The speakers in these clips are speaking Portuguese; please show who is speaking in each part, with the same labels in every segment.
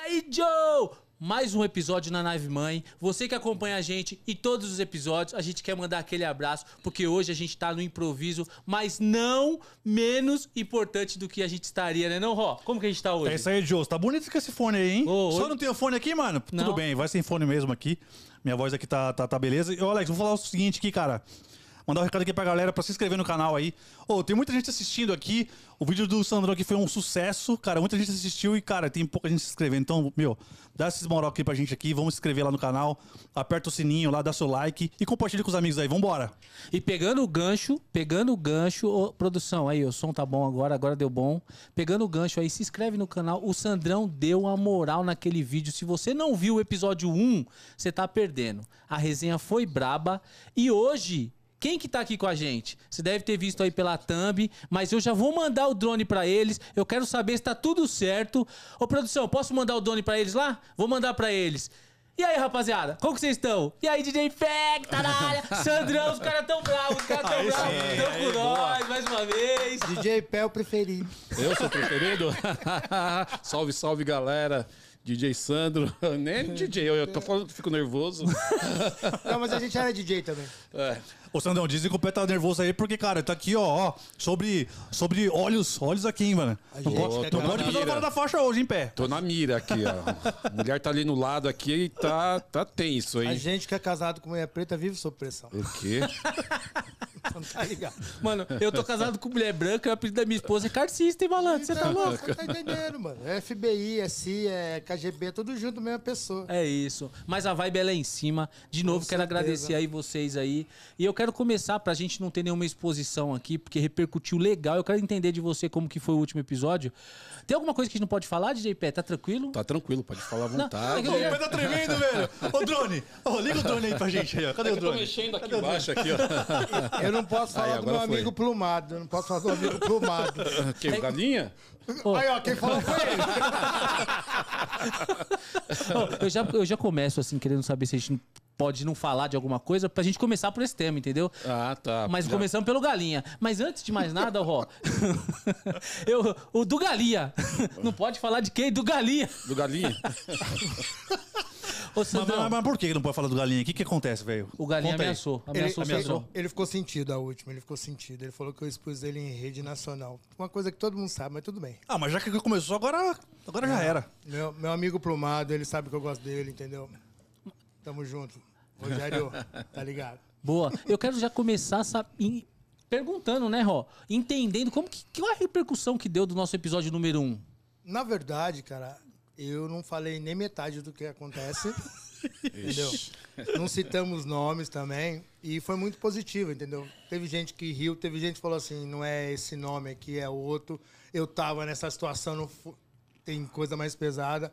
Speaker 1: aí, Joe! Mais um episódio na Nave Mãe. Você que acompanha a gente em todos os episódios, a gente quer mandar aquele abraço, porque hoje a gente tá no improviso, mas não menos importante do que a gente estaria, né, não, Ró? Como que a gente tá hoje?
Speaker 2: É isso aí, Joe. Você Tá bonito com esse fone aí, hein?
Speaker 1: Ô,
Speaker 2: Só
Speaker 1: ô.
Speaker 2: não tem o fone aqui, mano?
Speaker 1: Não.
Speaker 2: Tudo bem, vai sem fone mesmo aqui. Minha voz aqui tá, tá, tá beleza. E, ô, Alex, vou falar o seguinte aqui, cara. Mandar um recado aqui pra galera pra se inscrever no canal aí. Ô, tem muita gente assistindo aqui. O vídeo do Sandrão aqui foi um sucesso, cara. Muita gente assistiu e, cara, tem pouca gente se inscrevendo. Então, meu, dá esses moral aqui pra gente aqui. Vamos se inscrever lá no canal. Aperta o sininho lá, dá seu like e compartilha com os amigos aí. Vambora.
Speaker 1: E pegando o gancho, pegando o gancho, ô, produção, aí o som tá bom agora, agora deu bom. Pegando o gancho aí, se inscreve no canal. O Sandrão deu uma moral naquele vídeo. Se você não viu o episódio 1, você tá perdendo. A resenha foi braba e hoje quem que tá aqui com a gente? Você deve ter visto aí pela thumb, mas eu já vou mandar o drone pra eles. Eu quero saber se tá tudo certo. Ô produção, posso mandar o drone pra eles lá? Vou mandar pra eles. E aí, rapaziada? Como que vocês estão? E aí, DJ Fag, tá na área. Sandrão, os caras tão bravos, os caras tão
Speaker 2: Aí
Speaker 1: bravos.
Speaker 2: sim,
Speaker 1: Tão
Speaker 2: aí,
Speaker 1: com
Speaker 2: boa.
Speaker 1: nós, mais uma vez.
Speaker 3: DJ Pé é o preferido.
Speaker 4: Eu sou o preferido? salve, salve, galera. DJ Sandro. Nem DJ, eu, eu tô falando que fico nervoso.
Speaker 3: Não, mas a gente era DJ também.
Speaker 4: É.
Speaker 2: Ô Sandão, dizem que o pé tá nervoso aí, porque, cara, tá aqui, ó, ó sobre, sobre olhos, olhos aqui, hein, mano. Não
Speaker 3: gente
Speaker 2: pode,
Speaker 4: quer
Speaker 2: não
Speaker 4: ganhar
Speaker 2: pode pisar
Speaker 4: dinheiro.
Speaker 2: fora da faixa hoje, hein, pé.
Speaker 4: Tô na mira aqui, ó. A mulher tá ali no lado aqui e tá, tá tenso,
Speaker 3: A
Speaker 4: hein?
Speaker 3: gente que é casado com mulher preta vive sob pressão.
Speaker 4: O quê?
Speaker 3: Não tá ligado?
Speaker 1: Mano, eu tô casado com mulher branca e o apelido da minha esposa é Carcista, hein, malandro? Você tá
Speaker 3: Não,
Speaker 1: louco?
Speaker 3: Você tá entendendo, mano. É FBI, é CIA, é KGB, é tudo junto, mesma pessoa.
Speaker 1: É isso. Mas a vibe ela é em cima. De novo, quero
Speaker 3: certeza.
Speaker 1: agradecer aí vocês aí. E eu quero começar pra gente não ter nenhuma exposição aqui, porque repercutiu legal. Eu quero entender de você como que foi o último episódio. Tem alguma coisa que a gente não pode falar, DJ Pé? Tá tranquilo?
Speaker 4: Tá tranquilo, pode falar à vontade.
Speaker 2: Ô, o pé tá tremendo, velho. Ô, drone, ô, liga o drone aí pra gente aí, ó. Cadê o drone?
Speaker 4: mexendo aqui embaixo, aqui, ó.
Speaker 3: Eu não posso falar
Speaker 4: Aí,
Speaker 3: do
Speaker 4: agora
Speaker 3: meu
Speaker 4: foi.
Speaker 3: amigo plumado. Eu não posso falar do amigo plumado.
Speaker 4: Que, o galinha?
Speaker 3: Aí, ó, quem falou foi ele.
Speaker 1: Ó, eu, já, eu já começo assim, querendo saber se a gente pode não falar de alguma coisa, pra gente começar por esse tema, entendeu?
Speaker 4: Ah, tá.
Speaker 1: Mas
Speaker 4: Já-
Speaker 1: começamos pelo Galinha. Mas antes de mais nada, Ró, eu, o do Galinha. Não pode falar de quem? Do Galinha.
Speaker 4: Do galinha?
Speaker 1: Ô,
Speaker 2: Mas,
Speaker 1: Sandrão,
Speaker 2: mas, mas por que que não pode falar do galinha? O que que acontece, velho?
Speaker 1: o Galinha
Speaker 2: Conta aí.
Speaker 1: ameaçou.
Speaker 3: Ele,
Speaker 1: Ameaçou, o
Speaker 3: ele-
Speaker 1: Sandrão.
Speaker 3: ele ficou sentido a última, ele ficou sentido. Ele falou que eu expus ele em rede nacional. Uma coisa que todo mundo sabe, mas tudo bem.
Speaker 2: Ah, mas já que começou, agora, agora já era.
Speaker 3: Meu, meu amigo plumado, ele sabe que eu gosto dele, entendeu? Tamo junto. Rogério, tá ligado?
Speaker 1: Boa. Eu quero já começar sa- em- perguntando, né, Ró? Entendendo como que, qual a repercussão que deu do nosso episódio número 1. Um?
Speaker 3: Na verdade, cara, eu não falei nem metade do que acontece. entendeu? Não citamos nomes também. E foi muito positivo, entendeu? Teve gente que riu, teve gente que falou assim, não é esse nome aqui, é outro. Eu tava nessa situação, não fu- tem coisa mais pesada.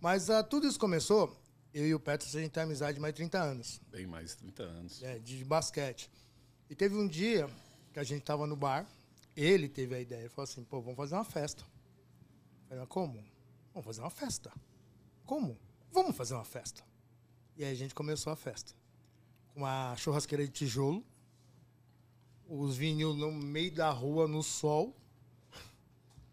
Speaker 3: Mas ah, tudo isso começou, eu e o Petros, a gente tem amizade de mais de 30 anos.
Speaker 4: Bem mais de 30 anos.
Speaker 3: É, de basquete. E teve um dia que a gente tava no bar, ele teve a ideia, ele falou assim, pô, vamos fazer uma festa. Eu falei, mas como? Vamos fazer uma festa. Como? Vamos fazer uma festa. E aí a gente começou a festa. Com uma churrasqueira de tijolo, os vinil no meio da rua, no sol,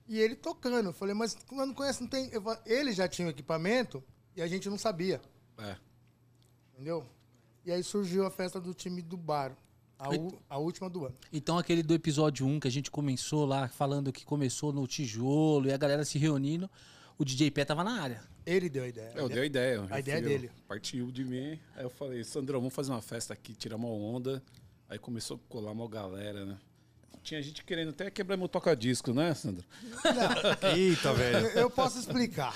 Speaker 3: e ele tocando. Eu falei, mas nós não conhece, não tem... Eu fa- Ele já tinha o equipamento e a gente não sabia.
Speaker 4: É.
Speaker 3: Entendeu? E aí surgiu a festa do time do bar. A, u- a última do ano.
Speaker 1: Então, aquele do episódio 1 que a gente começou lá, falando que começou no tijolo e a galera se reunindo, o DJ Pé tava na área.
Speaker 3: Ele deu a ideia.
Speaker 4: Eu dei a ideia. eu
Speaker 3: é A ideia
Speaker 4: fui-
Speaker 3: dele.
Speaker 4: Partiu de mim. Aí eu falei, Sandrão, vamos fazer uma festa aqui, tirar uma onda. Aí começou a colar uma galera, né? Tinha gente querendo até quebrar meu toca-disco, né, Sandro?
Speaker 2: Eita, velho.
Speaker 3: Eu, eu posso explicar.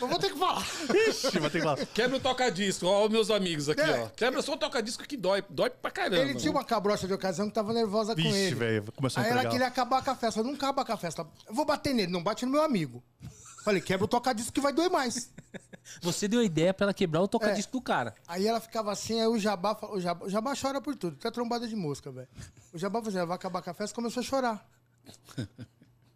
Speaker 3: eu vou ter que falar.
Speaker 2: Ixi, vai ter que falar.
Speaker 4: Quebra o toca-disco, ó, meus amigos aqui,
Speaker 3: É.
Speaker 4: ó. Quebra só o toca-disco que dói, dói pra caramba.
Speaker 3: Ele tinha uma cabrocha de ocasião que tava nervosa com
Speaker 2: Vixe,
Speaker 3: ele.
Speaker 2: velho. Começou a
Speaker 3: Aí ela queria
Speaker 2: entregar.
Speaker 3: acabar com a festa. Eu não acaba com a festa. Eu vou bater nele, não bate no meu amigo. Falei, quebra o tocadisco que vai doer mais.
Speaker 1: Você deu a ideia pra ela quebrar o
Speaker 2: É.
Speaker 1: tocadisco do cara.
Speaker 3: Aí ela ficava assim, aí o Jabá, fa- o Jabá, o Jabá chora por tudo, até trombada de mosca, velho. O Jabá falou assim, "Ah, vai acabar com a festa, começou a chorar.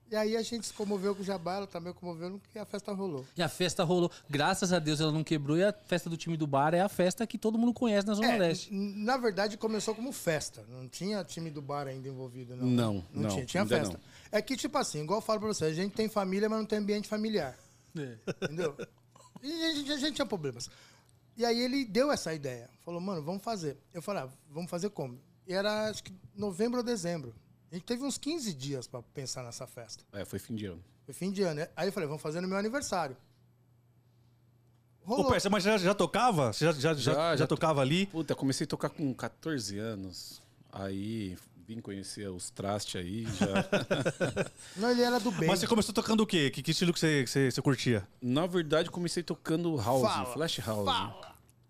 Speaker 3: E aí a gente se comoveu com o Jabá, ela também comoveu, e a festa rolou.
Speaker 1: E a festa rolou. Graças a Deus ela não quebrou. E a festa do time do bar é a festa que todo mundo conhece na Zona
Speaker 3: É,
Speaker 1: Leste.
Speaker 3: n- Na verdade, começou como festa. Não tinha time do bar ainda envolvido, não.
Speaker 4: Não, não,
Speaker 3: tinha. Tinha
Speaker 4: ainda
Speaker 3: festa. É que, tipo assim, igual eu falo pra você, a gente tem família, mas não tem ambiente familiar. Entendeu? E a gente, a gente tinha problemas. E aí ele deu essa ideia. Falou, mano, vamos fazer. Eu falei, ah, vamos fazer como? E era acho que novembro ou dezembro. A gente teve uns 15 dias pra pensar nessa festa.
Speaker 4: É, foi fim de ano.
Speaker 3: Foi fim de ano. né? Aí eu falei, vamos fazer no meu aniversário.
Speaker 2: Ô,
Speaker 3: Rolou.
Speaker 2: Persa, mas já, já tocava? Você já, já, já,
Speaker 4: Já,
Speaker 2: já
Speaker 4: já to-
Speaker 2: tocava ali?
Speaker 4: Puta, comecei a tocar com 14 anos. Aí vim conhecer os trastes aí já.
Speaker 3: Não, ele era do bem.
Speaker 2: Mas você começou tocando o quê? Que, que estilo que você, que você, você curtia?
Speaker 4: Na verdade, comecei tocando house,
Speaker 3: Fala,
Speaker 4: flash house.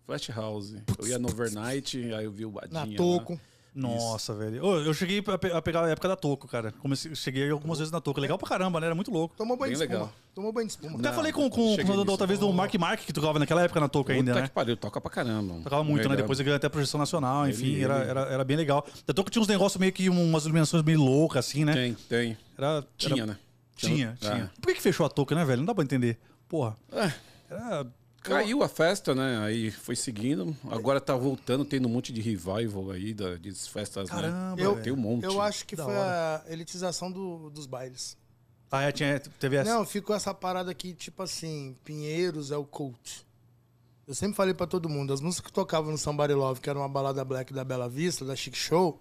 Speaker 4: Flash house. Eu ia no overnight, aí eu vi o Badinha.
Speaker 3: Na
Speaker 4: lá.
Speaker 3: Toco.
Speaker 2: Nossa, velho. Ô, eu cheguei a, pe- a pegar a época da Toco, cara. Comecei, cheguei algumas vezes na Toco. Legal pra caramba, né? Era muito louco.
Speaker 3: Tomou banho
Speaker 4: Bem
Speaker 3: de espuma.
Speaker 4: legal.
Speaker 3: Tomou banho de espuma.
Speaker 2: Até
Speaker 4: Não,
Speaker 2: falei com, com,
Speaker 4: cheguei
Speaker 2: com da
Speaker 4: nisso,
Speaker 2: outra vez do Mark Mark, que tocava naquela época na Toco ainda,
Speaker 4: Puta
Speaker 2: né?
Speaker 4: que pariu, toca pra caramba.
Speaker 2: Tocava muito, né? Depois ele ganhou até a projeção nacional, enfim,
Speaker 4: Ele-
Speaker 2: era,
Speaker 4: ele-
Speaker 2: Era, era bem legal. Da Toco tinha uns negócios meio que um, umas iluminações meio loucas, assim, né?
Speaker 4: Tem, tem.
Speaker 2: Era,
Speaker 4: Tinha,
Speaker 2: era-
Speaker 4: né?
Speaker 2: Tinha,
Speaker 4: Ah.
Speaker 2: tinha. Por que, que fechou a Toco, né, velho? Não dá pra entender. Porra. Era.
Speaker 4: É, Caiu a festa, né? Aí foi seguindo. Agora tá voltando, tendo um monte de revival aí da, de festas,
Speaker 2: Caramba,
Speaker 4: né?
Speaker 2: Eu-
Speaker 4: Tem um monte.
Speaker 3: Eu acho que
Speaker 2: Da
Speaker 3: foi a elitização do- dos bailes.
Speaker 2: Ah, é, tinha, teve essa.
Speaker 3: Não, ficou essa parada aqui, tipo assim, Pinheiros é o coach. Eu sempre falei pra todo mundo, as músicas que tocavam no Somebody Love, que era uma balada black da Bela Vista, da Chic Show,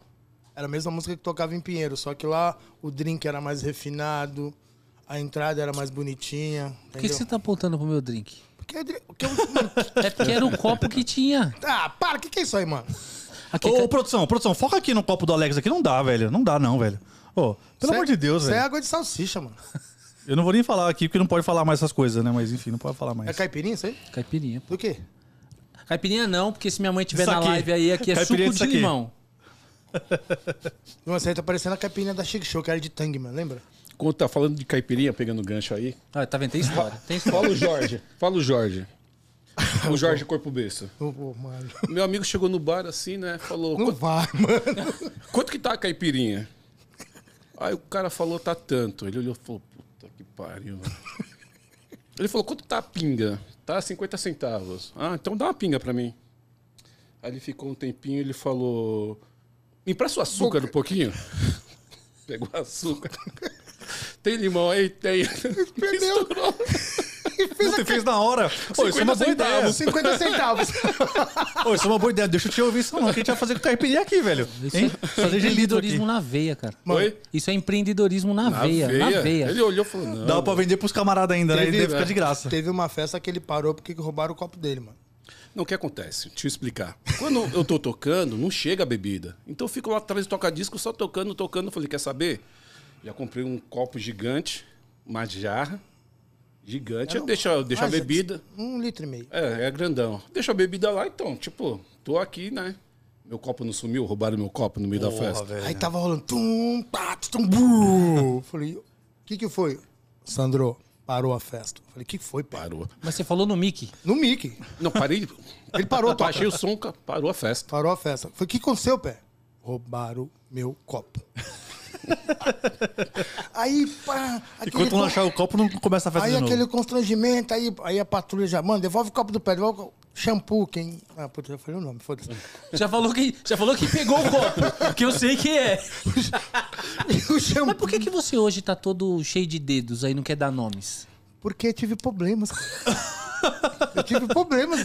Speaker 3: era a mesma música que tocava em Pinheiros, só que lá o drink era mais refinado, a entrada era mais bonitinha,
Speaker 1: Por que que
Speaker 3: entendeu?
Speaker 1: você tá apontando pro meu drink?
Speaker 3: Porque, dri- porque eu- mano,
Speaker 1: É porque era o copo que tinha.
Speaker 3: ah, para, o que, que é isso aí, mano?
Speaker 1: Aqui,
Speaker 2: Ô, ô, produção, produção, foca aqui no copo do Alex aqui. Não dá, velho. Não dá, não, velho. Ô, pelo
Speaker 3: Isso é-
Speaker 2: amor de Deus,
Speaker 3: Isso é
Speaker 2: velho.
Speaker 3: água de salsicha, mano.
Speaker 2: Eu não vou nem falar aqui porque não pode falar mais essas coisas, né? Mas enfim, não pode falar mais.
Speaker 3: É caipirinha isso aí?
Speaker 1: Caipirinha.
Speaker 3: Do quê?
Speaker 1: Caipirinha não, porque se minha mãe tiver
Speaker 2: Isso
Speaker 1: na
Speaker 2: aqui.
Speaker 1: live aí, aqui é
Speaker 2: Caipirinha
Speaker 1: suco
Speaker 2: disso
Speaker 1: de
Speaker 2: aqui.
Speaker 1: limão.
Speaker 3: Nossa, aí tá parecendo a caipirinha da Chic Show, que era de Tang, mano, lembra?
Speaker 4: Quando tá falando de caipirinha, pegando gancho aí.
Speaker 1: Ah, tá vendo? Tem história. Tem história.
Speaker 4: Fala o Jorge. Fala o Jorge. O Jorge Corpo Besta.
Speaker 3: Ô, ô, mano.
Speaker 4: Meu amigo chegou no bar assim, né? Falou,
Speaker 3: Não
Speaker 4: "Quanto-
Speaker 3: vai, mano.
Speaker 4: Quanto que tá a caipirinha? Aí o cara falou, tá tanto. Ele olhou e falou, puta que pariu. Ele falou, quanto tá a pinga? Tá 50 centavos. Ah, então dá uma pinga pra mim. Aí ele ficou um tempinho ele falou, me empresta o açúcar um pouquinho. Pegou açúcar. Tem limão aí? Tem.
Speaker 3: Perdeu.
Speaker 4: Misturou.
Speaker 2: Você fez na hora. Ô, isso é uma
Speaker 4: 50
Speaker 2: boa ideia.
Speaker 4: centavos.
Speaker 3: 50 centavos.
Speaker 2: Ô, isso é uma boa ideia. Deixa eu te ouvir isso, não. O que a gente vai fazer com caipirinha aqui, velho?
Speaker 1: Isso
Speaker 2: Hein?
Speaker 1: é
Speaker 2: Fazer de litro aqui.
Speaker 1: empreendedorismo na veia, cara.
Speaker 4: Oi?
Speaker 1: Isso é empreendedorismo na,
Speaker 4: Na
Speaker 1: veia, Na veia.
Speaker 4: Ele olhou e falou, não.
Speaker 2: Dá pra vender pros camaradas ainda, né?
Speaker 3: Teve-
Speaker 2: Ele
Speaker 1: é.
Speaker 2: fica de graça.
Speaker 3: Teve uma festa que ele parou porque roubaram o copo dele, mano.
Speaker 4: Não, o que acontece? Deixa eu explicar. Quando eu tô tocando, não chega a bebida. Então eu fico lá atrás do toca-disco só tocando, tocando. Eu Falei, quer saber? Já comprei um copo gigante, uma jarra gigante. Deixa, deixa a
Speaker 3: Ah, já-
Speaker 4: bebida.
Speaker 3: Um litro e meio.
Speaker 4: É, é grandão. Deixa a bebida lá, então. Tipo, tô aqui, né? Meu copo não sumiu, roubaram meu copo no meio da
Speaker 2: Porra,
Speaker 4: festa.
Speaker 2: velho.
Speaker 3: Aí tava rolando tum, pá, tum, bu. Falei, o que que foi? Sandro, parou a festa. Falei, o que que foi, pai?
Speaker 4: Parou.
Speaker 1: Mas você falou no Mickey.
Speaker 3: No Mickey.
Speaker 4: Não, parei.
Speaker 3: Ele parou, toca.
Speaker 4: Baixei o som, ca- parou a festa.
Speaker 3: Parou a festa. Falei, o que aconteceu, pé? Roubaram meu copo. aí, pá... aquele
Speaker 4: um
Speaker 2: Enquanto não
Speaker 3: co-
Speaker 2: achar o copo, não começa a festa
Speaker 3: Aí
Speaker 2: de novo.
Speaker 3: aquele constrangimento, aí, aí a patrulha já, mano, devolve o copo do pé, devolve o copo. Shampoo, quem... Ah, puta, já falei o nome, foda-se.
Speaker 1: Já falou que, já falou que pegou o copo, que eu sei que é.
Speaker 3: o shampoo...
Speaker 1: Mas por que, que você hoje tá todo cheio de dedos aí, não quer dar nomes?
Speaker 3: Porque eu tive problemas. eu tive problemas.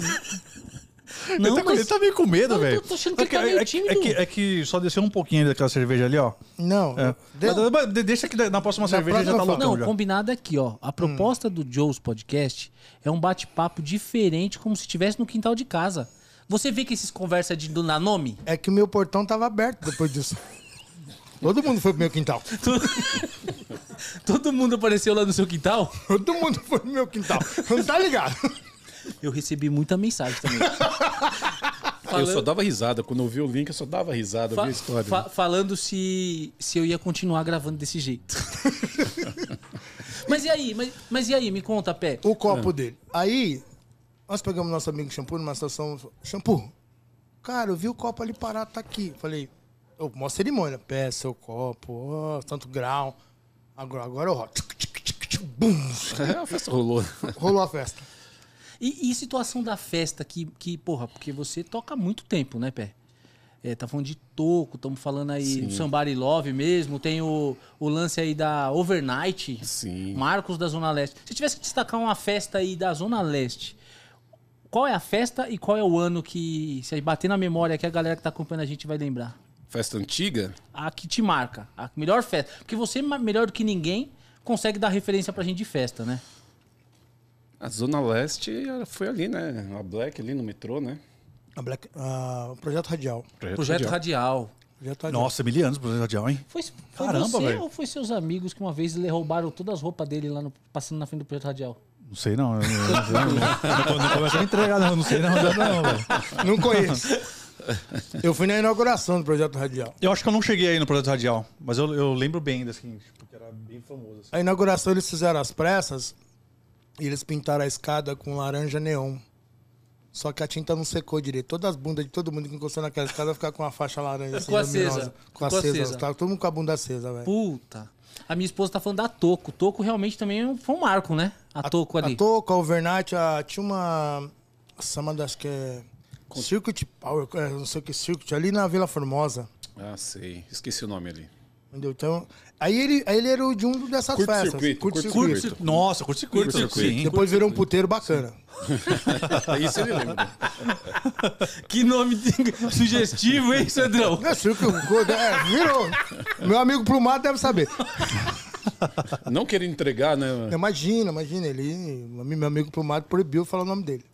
Speaker 1: Não,
Speaker 2: ele, tá, com-
Speaker 1: mas-
Speaker 2: ele tá meio com medo,
Speaker 1: Não, eu
Speaker 2: velho.
Speaker 1: tô- tô achando que
Speaker 2: É
Speaker 1: ele tá meio
Speaker 2: é
Speaker 1: tímido.
Speaker 2: É que, é que só desceu um pouquinho daquela cerveja ali, ó.
Speaker 3: Não,
Speaker 2: É.
Speaker 3: deu.
Speaker 2: Mas- mas de- deixa que na próxima cerveja
Speaker 3: próxima
Speaker 2: já tá
Speaker 3: eu falo.
Speaker 2: loucão
Speaker 1: Não,
Speaker 2: já.
Speaker 1: combinado aqui, ó. A proposta do Joe's Podcast é um bate-papo diferente, como se estivesse no quintal de casa. Você vê que esses conversa de do Nanome?
Speaker 3: é que o meu portão tava aberto depois disso. Todo mundo foi pro meu quintal.
Speaker 1: Todo mundo apareceu lá no seu quintal?
Speaker 3: Todo mundo foi pro meu quintal. Não tá ligado?
Speaker 1: Eu recebi muita mensagem também.
Speaker 4: Eu só dava risada. Quando eu vi o link, eu só dava risada. Eu
Speaker 1: Fa-
Speaker 4: vi a história. né?
Speaker 1: fa- falando se, se eu ia continuar gravando desse jeito. mas e aí? Mas, mas e aí? Me conta, Pé.
Speaker 3: O copo dele. Aí, nós pegamos nosso amigo Shampoo numa situação. Shampoo, cara, eu vi o copo ali parado, tá aqui. Falei, ô, mó cerimônia. Pé, seu copo, ó, tanto grau. Agora, agora eu rolo. Tchic, tchic, tchic, tchic, bum.
Speaker 4: É, a festa rolou.
Speaker 3: Rolou a festa.
Speaker 1: E, e situação da festa que, que, porra, porque você toca há muito tempo, né, Pé? É, tá falando de toco, estamos falando aí do Somebody Love mesmo, tem o, o lance aí da Overnight,
Speaker 4: Sim.
Speaker 1: Marcos da Zona Leste. Se tivesse que destacar uma festa aí da Zona Leste, qual é a festa e qual é o ano que, se bater na memória que a galera que tá acompanhando a gente vai lembrar?
Speaker 4: Festa antiga?
Speaker 1: a que te marca, a melhor festa. Porque você, ma- melhor do que ninguém, consegue dar referência pra gente de festa, né?
Speaker 4: A Zona Leste ela foi ali, né? A Black ali no metrô, né?
Speaker 3: A Black- ah, Projeto Radial.
Speaker 4: É
Speaker 1: Projeto Radial.
Speaker 3: Projeto Radial.
Speaker 2: Nossa, mil anos pro Radial, hein?
Speaker 1: Foi, foi
Speaker 2: Caramba,
Speaker 1: você
Speaker 2: velho.
Speaker 1: ou foi seus amigos que uma vez lhe roubaram todas as roupas dele lá no- passando na frente do Projeto Radial?
Speaker 2: Não sei não. eu Não, eu não, eu não, eu não começa a entregar, não. Não sei não, não, não, velho.
Speaker 3: Não conheço. Eu fui na inauguração do Projeto Radial.
Speaker 2: Eu acho que eu não cheguei aí no Projeto Radial, mas eu, eu lembro bem desse, assim, tipo, que era bem famoso. Assim.
Speaker 3: A inauguração eles fizeram às pressas e eles pintaram a escada com laranja neon. Só que a tinta não secou direito. Todas as bundas de todo mundo que encostou naquela escada ficaram com a faixa laranja assim,
Speaker 1: Ficou acesa.
Speaker 3: luminosa. Com
Speaker 1: Ficou
Speaker 3: acesa.
Speaker 1: acesa.
Speaker 3: Tava todo mundo com a bunda acesa, velho.
Speaker 1: Puta. A minha esposa tá falando da Toco. Toco realmente também foi um marco, né? A Toco ali.
Speaker 3: A Toca, a Overnight, a, tinha uma. Chama das que é. Circuit Power, é, não sei o que, Circuit, ali na Vila Formosa.
Speaker 4: Ah, sei. Esqueci o nome ali.
Speaker 3: Entendeu? Então. Aí ele, aí ele era o de um dessas festas.
Speaker 4: Curto-circuito,
Speaker 3: Curto-circuito.
Speaker 4: curto-circuito.
Speaker 2: Nossa, curto-circuito.
Speaker 4: Curto-circuito.
Speaker 2: Sim.
Speaker 3: Depois virou um puteiro bacana.
Speaker 4: Isso ele lembra.
Speaker 1: Que nome de- sugestivo, hein, Sandrão?
Speaker 3: Não é circo, é, virou. Meu amigo pro mato deve saber.
Speaker 4: Não queria entregar, né?
Speaker 3: Imagina, imagina, ele. Meu amigo pro mato proibiu falar o nome dele.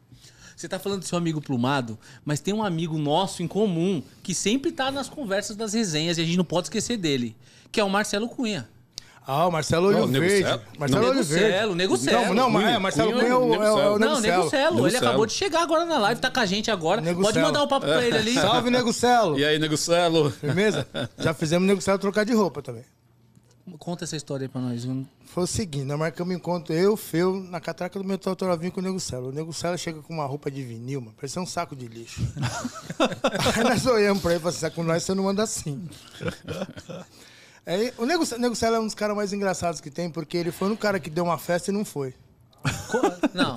Speaker 1: Você tá falando do seu amigo plumado, mas tem um amigo nosso em comum que sempre tá nas conversas das resenhas e a gente não pode esquecer dele, que é o Marcelo Cunha.
Speaker 3: Ah, o Marcelo Olho
Speaker 4: Não, o Nego
Speaker 3: Verde.
Speaker 4: Celo.
Speaker 3: Marcelo
Speaker 1: Não,
Speaker 3: Olho
Speaker 1: Nego
Speaker 3: Verde.
Speaker 1: Celo, Nego Celo.
Speaker 3: Não, não, mas é,
Speaker 4: Cunha,
Speaker 3: Marcelo
Speaker 4: Cunha
Speaker 3: Cunha é
Speaker 4: é o
Speaker 3: o,
Speaker 4: Nego
Speaker 3: é o- é
Speaker 4: Celo.
Speaker 3: o
Speaker 1: Não,
Speaker 3: Nego
Speaker 1: Nego
Speaker 3: Celo.
Speaker 1: Celo.
Speaker 4: Nego
Speaker 1: Ele
Speaker 4: Celo.
Speaker 1: acabou de chegar agora na live, tá com a gente agora.
Speaker 3: Nego
Speaker 1: Pode
Speaker 3: Celo.
Speaker 1: mandar um papo pra ele ali.
Speaker 3: Salve, Nego Celo.
Speaker 4: E aí, Nego Celo?
Speaker 3: Firmeza? Já fizemos o Nego Celo trocar de roupa também.
Speaker 1: Conta essa história aí pra nós.
Speaker 3: Foi o seguinte, nós marcamos um encontro, eu, Feu, na catraca do meu Totoravinho com o Nego Celo. O Nego Celo chega com uma roupa de vinil, mano, parecia um saco de lixo. Aí nós olhamos pra ele e falamos assim, com nós você não anda assim. Aí, o Nego, Celo- o Nego Celo é um dos caras mais engraçados que tem, porque ele foi um cara que deu uma festa e não foi.
Speaker 1: Co- Não.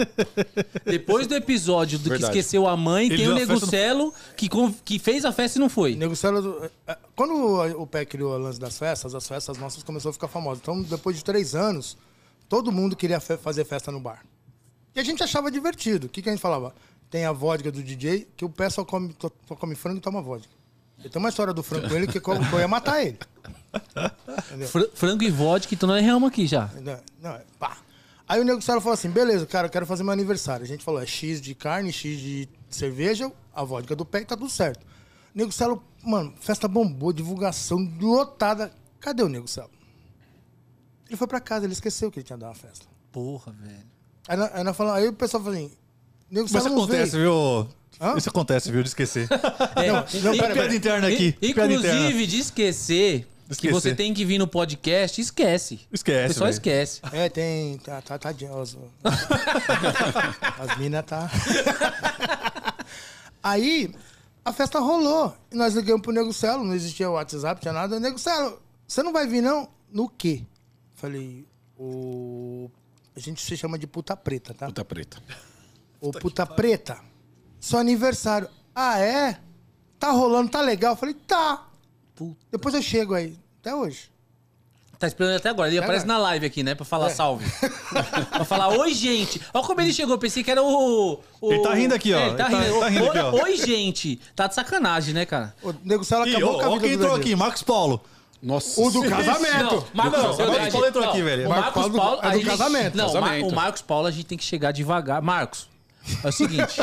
Speaker 1: Depois do episódio do
Speaker 4: Verdade.
Speaker 1: que esqueceu a mãe,
Speaker 2: Ele
Speaker 1: tem
Speaker 2: deu
Speaker 1: o
Speaker 2: a
Speaker 1: Nego
Speaker 2: festa no-
Speaker 1: Celo que, con- que fez a festa e não
Speaker 3: O
Speaker 1: foi.
Speaker 3: Nego Celo, eh, quando o- o pé criou o lance das festas, as festas nossas começaram a ficar famosas. Então, depois de três anos, todo mundo queria fe- fazer festa no bar. E a gente achava divertido. O que, que a gente falava? Tem a vodka do DJ, que o pé só come, to- só come frango e toma vodka. E tem uma história do frango com ele que co- que eu ia matar ele.
Speaker 1: Fra- frango e vodka, então nós erramos aqui já.
Speaker 3: Não, não, é pá. Aí o Nego Celo falou assim, beleza, cara, eu quero fazer meu aniversário. A gente falou, é X de carne, X de cerveja, a vodka do pé, tá tudo certo. O Nego Celo, mano, festa bombou, divulgação lotada. Cadê o Nego Celo? Ele foi pra casa, ele esqueceu que ele tinha dado uma festa.
Speaker 1: Porra, velho.
Speaker 3: Aí, nó- aí, nós falamos- aí o pessoal falou assim, Nego
Speaker 2: Mas
Speaker 3: Celo
Speaker 2: isso
Speaker 3: não
Speaker 2: acontece,
Speaker 3: veio.
Speaker 2: viu?
Speaker 3: Hã?
Speaker 2: Isso acontece, viu, de esquecer.
Speaker 1: É,
Speaker 3: não,
Speaker 1: e-
Speaker 3: pera,
Speaker 2: piada interna aqui,
Speaker 1: e-
Speaker 2: piada
Speaker 1: Inclusive,
Speaker 2: interna.
Speaker 1: de esquecer, que
Speaker 2: Esquecer.
Speaker 1: você tem que vir no podcast, esquece.
Speaker 2: Esquece,
Speaker 1: O pessoal
Speaker 2: velho.
Speaker 1: esquece.
Speaker 3: É, tem, tá, tá, tá, de- as, as minas tá. Aí, a festa rolou. E nós ligamos pro Nego Celo, não existia WhatsApp, tinha nada. Nego Celo, você não vai vir não? No quê? Falei, o... A gente se chama de puta preta, tá?
Speaker 4: Puta preta.
Speaker 3: Ô, puta preta, seu aniversário. Ah, é? Tá rolando, tá legal? Eu Falei, tá.
Speaker 1: Puta.
Speaker 3: Depois eu chego aí. Até hoje.
Speaker 1: Tá esperando até agora. Ele aparece na live aqui, né? Pra falar salve. pra falar, oi, gente. Olha como ele chegou. Eu pensei que era o. o-
Speaker 2: Ele tá rindo aqui, ó.
Speaker 1: ele tá,
Speaker 2: Ele tá-
Speaker 1: rindo.
Speaker 2: tá rindo
Speaker 1: Oi-
Speaker 2: aqui, ó.
Speaker 1: Oi, gente. Tá de sacanagem, né, cara?
Speaker 3: O Nego Celo
Speaker 2: Ih,
Speaker 3: acabou
Speaker 2: ó,
Speaker 3: com a
Speaker 2: ó
Speaker 3: vida
Speaker 2: quem
Speaker 3: do
Speaker 2: entrou
Speaker 3: Brasil.
Speaker 2: aqui, Marcos Paulo.
Speaker 4: Nossa.
Speaker 3: O do casamento.
Speaker 1: Não, Marcos,
Speaker 2: Não,
Speaker 1: eu-
Speaker 2: Marcos
Speaker 1: eu-
Speaker 2: Paulo entrou
Speaker 1: não,
Speaker 2: aqui, velho.
Speaker 1: O
Speaker 3: Marcos
Speaker 1: Marcos
Speaker 3: Paulo do-
Speaker 1: Paulo.
Speaker 3: é do
Speaker 1: a gente-
Speaker 3: casamento.
Speaker 1: Não, o Mar-
Speaker 4: Casamento.
Speaker 1: o Marcos Paulo a gente tem que chegar devagar. Marcos. É o seguinte,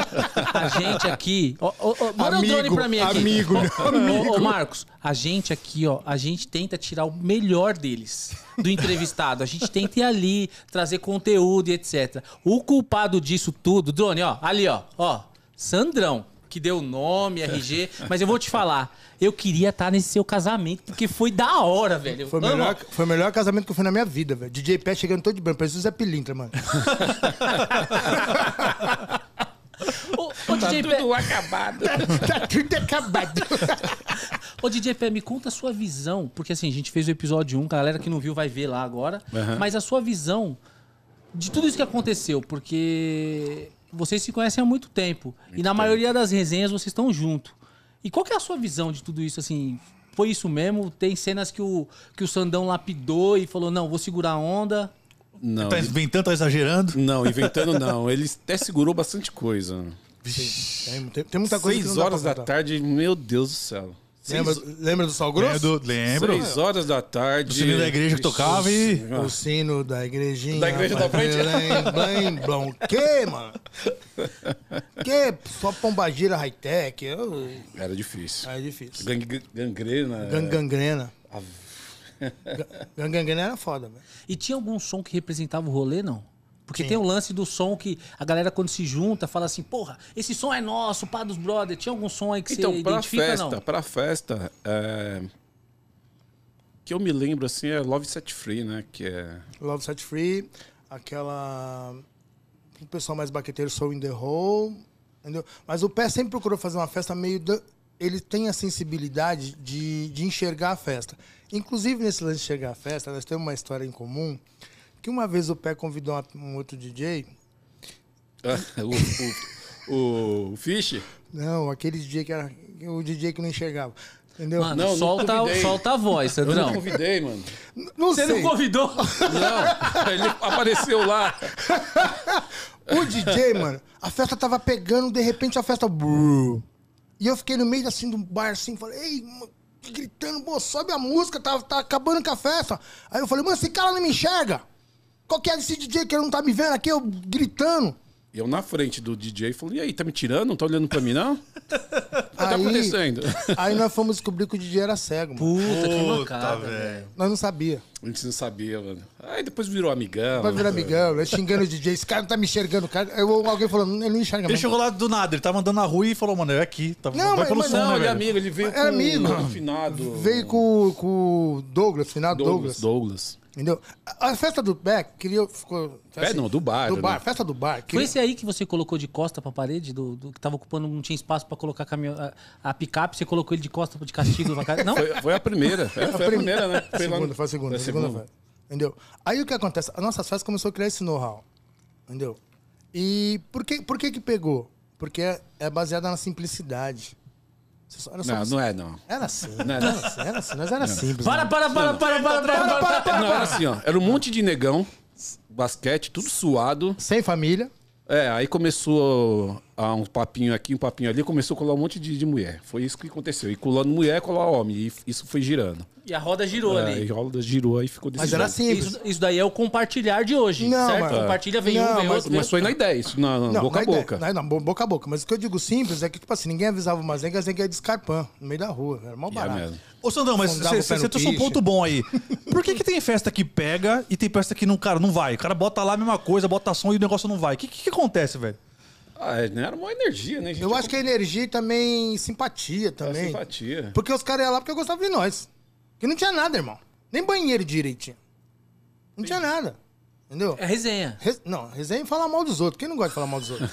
Speaker 1: a gente aqui. Ó, ó, ó, manda
Speaker 3: Amigo,
Speaker 1: o drone pra mim aqui.
Speaker 3: amigo,
Speaker 1: Ô, ô, ô, Marcos, a gente aqui, ó, a gente tenta tirar o melhor deles do entrevistado. A gente tenta ir ali, trazer conteúdo e etc. O culpado disso tudo, drone, ó, ali, ó, ó, Sandrão. Que deu nome, RG, mas eu vou te falar, eu queria estar nesse seu casamento, porque foi da hora, velho.
Speaker 3: Foi o,
Speaker 1: Amo.
Speaker 3: melhor, foi o melhor casamento que eu fui na minha vida, velho. DJ Pé chegando todo de branco. Parecia o Zé Pilintra, mano.
Speaker 1: Ô, ô,
Speaker 4: Tá
Speaker 1: DJ Pé,
Speaker 4: Tipo, acabado.
Speaker 3: tá tudo acabado.
Speaker 1: ô, DJ Pé, me conta a sua visão, porque assim, a gente fez o episódio 1, a galera que não viu vai ver lá agora, mas a sua visão de tudo isso que aconteceu, porque vocês se conhecem há muito tempo e na maioria das resenhas vocês estão junto. E qual que é a sua visão de tudo isso, assim? Foi isso mesmo? Tem cenas que o, que o Sandão lapidou e falou, não, vou segurar a onda.
Speaker 4: Não,
Speaker 2: Tá inventando, tá exagerando.
Speaker 4: não, inventando não. Ele até segurou bastante coisa.
Speaker 3: Tem, tem- tem muita Tá coisa que não
Speaker 4: Seis
Speaker 3: dá
Speaker 4: horas
Speaker 3: pra
Speaker 4: da
Speaker 3: contar.
Speaker 4: tarde, meu Deus do céu.
Speaker 3: Lembra, lembra do Sal Grosso?
Speaker 2: Lembro, lembro.
Speaker 4: Seis horas da tarde.
Speaker 2: O sininho da igreja que tocava e.
Speaker 3: O sino da igrejinha.
Speaker 4: Da igreja da frente.
Speaker 3: Blém, blém, blom. Que, mano? Que? Só pombagira high-tech. eu-
Speaker 4: Era difícil.
Speaker 3: É difícil.
Speaker 4: Gang- gangrena.
Speaker 3: Gangangrena. Gangangrena era foda, velho.
Speaker 1: E tinha algum som que representava o rolê, não? Porque tem o lance do som que a galera, quando se junta, fala assim, porra, esse som é nosso, pá dos brother. Tinha algum som aí que você
Speaker 4: Então, pra
Speaker 1: identifica,
Speaker 4: festa,
Speaker 1: não?
Speaker 4: pra festa, é, que eu me lembro, assim, é Love Set Free, né? Que é...
Speaker 3: Love Set Free, aquela. O pessoal mais baqueteiro, Soul in the Hole. Entendeu? Mas o pé sempre procurou fazer uma festa meio. da- Ele tem a sensibilidade de, de enxergar a festa. Inclusive, nesse lance de enxergar a festa, nós temos uma história em comum. Que uma vez o pé convidou uma- um outro DJ.
Speaker 4: o, o, o Fish?
Speaker 3: Não, aquele DJ que era. O DJ que não enxergava. Entendeu?
Speaker 1: Mano,
Speaker 4: Não, não
Speaker 1: solta,
Speaker 4: convidei.
Speaker 1: solta a voz,
Speaker 4: Eu não,
Speaker 1: Sandrão.
Speaker 4: convidei, mano.
Speaker 3: N- não
Speaker 1: Você
Speaker 3: sei.
Speaker 1: não convidou?
Speaker 4: Não, ele apareceu lá.
Speaker 3: O DJ, mano, a festa tava pegando, de repente a festa. brrr. E eu fiquei no meio assim do bar assim, falei, ei, mano, gritando, pô, sobe a música, tá, tá acabando com a festa. Aí eu falei, mano, esse cara não me enxerga. Qual que é esse DJ que ele não tá me vendo aqui, eu gritando?
Speaker 4: E eu na frente do DJ falei, e aí, tá me tirando? Não tá olhando pra mim, não? O que tá
Speaker 3: Aí-
Speaker 4: acontecendo?
Speaker 3: Aí nós fomos descobrir que o DJ era cego, mano.
Speaker 1: Puta, que
Speaker 2: Puta,
Speaker 1: mancada, velho.
Speaker 2: velho.
Speaker 3: Nós não sabia.
Speaker 4: A gente não sabia, mano. Aí depois virou amigão.
Speaker 3: Vai virar amigão, nós xingando o DJ, esse cara não tá me enxergando, o cara. Aí alguém falou, ele não enxerga
Speaker 2: Ele
Speaker 3: mesmo.
Speaker 2: chegou lá do nada, ele tava andando na rua e falou, mano, é aqui. Tá,
Speaker 3: Não,
Speaker 2: vai
Speaker 3: mas-
Speaker 2: pelo
Speaker 3: mas
Speaker 2: som,
Speaker 4: Não,
Speaker 2: né,
Speaker 4: ele é
Speaker 2: velho?
Speaker 4: amigo, ele veio
Speaker 3: É amigo.
Speaker 4: com o finado.
Speaker 3: Veio com, com o Douglas, final Douglas.
Speaker 4: Douglas. Douglas.
Speaker 3: Entendeu? A a festa do Beck criou. Ficou, assim,
Speaker 4: Pé não, do bar,
Speaker 3: Do
Speaker 4: né?
Speaker 3: bar, festa do bar.
Speaker 1: Foi
Speaker 3: criou-
Speaker 1: esse aí que você colocou de costa pra parede, do, do- que tava ocupando, não tinha espaço pra colocar caminhão, a, a picape, você colocou ele de costa de castigo pra casa. Não?
Speaker 4: Foi, foi a primeira. É, Foi a, primeira, né?
Speaker 3: Foi
Speaker 4: lá
Speaker 3: segunda,
Speaker 4: no-
Speaker 3: foi a segunda.
Speaker 4: na
Speaker 3: a segunda foi. Entendeu? Aí o que acontece? A nossa festa começou a criar esse know-how. Entendeu? E por que, por que que pegou? Porque é, é baseada na simplicidade. Você só- Era, só
Speaker 4: Não,
Speaker 3: você-
Speaker 4: não é, não.
Speaker 3: era assim.
Speaker 4: Não é,
Speaker 3: era
Speaker 4: não.
Speaker 3: assim, era assim. Nós era simples.
Speaker 1: Para,
Speaker 3: mano.
Speaker 1: para, para, para, para, para, para, para.
Speaker 4: Não, era assim, ó. Era um monte de negão, basquete, tudo suado.
Speaker 3: Sem família.
Speaker 4: É, aí começou a um papinho aqui, um papinho ali, começou a colar um monte de, de mulher. Foi isso que aconteceu. E colando mulher, colar homem. E isso foi girando.
Speaker 1: E a roda girou
Speaker 4: É,
Speaker 1: ali.
Speaker 4: e a roda girou aí ficou desse
Speaker 3: Mas era
Speaker 4: jeito.
Speaker 3: simples.
Speaker 1: Isso, isso daí é o compartilhar de hoje,
Speaker 3: Não,
Speaker 1: certo?
Speaker 3: mas-
Speaker 1: Compartilha, vem um,
Speaker 3: Não,
Speaker 1: vem
Speaker 3: mas-
Speaker 1: outro. vem
Speaker 4: Mas foi na ideia, isso, na, na boca
Speaker 3: né? na é ideia-
Speaker 4: a boca.
Speaker 3: na- na bo- boca a boca. Mas o que eu digo simples é que, tipo assim, ninguém avisava o Mazenga, a Zenga ia de escarpão no meio da rua. Era mó
Speaker 4: É
Speaker 3: barato.
Speaker 4: mesmo.
Speaker 2: Ô, Sandrão, mas
Speaker 3: Afundava o pé
Speaker 2: você
Speaker 3: no
Speaker 2: trouxe um
Speaker 3: piche.
Speaker 2: ponto bom aí. Por que, que tem festa que pega e tem festa que não, cara, não vai? O cara bota lá a mesma coisa, bota som e o negócio não vai. O que, que, que acontece, velho?
Speaker 4: Ah, é, né? era uma energia, né? gente?
Speaker 3: Eu acho que é energia e também simpatia
Speaker 4: Era
Speaker 3: também.
Speaker 4: É, simpatia.
Speaker 3: Porque os caras iam lá porque gostavam de nós. Que não tinha nada, irmão. Nem banheiro direitinho. Não tinha nada. Entendeu?
Speaker 1: outro. É resenha.
Speaker 3: Re- Não, resenha é falar mal dos outros. Quem não gosta de falar mal dos outros?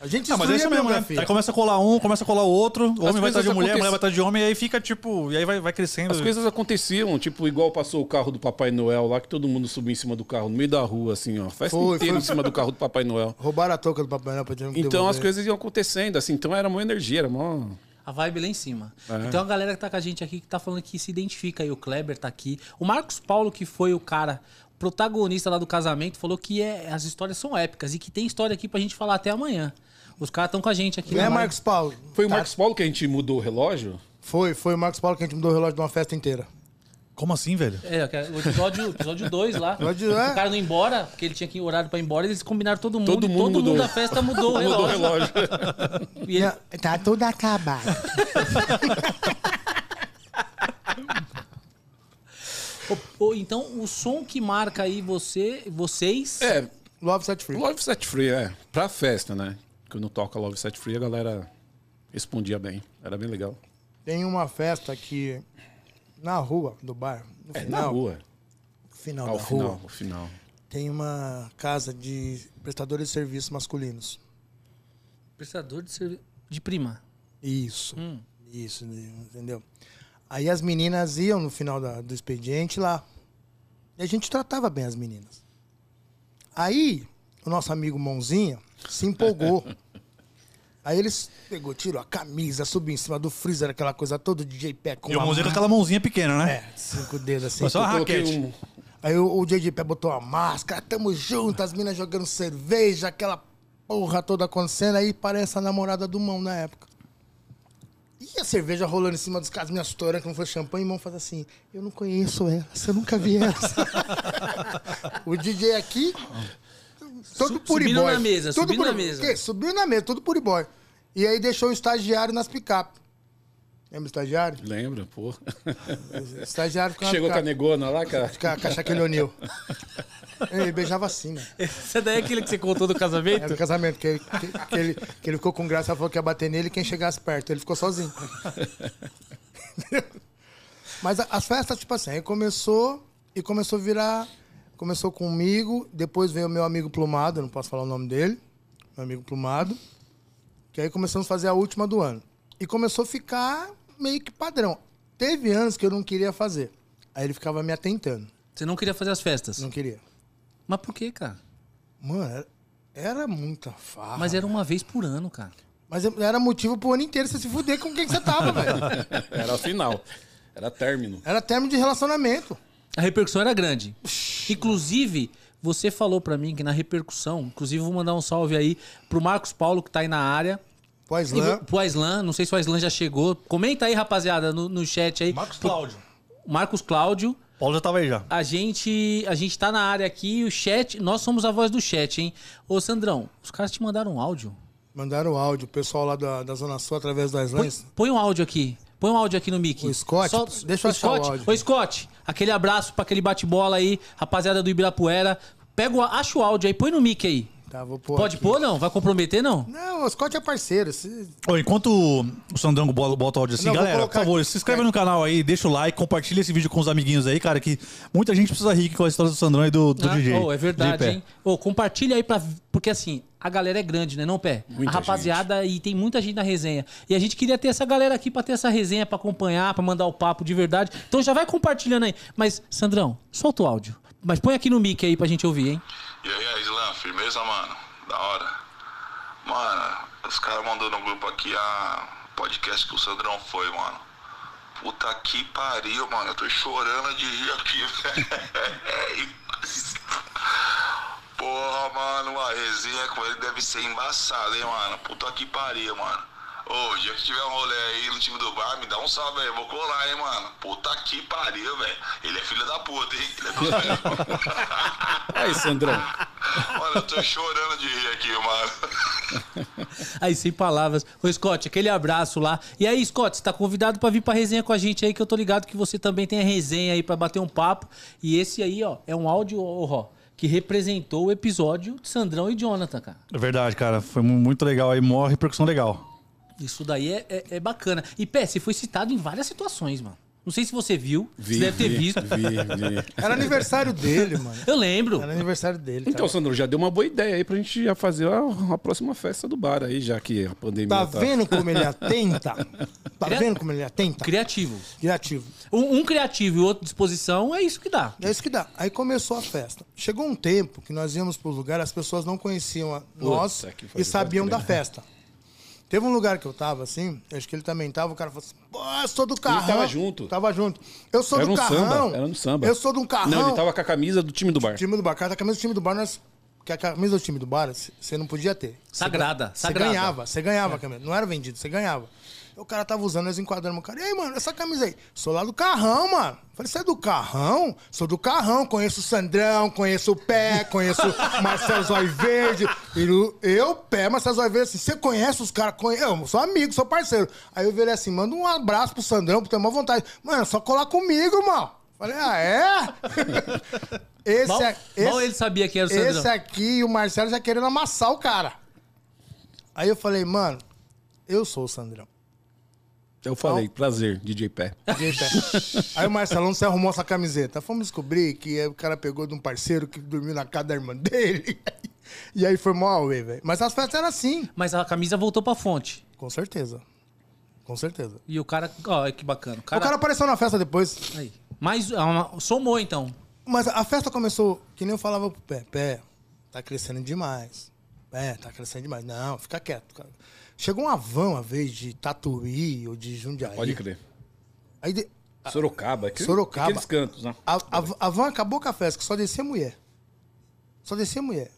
Speaker 3: A gente
Speaker 2: Ah, mas
Speaker 3: exclui
Speaker 2: é isso mesmo,
Speaker 3: a
Speaker 2: né?
Speaker 4: Tá
Speaker 3: biografia.
Speaker 2: Aí começa a colar um, começa a colar o outro, o homem vai
Speaker 4: coisas
Speaker 2: atrás de mulher,
Speaker 4: acontecem.
Speaker 2: a mulher vai atrás de homem, e aí fica tipo. E aí vai, vai crescendo.
Speaker 4: As coisas aconteciam, tipo, igual passou o carro do Papai Noel lá, que todo mundo subiu em cima do carro, no meio da rua, assim, ó. Festa
Speaker 3: Foi,
Speaker 4: inteira
Speaker 3: foi.
Speaker 4: em cima do carro do Papai Noel.
Speaker 3: Roubaram a touca do Papai Noel pra tirar
Speaker 4: Então as coisas iam acontecendo, assim, então era uma energia, era uma.
Speaker 1: A vibe lá em cima. Então a galera que tá com a gente aqui que tá falando que se identifica aí. O Kleber tá aqui. O Marcos Paulo, que foi o cara protagonista lá do casamento, falou que é, as histórias são épicas e que tem história aqui pra gente falar até amanhã. Os caras estão com a gente aqui.
Speaker 3: Não
Speaker 1: na
Speaker 3: é
Speaker 1: live.
Speaker 3: Marcos Paulo?
Speaker 4: Foi o
Speaker 1: Tá.
Speaker 4: Marcos Paulo que a gente mudou o relógio?
Speaker 3: Foi, foi o Marcos Paulo que a gente mudou o relógio de uma festa inteira.
Speaker 2: Como assim, velho?
Speaker 1: É, que é o episódio 2 episódio dois lá.
Speaker 3: Episódio,
Speaker 1: o
Speaker 3: é.
Speaker 1: cara não ia embora, porque ele tinha que ir horário pra ir embora, eles combinaram todo mundo.
Speaker 4: Todo
Speaker 1: e
Speaker 4: mundo
Speaker 1: todo
Speaker 4: mudou.
Speaker 1: mundo da festa mudou o
Speaker 4: Mudou o
Speaker 1: relógio.
Speaker 4: relógio.
Speaker 1: E ele-
Speaker 3: Tá tudo acabado.
Speaker 1: Ô, ô, então, o som que marca aí você, vocês.
Speaker 4: é,
Speaker 3: Love Set Free.
Speaker 4: Love Set Free, é. Pra festa, né? Quando toca Love Set Free, a galera respondia bem. Era bem legal.
Speaker 3: Tem uma festa aqui na rua do bar. No
Speaker 4: É,
Speaker 3: final,
Speaker 4: na rua.
Speaker 3: Final
Speaker 4: Ao
Speaker 3: da
Speaker 4: final,
Speaker 3: rua.
Speaker 4: ao final.
Speaker 3: Tem uma casa de prestadores de serviços masculinos.
Speaker 1: Prestador de serviço. De prima.
Speaker 3: Isso. Isso, entendeu? Aí as meninas iam no final da- do expediente lá. E a gente tratava bem as meninas. Aí, o nosso amigo Mãozinha se empolgou. Aí eles pegou, tirou a camisa, subiu em cima do freezer, aquela coisa toda, o DJ Pé com
Speaker 2: E o
Speaker 3: a
Speaker 2: Mãozinho com
Speaker 3: mão-
Speaker 2: aquela mãozinha pequena, né?
Speaker 3: É, cinco dedos assim.
Speaker 2: Foi só
Speaker 4: Eu
Speaker 2: a
Speaker 4: coloquei
Speaker 2: raquete.
Speaker 4: um-
Speaker 3: Aí o, o DJ Pé botou a máscara, tamo junto, as minas jogando cerveja, aquela porra toda acontecendo, aí parece a namorada do Mão na época. E a cerveja rolando em cima dos caras, minhas toras, que não foi champanhe, e o Mão faz assim, eu não conheço elas, eu nunca vi elas. o DJ aqui, todo
Speaker 1: Su-
Speaker 3: puriboy.
Speaker 1: subindo na mesa,
Speaker 3: todo
Speaker 1: subindo na
Speaker 3: puri-
Speaker 1: mesa.
Speaker 3: Quê? Subiu na mesa, tudo puriboy. E aí deixou o estagiário nas picape. Lembra o estagiário?
Speaker 4: Lembra, pô?
Speaker 3: O estagiário ficou na
Speaker 4: Chegou com a
Speaker 3: picape.
Speaker 4: negona lá, cara.
Speaker 3: Com a com a Shaquille O'Neal. Ele beijava assim, né?
Speaker 1: Essa daí é aquele que você contou do
Speaker 3: Era
Speaker 1: casamento?
Speaker 3: do casamento, que ele, que, que ele, que ele ficou com graça, ela falou que ia bater nele quem chegasse perto. Ele ficou sozinho. Mas a- as festas, tipo assim, aí começou e começou a virar. Começou comigo, depois veio o meu amigo Plumado, eu não posso falar o nome dele, meu amigo Plumado. Que aí começamos a fazer a última do ano. E começou a ficar meio que padrão. Teve anos que eu não queria fazer. Aí ele ficava me atentando.
Speaker 1: Você não queria fazer as festas.
Speaker 3: Não queria.
Speaker 1: Mas por que, cara?
Speaker 3: Mano, era, era muita farra.
Speaker 1: Mas era uma vez por ano, cara.
Speaker 3: Mas era motivo pro ano inteiro você se fuder com quem que você tava, velho.
Speaker 4: Era a final. Era término.
Speaker 3: Era termo de relacionamento.
Speaker 1: A repercussão era grande. Inclusive, você falou pra mim que na repercussão, inclusive vou mandar um salve aí pro Marcos Paulo que tá aí na área.
Speaker 3: Pós
Speaker 1: E
Speaker 3: lã.
Speaker 1: vo- pro Aislan, não sei se o Aislan já chegou. Comenta aí, rapaziada, no, no chat aí.
Speaker 2: Marcos Cláudio.
Speaker 1: Marcos Cláudio,
Speaker 2: Paulo já tava aí já.
Speaker 1: a gente, a gente tá na área aqui, o chat, nós somos a voz do chat, hein? Ô Sandrão, os caras te mandaram um áudio.
Speaker 3: Mandaram o áudio, o pessoal lá da, da Zona Sul, através das
Speaker 1: Põe,
Speaker 3: lãs.
Speaker 1: põe um áudio aqui. Põe um áudio aqui no Mickey.
Speaker 3: O Scott? Deixa eu
Speaker 1: o
Speaker 3: achar o
Speaker 1: Scott.
Speaker 3: áudio.
Speaker 1: Ô, Scott, aquele abraço pra aquele bate-bola aí, rapaziada do Ibirapuera. Pega o, acha o áudio aí, põe no Mickey aí.
Speaker 3: Tá, vou pôr
Speaker 1: Pode
Speaker 3: aqui.
Speaker 1: pôr, não? Vai comprometer, não?
Speaker 3: Não, o Scott é parceiro. se-
Speaker 2: Ô, enquanto o Sandrango bo- bota o áudio assim,
Speaker 3: Não, vou
Speaker 2: galera, por
Speaker 3: colocar
Speaker 2: favor,
Speaker 3: aqui. É.
Speaker 2: se inscreve no canal aí, deixa o like, compartilha esse vídeo com os amiguinhos aí, cara, que muita gente precisa rir com a história do Sandrão e do, do
Speaker 1: Ah,
Speaker 2: DJ.
Speaker 1: oh, é verdade,
Speaker 2: DJ Pé.
Speaker 1: hein? Oh, compartilha aí pra. Porque assim, a galera é grande, né, não, Pé?
Speaker 4: Muita
Speaker 1: a rapaziada e tem muita gente na resenha. E a gente queria ter essa galera aqui pra ter essa resenha, pra acompanhar, pra mandar o papo de verdade. Então já vai compartilhando aí. Mas, Sandrão, solta o áudio. Mas põe aqui no mic aí pra gente ouvir, hein?
Speaker 5: E aí, Aislan, firmeza, mano? Da hora. Mano, os caras mandou no grupo aqui a podcast que o Sandrão foi, mano. Puta que pariu, mano. Eu tô chorando de rir aqui, velho. Porra, mano, a resenha com ele deve ser embaçada, hein, mano. Puta que pariu, mano. Ô, o dia que tiver um rolê aí no time do bar, me dá um salve aí, eu vou colar, hein, mano. Puta que pariu, velho. Ele é filho da puta, hein? Ele é filho da puta.
Speaker 4: Aí, Sandrão.
Speaker 5: Olha, eu tô chorando de rir aqui, mano.
Speaker 1: Aí, sem palavras. Ô, Scott, aquele abraço lá. E aí, Scott, você tá convidado pra vir pra resenha com a gente aí, que eu tô ligado que você também tem a resenha aí pra bater um papo. E esse aí, ó, é um áudio, ó, ó, que representou o episódio de Sandrão e Jonathan, cara.
Speaker 2: É verdade, cara, foi mu- muito legal aí, maior repercussão legal.
Speaker 1: Isso daí é, é- é bacana. E, Pé, você foi citado em várias situações, mano. Não sei se você viu,
Speaker 4: Vi,
Speaker 1: você deve ter
Speaker 4: vi,
Speaker 1: visto.
Speaker 4: Vi, vi.
Speaker 3: Era aniversário dele, mano.
Speaker 1: Eu lembro.
Speaker 3: Era aniversário dele.
Speaker 4: Então,
Speaker 3: cara.
Speaker 4: Sandrão, já deu uma boa ideia aí pra gente já fazer a, a próxima festa do bar aí, já que a pandemia
Speaker 3: Tá vendo como ele atenta? Tá vendo como ele atenta?
Speaker 1: Criativo.
Speaker 3: Criativo.
Speaker 1: Um, um criativo e outro disposição, é isso que dá.
Speaker 3: É isso que dá. Aí começou a festa. Chegou um tempo que nós íamos pro lugar, as pessoas não conheciam a nós
Speaker 4: que
Speaker 3: e
Speaker 4: pariu,
Speaker 3: sabiam
Speaker 4: pode
Speaker 3: da festa. Teve um lugar que eu tava assim, acho que ele também tava, o cara falou assim: Pô, eu sou do carrão.
Speaker 4: tava junto.
Speaker 3: Tava junto. Eu sou
Speaker 4: Era
Speaker 3: do
Speaker 4: um
Speaker 3: carrão.
Speaker 4: samba, era um samba.
Speaker 3: Eu sou do carrão. Tipo,
Speaker 4: Não, ele tava com a camisa do time do bar.
Speaker 3: Time do bar, cara, a camisa do time do bar, nós. Que a camisa do time do bar, c- você não podia ter.
Speaker 1: Sagrada,
Speaker 3: Você
Speaker 1: sagrada. É.
Speaker 3: ganhava, você ganhava a camisa. Não era vendido, você ganhava. O cara tava usando, nós enquadramos o cara. E aí, mano, essa camisa aí? Sou lá do carrão, mano. Falei, você é do carrão? Sou do carrão. Conheço o Sandrão, conheço o Pé, conheço o Marcelo Zói Verde. E o- eu, Pé, Marcelo Zói Verde, assim, você conhece os caras? Conhe... Eu sou amigo, sou parceiro. Aí eu virei assim, manda um abraço pro Sandrão, porque tem uma vontade. Mano, é só colar comigo, mano. Falei, ah, é? esse,
Speaker 1: Mal,
Speaker 3: é-
Speaker 1: mal
Speaker 3: esse-
Speaker 1: ele sabia que era o Sandrão.
Speaker 3: esse é- aqui e o Marcelo já querendo amassar o cara. Aí eu falei, mano, eu sou o Sandrão.
Speaker 4: Eu falei, prazer, DJ Pé.
Speaker 3: Fiquei pé. Aí o Marcelão não se arrumou essa camiseta. Fomos descobrir que o cara pegou de um parceiro que dormiu na casa da irmã dele. E aí foi mó away, velho. Mas as festas eram assim.
Speaker 1: Mas a camisa voltou pra fonte.
Speaker 3: Com certeza. Com certeza.
Speaker 1: E o cara, ó, que bacana. O cara,
Speaker 3: O cara apareceu na festa depois.
Speaker 1: Aí. Mas é uma- somou então.
Speaker 3: Mas a festa começou, que nem eu falava pro Pé, Pé, tá crescendo demais. É, tá crescendo demais. Não, fica quieto, cara. Chegou uma van uma vez de Tatuí ou de Jundiaí.
Speaker 4: Pode crer.
Speaker 3: Aí de-
Speaker 4: Sorocaba. Aquele,
Speaker 3: Sorocaba.
Speaker 4: Aqueles cantos, né?
Speaker 3: A, a- a van acabou com a festa, que só descia mulher. Só descia mulher.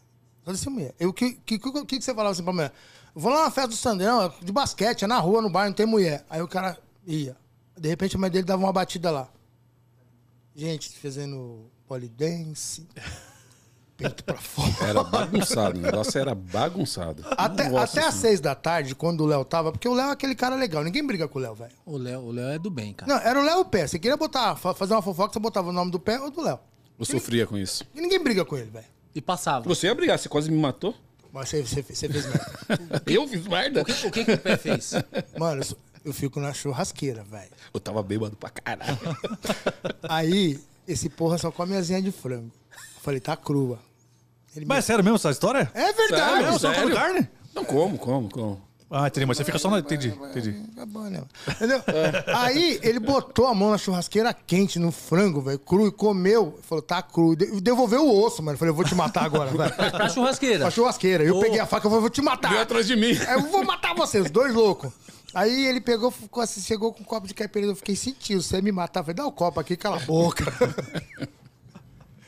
Speaker 3: Só descia mulher. O que, que, que, que você falava assim pra mulher? Vou lá na festa do Sandrão, é de basquete, é na rua, no bar, não tem mulher. Aí o cara ia. De repente a mãe dele dava uma batida lá. Gente, fazendo polidense, peito pra fora.
Speaker 4: Era bagunçado. O negócio era bagunçado.
Speaker 3: Até,
Speaker 4: Nossa
Speaker 3: até às
Speaker 4: senhora.
Speaker 3: seis da tarde, quando o Léo tava, porque o Léo é aquele cara legal, ninguém briga com o Léo, velho.
Speaker 1: O Léo, o Léo é do bem, cara.
Speaker 3: Não, era o Léo Pé. Você queria botar, fa- fazer uma fofoca, você botava o nome do pé ou do Léo.
Speaker 4: Eu sofria com isso.
Speaker 3: E ninguém briga com ele, velho.
Speaker 1: E passava.
Speaker 4: Você ia brigar, você quase me matou.
Speaker 3: Mas você, você, você fez merda.
Speaker 4: Eu fiz merda.
Speaker 1: O que, o que que o pé fez?
Speaker 3: Mano, eu, sou- eu fico na churrasqueira, velho.
Speaker 4: Eu tava bêbado pra caralho.
Speaker 3: Aí, esse porra só come asinha de frango. Eu falei, tá crua. Ele
Speaker 2: Mas é sério mesmo essa história?
Speaker 3: me- É verdade.
Speaker 4: Sério?
Speaker 2: eu só como carne?
Speaker 4: Não, como, como, como?
Speaker 2: Ah, entendi, mas você fica só na. Entendi, entendi.
Speaker 3: Tá bom, né? Entendeu? Aí ele botou a mão na churrasqueira quente, no frango, velho, cru, e comeu. Falou, tá cru. De- Devolveu o osso, mano. Eu Falei, eu vou te matar agora, velho.
Speaker 1: Pra churrasqueira.
Speaker 3: Pra churrasqueira. Eu
Speaker 1: Ô.
Speaker 3: peguei a faca e falei, vou te
Speaker 4: Veio
Speaker 3: matar.
Speaker 4: atrás de mim.
Speaker 3: Eu vou matar vocês, dois loucos. Aí ele pegou, ficou assim, chegou com um copo de caipirinha. Eu fiquei sentindo, você ia me matar. Eu Falei, dá o copo aqui, cala a boca.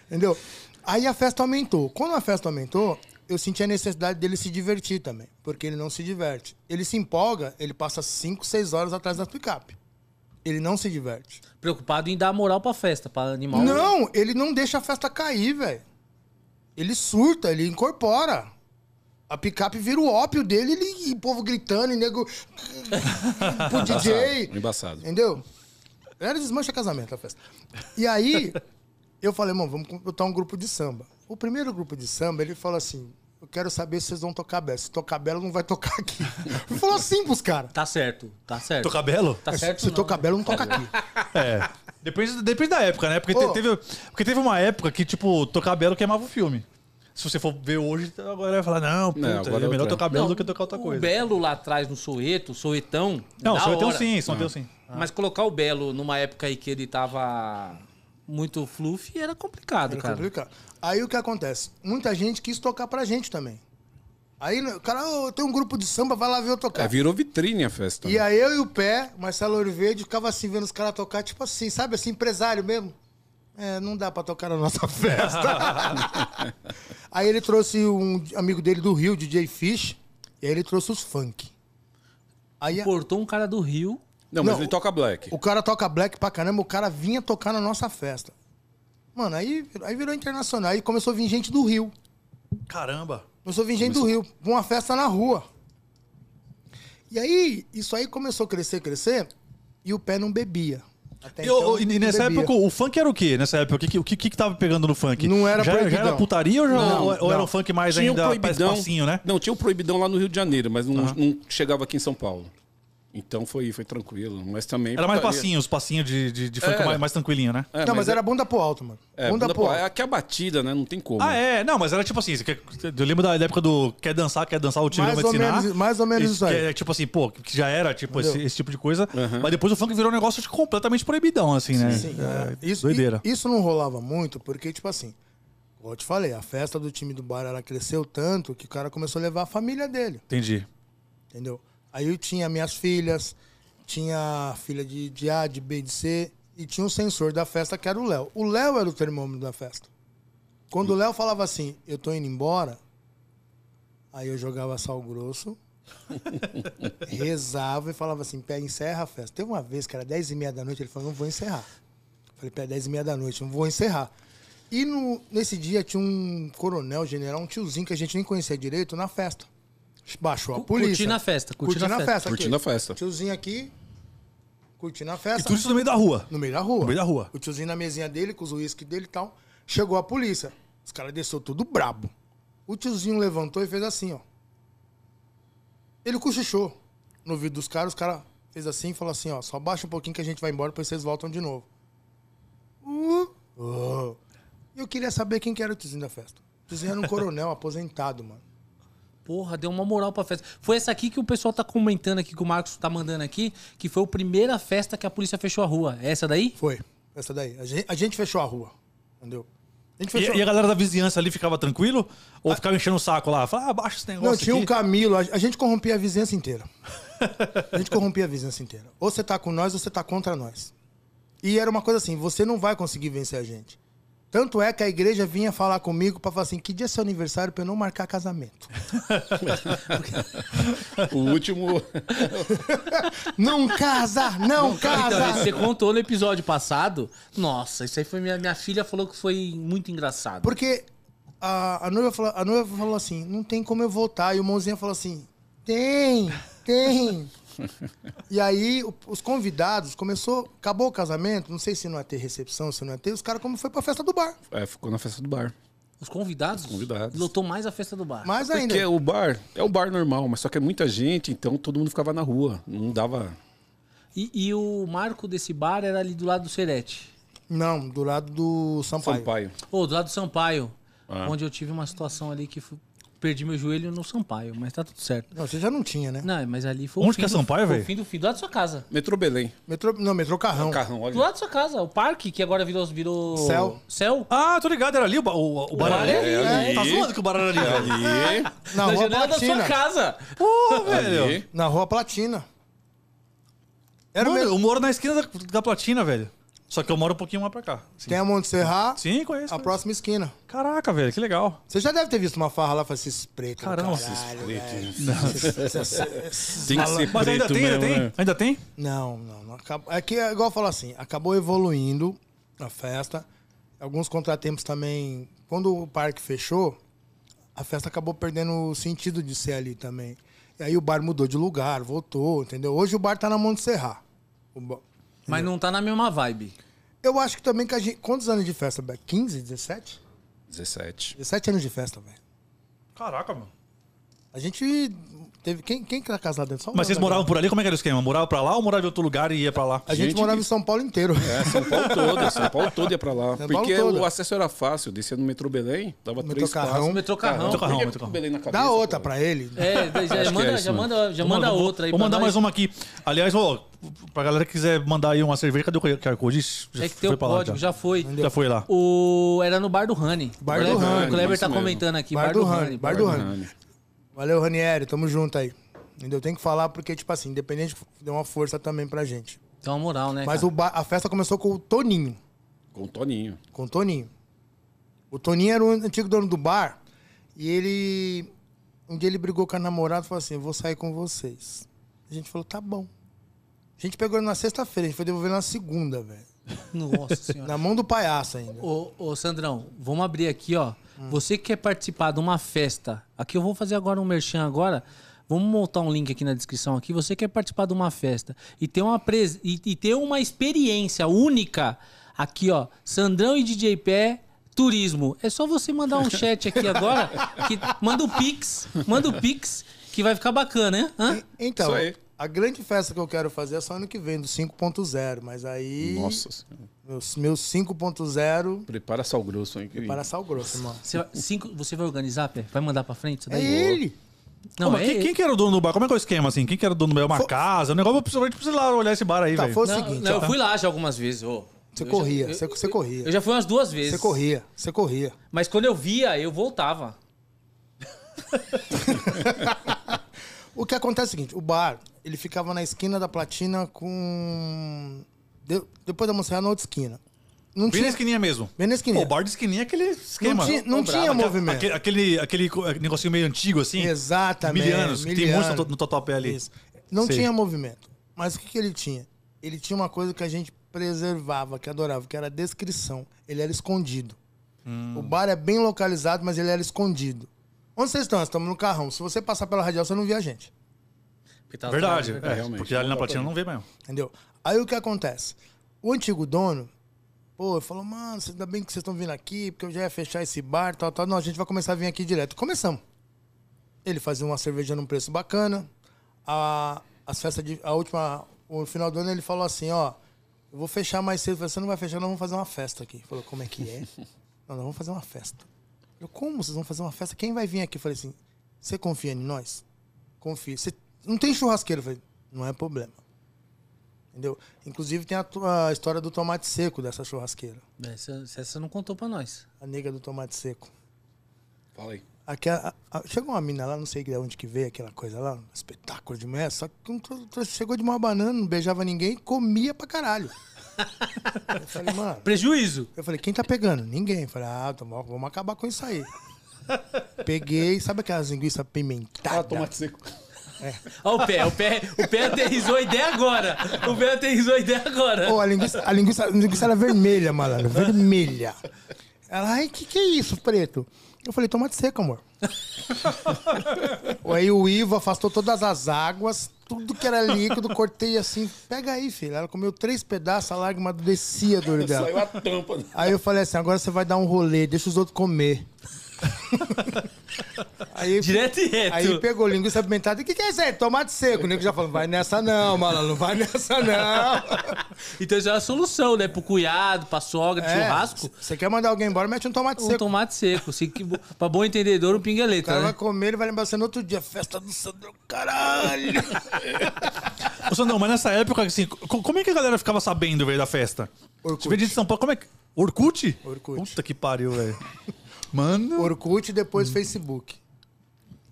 Speaker 3: Entendeu? Aí a festa aumentou. Quando a festa aumentou, eu senti a necessidade dele se divertir também. Porque ele não se diverte. Ele se empolga, ele passa 5, 6 horas atrás da picape. Ele não se diverte.
Speaker 1: Preocupado em dar moral pra festa, pra animal.
Speaker 3: Não, ele não deixa a festa cair, velho. Ele surta, ele incorpora. A picape vira o ópio dele ele, e o povo gritando, e nego. pro DJ.
Speaker 4: Tá, Embaçado.
Speaker 3: Entendeu? Era desmancha casamento a festa. E aí, eu falei, mano, vamos botar um grupo de samba. O primeiro grupo de samba, ele falou assim: eu quero saber se vocês vão tocar bela. Se tocar bela, não vai tocar aqui. Ele falou assim pros caras:
Speaker 1: Tá certo, tá certo.
Speaker 2: Teu cabelo?
Speaker 1: Tá certo
Speaker 3: se
Speaker 1: não.
Speaker 3: tocar bela, não toca aqui.
Speaker 2: É. Depende, depende da época, né? Porque, te-
Speaker 3: Ô.
Speaker 2: teve, porque teve uma época que, tipo, tocar belo queimava o filme. Se você for ver hoje, agora vai falar, não, puta,
Speaker 4: agora é
Speaker 2: é melhor
Speaker 4: outra.
Speaker 2: tocar belo
Speaker 1: Não,
Speaker 2: do que tocar outra
Speaker 1: O
Speaker 2: coisa.
Speaker 1: Belo lá atrás no Soeto, Soetão.
Speaker 2: Não,
Speaker 1: da
Speaker 2: só teu
Speaker 1: hora.
Speaker 2: sim, só teu sim.
Speaker 1: Mas colocar o Belo numa época aí que ele tava muito fluffy era complicado,
Speaker 3: Era
Speaker 1: cara.
Speaker 3: complicado. Aí o que acontece? Muita gente quis tocar pra gente também. Aí o cara, "Ô, tem um grupo de samba, vai lá ver eu tocar.
Speaker 4: É, virou vitrine a festa. né?
Speaker 3: e aí eu e o pé, Marcelo Ouro Verde, ficava assim, vendo os caras tocar, tipo assim, sabe assim, empresário mesmo. É, não dá pra tocar na nossa festa. aí ele trouxe um amigo dele do Rio, DJ Fish, e aí ele trouxe os funk. Aí a-
Speaker 1: Portou um cara do Rio.
Speaker 4: Não, mas
Speaker 3: Não,
Speaker 4: ele toca black.
Speaker 3: o cara toca black pra caramba, o cara vinha tocar na nossa festa. Mano, aí, aí virou internacional. Aí começou a vir gente do Rio.
Speaker 2: Caramba.
Speaker 3: Eu sou vingente do Rio, pra uma festa na rua. E aí, isso aí começou a crescer, crescer, e o pé não bebia. Até
Speaker 2: E, ô,
Speaker 3: então,
Speaker 2: e
Speaker 3: não
Speaker 2: nessa
Speaker 3: bebia.
Speaker 2: época, o funk era o quê? Nessa época, o que, o que, o que que tava pegando no funk?
Speaker 3: Não era
Speaker 2: já, já era
Speaker 3: proibidão.
Speaker 2: putaria ou, já-
Speaker 3: Não,
Speaker 2: ou- ou era
Speaker 3: não.
Speaker 2: um funk mais
Speaker 4: Tinha um
Speaker 2: ainda
Speaker 4: proibidão.
Speaker 2: passinho, né?
Speaker 4: Não, tinha um proibidão lá no Rio de Janeiro, mas não, não chegava aqui em São Paulo. Então foi, foi tranquilo. Mas também.
Speaker 2: Era mais
Speaker 4: putaria.
Speaker 2: passinho, os passinhos de, de, de funk
Speaker 4: Era.
Speaker 2: mais, mais tranquilinho, né?
Speaker 4: É,
Speaker 3: não, mas era bunda pro alto, mano.
Speaker 4: É,
Speaker 3: bunda,
Speaker 4: bunda
Speaker 3: pro
Speaker 4: pô,
Speaker 3: alto.
Speaker 4: é que a batida, né? Não tem como.
Speaker 2: Ah, é. Não, mas era tipo assim, você quer- eu lembro da da época do quer dançar, quer dançar, o tio vai
Speaker 3: Mais
Speaker 2: te
Speaker 3: ou
Speaker 2: ensinar.
Speaker 3: menos- mais ou menos
Speaker 2: Esse-
Speaker 3: isso aí.
Speaker 2: que é, tipo assim, pô, que já era tipo esse,
Speaker 3: Entendeu?
Speaker 2: esse tipo de coisa. Mas depois o funk virou um negócio de completamente proibidão, assim, né?
Speaker 3: Sim,
Speaker 2: É,
Speaker 3: Ah, isso,
Speaker 2: doideira.
Speaker 3: i- Isso não rolava muito, porque, tipo assim, como eu te falei, a festa do time do bar, ela cresceu tanto que o cara começou a levar a família dele,
Speaker 2: Entendi.
Speaker 3: entendeu? Aí eu tinha minhas filhas, tinha a filha de, de A, de B, de C, e tinha um sensor da festa que era o Léo. O Léo era o termômetro da festa. Quando o Léo falava assim, eu tô indo embora, aí eu jogava sal grosso, rezava e falava assim, pé, encerra a festa. Teve uma vez que era 10 e meia da noite, ele falou, não vou encerrar. Eu Falei, pé, 10 e meia da noite, não vou encerrar. E no- nesse dia tinha um coronel, general, um tiozinho que a gente nem conhecia direito na festa. Baixou a
Speaker 1: Cu-
Speaker 3: polícia.
Speaker 1: curtindo a festa, curtindo a festa.
Speaker 3: aqui.
Speaker 4: Curtindo a festa.
Speaker 3: Tiozinho aqui, curtindo a
Speaker 2: E
Speaker 3: festa.
Speaker 2: tudo isso no meio da rua.
Speaker 3: No meio da rua.
Speaker 2: No meio da rua.
Speaker 3: O tiozinho na mesinha dele, com os uísque dele e tal. Chegou a polícia. Os caras desceu tudo brabo. O tiozinho levantou e fez assim, ó. Ele cochichou no ouvido dos caras. Os caras fez assim e falou assim, ó. Só baixa um pouquinho que a gente vai embora, depois vocês voltam de novo. Uh, uh. Eu queria saber quem que era o tiozinho da festa. O tiozinho era um coronel aposentado, mano.
Speaker 1: Porra, deu uma moral pra festa. Foi essa aqui que o pessoal tá comentando aqui, que o Marcos tá mandando aqui, que foi a primeira festa que a polícia fechou a rua. É Essa daí?
Speaker 3: Foi, essa daí. A gen- a gente, fechou a rua, entendeu? A gente fechou.
Speaker 2: E, e a galera da vizinhança ali ficava tranquilo? Ou ficava enchendo o saco lá? Fala, ah, abaixa esse negócio
Speaker 3: Não, tinha
Speaker 2: aqui.
Speaker 3: um Camilo. A a gente corrompia a vizinhança inteira. A gente corrompia a vizinhança inteira. Ou você tá com nós ou você tá contra nós. E era uma coisa assim, você não vai conseguir vencer a gente. Tanto é que a igreja vinha falar comigo pra falar assim, que dia é seu aniversário pra eu não marcar casamento.
Speaker 4: O último.
Speaker 3: não casa,
Speaker 1: Então,
Speaker 3: não
Speaker 1: esse
Speaker 3: casa.
Speaker 1: você contou no episódio passado. Nossa, isso aí foi minha, minha filha falou que foi muito engraçado.
Speaker 3: Porque a, a, noiva falou, a noiva falou assim, não tem como eu voltar. E o mãozinha falou assim, tem, tem. E aí o- os convidados começou, acabou o casamento, não sei se não ia ter recepção, se não ia ter, os caras como foi pra festa do bar.
Speaker 4: É, ficou na festa do bar.
Speaker 1: Os convidados,
Speaker 4: convidados.
Speaker 1: lotou mais a festa do bar.
Speaker 3: Mas ainda.
Speaker 4: Porque o bar é o bar normal, mas só que é muita gente, então todo mundo ficava na rua. Não dava.
Speaker 1: E, e o marco desse bar era ali do lado do Serete.
Speaker 3: Não, do lado do Sampaio.
Speaker 4: Sampaio.
Speaker 1: Ou do lado do Sampaio.
Speaker 2: Ah.
Speaker 1: Onde eu tive uma situação ali que fu- perdi meu joelho no Sampaio, mas tá tudo certo.
Speaker 3: Não, você já não tinha, né?
Speaker 1: Não, mas ali foi o
Speaker 2: Onde
Speaker 1: fim
Speaker 2: que é
Speaker 1: do- foi
Speaker 2: Sampaio,
Speaker 1: o
Speaker 2: velho?
Speaker 1: fim do fim, do lado da sua casa.
Speaker 4: Metrô Belém. um
Speaker 3: Metrô, não, metrô Carrão.
Speaker 4: Carrão,
Speaker 1: Do
Speaker 4: olha.
Speaker 1: lado da sua casa, o parque que agora virou. virou...
Speaker 3: Céu.
Speaker 1: Céu?
Speaker 2: Ah, tô ligado, era ali o, ba- o, o bar
Speaker 1: bar é
Speaker 2: ali.
Speaker 4: ali.
Speaker 2: Tá zoando que o bar era ali, velho.
Speaker 4: Ali.
Speaker 3: Na
Speaker 1: Na
Speaker 3: Rua
Speaker 1: janela é da
Speaker 3: Platina.
Speaker 1: sua casa.
Speaker 2: Porra, velho.
Speaker 4: É. ali.
Speaker 3: Na Rua Platina. Era
Speaker 2: Mano,
Speaker 3: mesmo.
Speaker 2: eu moro na esquina da, da Platina, velho. Só que eu moro um pouquinho mais pra cá. Sim,
Speaker 3: Tem a Monte Serra,
Speaker 2: Sim conheço.
Speaker 3: a próxima esquina.
Speaker 2: Caraca, velho, que legal.
Speaker 3: Você já deve ter visto uma farra lá pra esses pretos. do
Speaker 2: Caramba,
Speaker 3: caralho,
Speaker 2: esses
Speaker 3: velho.
Speaker 4: Tem que ser
Speaker 2: Mas
Speaker 4: preto
Speaker 2: ainda tem, ainda
Speaker 4: mesmo,
Speaker 2: tem?
Speaker 4: né?
Speaker 2: Ainda tem?
Speaker 3: Não, não. não acabou. É que, é igual eu falo assim, acabou evoluindo a festa. Alguns contratempos também. Quando o parque fechou, a festa acabou perdendo o sentido de ser ali também. E aí o bar mudou de lugar, voltou, entendeu? Hoje o bar tá na Monte Serra. O ba-
Speaker 1: Mas não tá na mesma vibe.
Speaker 3: Eu acho que também que a gente. Quantos anos de festa, Beck? 15, 17?
Speaker 4: 17.
Speaker 3: 17 anos de festa, velho.
Speaker 2: Caraca, mano.
Speaker 3: A gente teve. Quem, quem que tá casado dentro? Só
Speaker 2: Mas vocês
Speaker 3: nós,
Speaker 2: moravam por ali? Como é que era o esquema? Morava pra lá ou morava em outro lugar e ia pra lá?
Speaker 3: A gente,
Speaker 4: Gente,
Speaker 3: morava em São Paulo inteiro.
Speaker 4: É, São Paulo todo, São Paulo todo ia pra lá.
Speaker 3: São Paulo
Speaker 4: porque
Speaker 3: todo.
Speaker 4: o acesso era fácil, descia no metrô Belém, dava
Speaker 3: Metrô
Speaker 4: três
Speaker 3: Carrão.
Speaker 4: passos.
Speaker 1: Metrô Carrão.
Speaker 3: É,
Speaker 4: Por que
Speaker 2: Carrão,
Speaker 4: que
Speaker 2: metrô Carrão.
Speaker 4: Belém na cabeça,
Speaker 3: Dá outra
Speaker 4: pô?
Speaker 3: pra ele.
Speaker 1: É, daí já,
Speaker 4: Acho que
Speaker 1: manda,
Speaker 4: é isso,
Speaker 1: já
Speaker 4: mano.
Speaker 1: manda, já manda
Speaker 2: Mano, vou-
Speaker 1: outra aí
Speaker 2: Vou
Speaker 1: pra
Speaker 2: mandar
Speaker 1: nós.
Speaker 2: mais uma aqui. Aliás, ó, pra galera que quiser mandar aí uma cerveja, cadê o QR Code? Já
Speaker 1: É que tem o
Speaker 2: pra lá,
Speaker 1: código, já foi.
Speaker 2: Já foi lá.
Speaker 1: O... Era no bar do Rani. o
Speaker 3: Bar do
Speaker 1: Kleber-
Speaker 3: Rani,
Speaker 1: O Kleber
Speaker 4: isso
Speaker 1: tá
Speaker 4: mesmo.
Speaker 1: comentando aqui.
Speaker 3: Bar do Rani,
Speaker 1: Rani.
Speaker 3: bar do Rani. Valeu, Ranieri. Tamo junto aí. Entendeu? Tem que falar porque, tipo assim, independente, deu uma força também pra gente.
Speaker 1: Tem uma moral, né?
Speaker 3: Mas
Speaker 1: cara?
Speaker 3: o ba- a festa começou com o Toninho.
Speaker 4: Com o Toninho.
Speaker 3: Com o Toninho. O Toninho era o antigo dono do bar. E ele. Um dia ele brigou com a namorada e falou assim: vou sair com vocês. A gente falou: tá bom. A gente pegou ele na sexta-feira, a gente foi devolver na segunda, velho.
Speaker 1: Nossa senhora.
Speaker 3: Na mão do palhaço ainda.
Speaker 1: Ô, ô, Sandrão, vamos abrir aqui, ó. Você que quer participar de uma festa, aqui eu vou fazer agora um merchan agora. Vamos montar um link aqui na descrição aqui. Você quer participar de uma festa e ter uma pres... e, e ter uma experiência única aqui, ó. Sandrão e DJ Pé Turismo. É só você mandar um chat aqui agora que manda o pix, manda o pix que vai ficar bacana, né? Hã?
Speaker 3: Então,
Speaker 4: Isso aí.
Speaker 3: a grande festa que eu quero fazer é só ano que vem, do 5.0. Mas aí.
Speaker 4: Nossa senhora.
Speaker 3: Meus, meus 5.0
Speaker 4: Prepara sal grosso aí. Que...
Speaker 3: para sal grosso, irmão.
Speaker 1: Você vai, cinco- você vai organizar, Pé? Vai mandar pra frente? isso
Speaker 3: É
Speaker 1: daí?
Speaker 3: ele!
Speaker 1: Não,
Speaker 2: Mas
Speaker 1: é
Speaker 2: quem,
Speaker 1: ele.
Speaker 2: quem que era o dono do bar? Como é que é o esquema, assim? Quem que era o dono do bar? É Uma casa? O negócio, eu preciso, eu preciso ir lá olhar esse bar aí,
Speaker 3: Tá,
Speaker 2: velho.
Speaker 3: foi o
Speaker 1: Não,
Speaker 3: seguinte,
Speaker 1: não,
Speaker 3: ó.
Speaker 1: eu fui lá já algumas vezes. ô.
Speaker 3: Você
Speaker 1: Eu
Speaker 3: corria,
Speaker 1: já-
Speaker 3: você-
Speaker 1: eu-
Speaker 3: você corria.
Speaker 1: Eu já fui umas duas vezes.
Speaker 3: Você corria, você corria.
Speaker 1: Mas quando eu via, eu voltava.
Speaker 3: O que acontece é o seguinte, o bar, ele ficava na esquina da Platina com... de- Depois da Monserrat, na outra esquina. Não
Speaker 2: Bem na
Speaker 3: tinha...
Speaker 2: esquininha mesmo.
Speaker 3: Bem na
Speaker 2: Pô,
Speaker 3: esquininha.
Speaker 2: o bar de esquininha é aquele esquema.
Speaker 3: não tinha, não
Speaker 1: Cobrava.
Speaker 3: tinha
Speaker 1: Aquela-
Speaker 3: movimento.
Speaker 2: Aquele, aquele, aquele co- negocinho meio antigo, assim.
Speaker 3: Exatamente.
Speaker 2: Mil anos, que tem
Speaker 3: miliano.
Speaker 2: muito no, to- no Tatuapé ali.
Speaker 3: Isso. Não
Speaker 2: Sei. É
Speaker 3: tinha movimento. Mas o que, que ele tinha? Ele tinha uma coisa que a gente preservava, que adorava, que era a descrição. Ele era escondido.
Speaker 2: Hum.
Speaker 3: O bar é bem localizado, mas ele era escondido. Onde vocês estão? Nós estamos no carrão. Se você passar pela radial, você não vê a gente.
Speaker 1: Porque tava-
Speaker 2: Verdade, é,
Speaker 4: realmente.
Speaker 2: porque ali na Platina não vê mesmo.
Speaker 3: Entendeu? Aí o que acontece? O antigo dono, pô, falou, mano, cê- ainda bem que vocês estão vindo aqui, porque eu já ia fechar esse bar, tal, tal. Não, a gente vai começar a vir aqui direto. Começamos. Ele fazia uma cerveja num preço bacana. A, as festas de. A última. O final do ano ele falou assim, ó. Eu vou fechar mais cedo. Eu falei, Você não vai fechar, nós vamos fazer uma festa aqui. Ele Falou, como é que é? não, nós vamos fazer uma festa. Eu, como vocês vão fazer uma festa? Quem vai vir aqui? Eu falei assim, você confia em nós? Confia. Você não tem churrasqueiro? Eu falei, não é problema. Entendeu? Inclusive tem a, to- a história do tomate seco dessa churrasqueira.
Speaker 1: Essa, essa você não contou pra nós.
Speaker 3: A nega do tomate seco.
Speaker 4: Fala aí.
Speaker 3: Aqui, a- a- chegou uma mina lá, não sei de onde que veio aquela coisa lá, um espetáculo de mulher, só que não trou- trou- chegou de uma banana, não beijava ninguém, comia pra caralho. eu falei, mano.
Speaker 1: Prejuízo.
Speaker 3: Eu falei, quem tá pegando? Ninguém. Eu falei, ah, tamo- vamos acabar com isso aí. Peguei, sabe aquelas linguiças pimentadas?
Speaker 4: Ah, tomate seco.
Speaker 1: Olha o pé, o pé, o pé aterrizou a ideia agora. O pé aterrizou a ideia agora.
Speaker 3: Ô, a linguiça, a linguiça, a linguiça era vermelha, malandro. Vermelha. Ela, ai, que que é isso, preto? Eu falei, tomate seco, amor. aí o Ivo afastou todas as águas, tudo que era líquido, cortei assim. Pega aí, filho. Ela comeu três pedaços, a lágrima descia do olho dela.
Speaker 4: Saiu a tampa.
Speaker 3: Aí eu falei assim, agora você vai dar um rolê, deixa os outros comer. aí,
Speaker 1: Direto e reto.
Speaker 3: Aí pegou linguiça pimentada, o que, que é isso aí? Tomate seco. O nego já falou, vai nessa não, malandro, não vai nessa não.
Speaker 1: Então isso é a solução, né? Pro cunhado, pra sogra, pro
Speaker 3: É,
Speaker 1: churrasco.
Speaker 3: Você quer mandar alguém embora, mete um tomate
Speaker 1: Um
Speaker 3: seco.
Speaker 1: tomate seco. Se, que- pra bom entendedor, um
Speaker 3: O
Speaker 1: pingueleta,
Speaker 3: cara vai
Speaker 1: né?
Speaker 3: comer, ele vai lembrar você no outro dia. Festa do Sandro, caralho!
Speaker 2: Ô, Sandrão, mas nessa época, assim, co- como é que a galera ficava sabendo, velho, da festa?
Speaker 3: Orkut.
Speaker 2: Você veio de São Paulo, como é que... Orkut?
Speaker 3: Orkut.
Speaker 2: Puta que pariu, velho. Mano...
Speaker 3: Orkut e
Speaker 1: Hum.
Speaker 3: depois Facebook.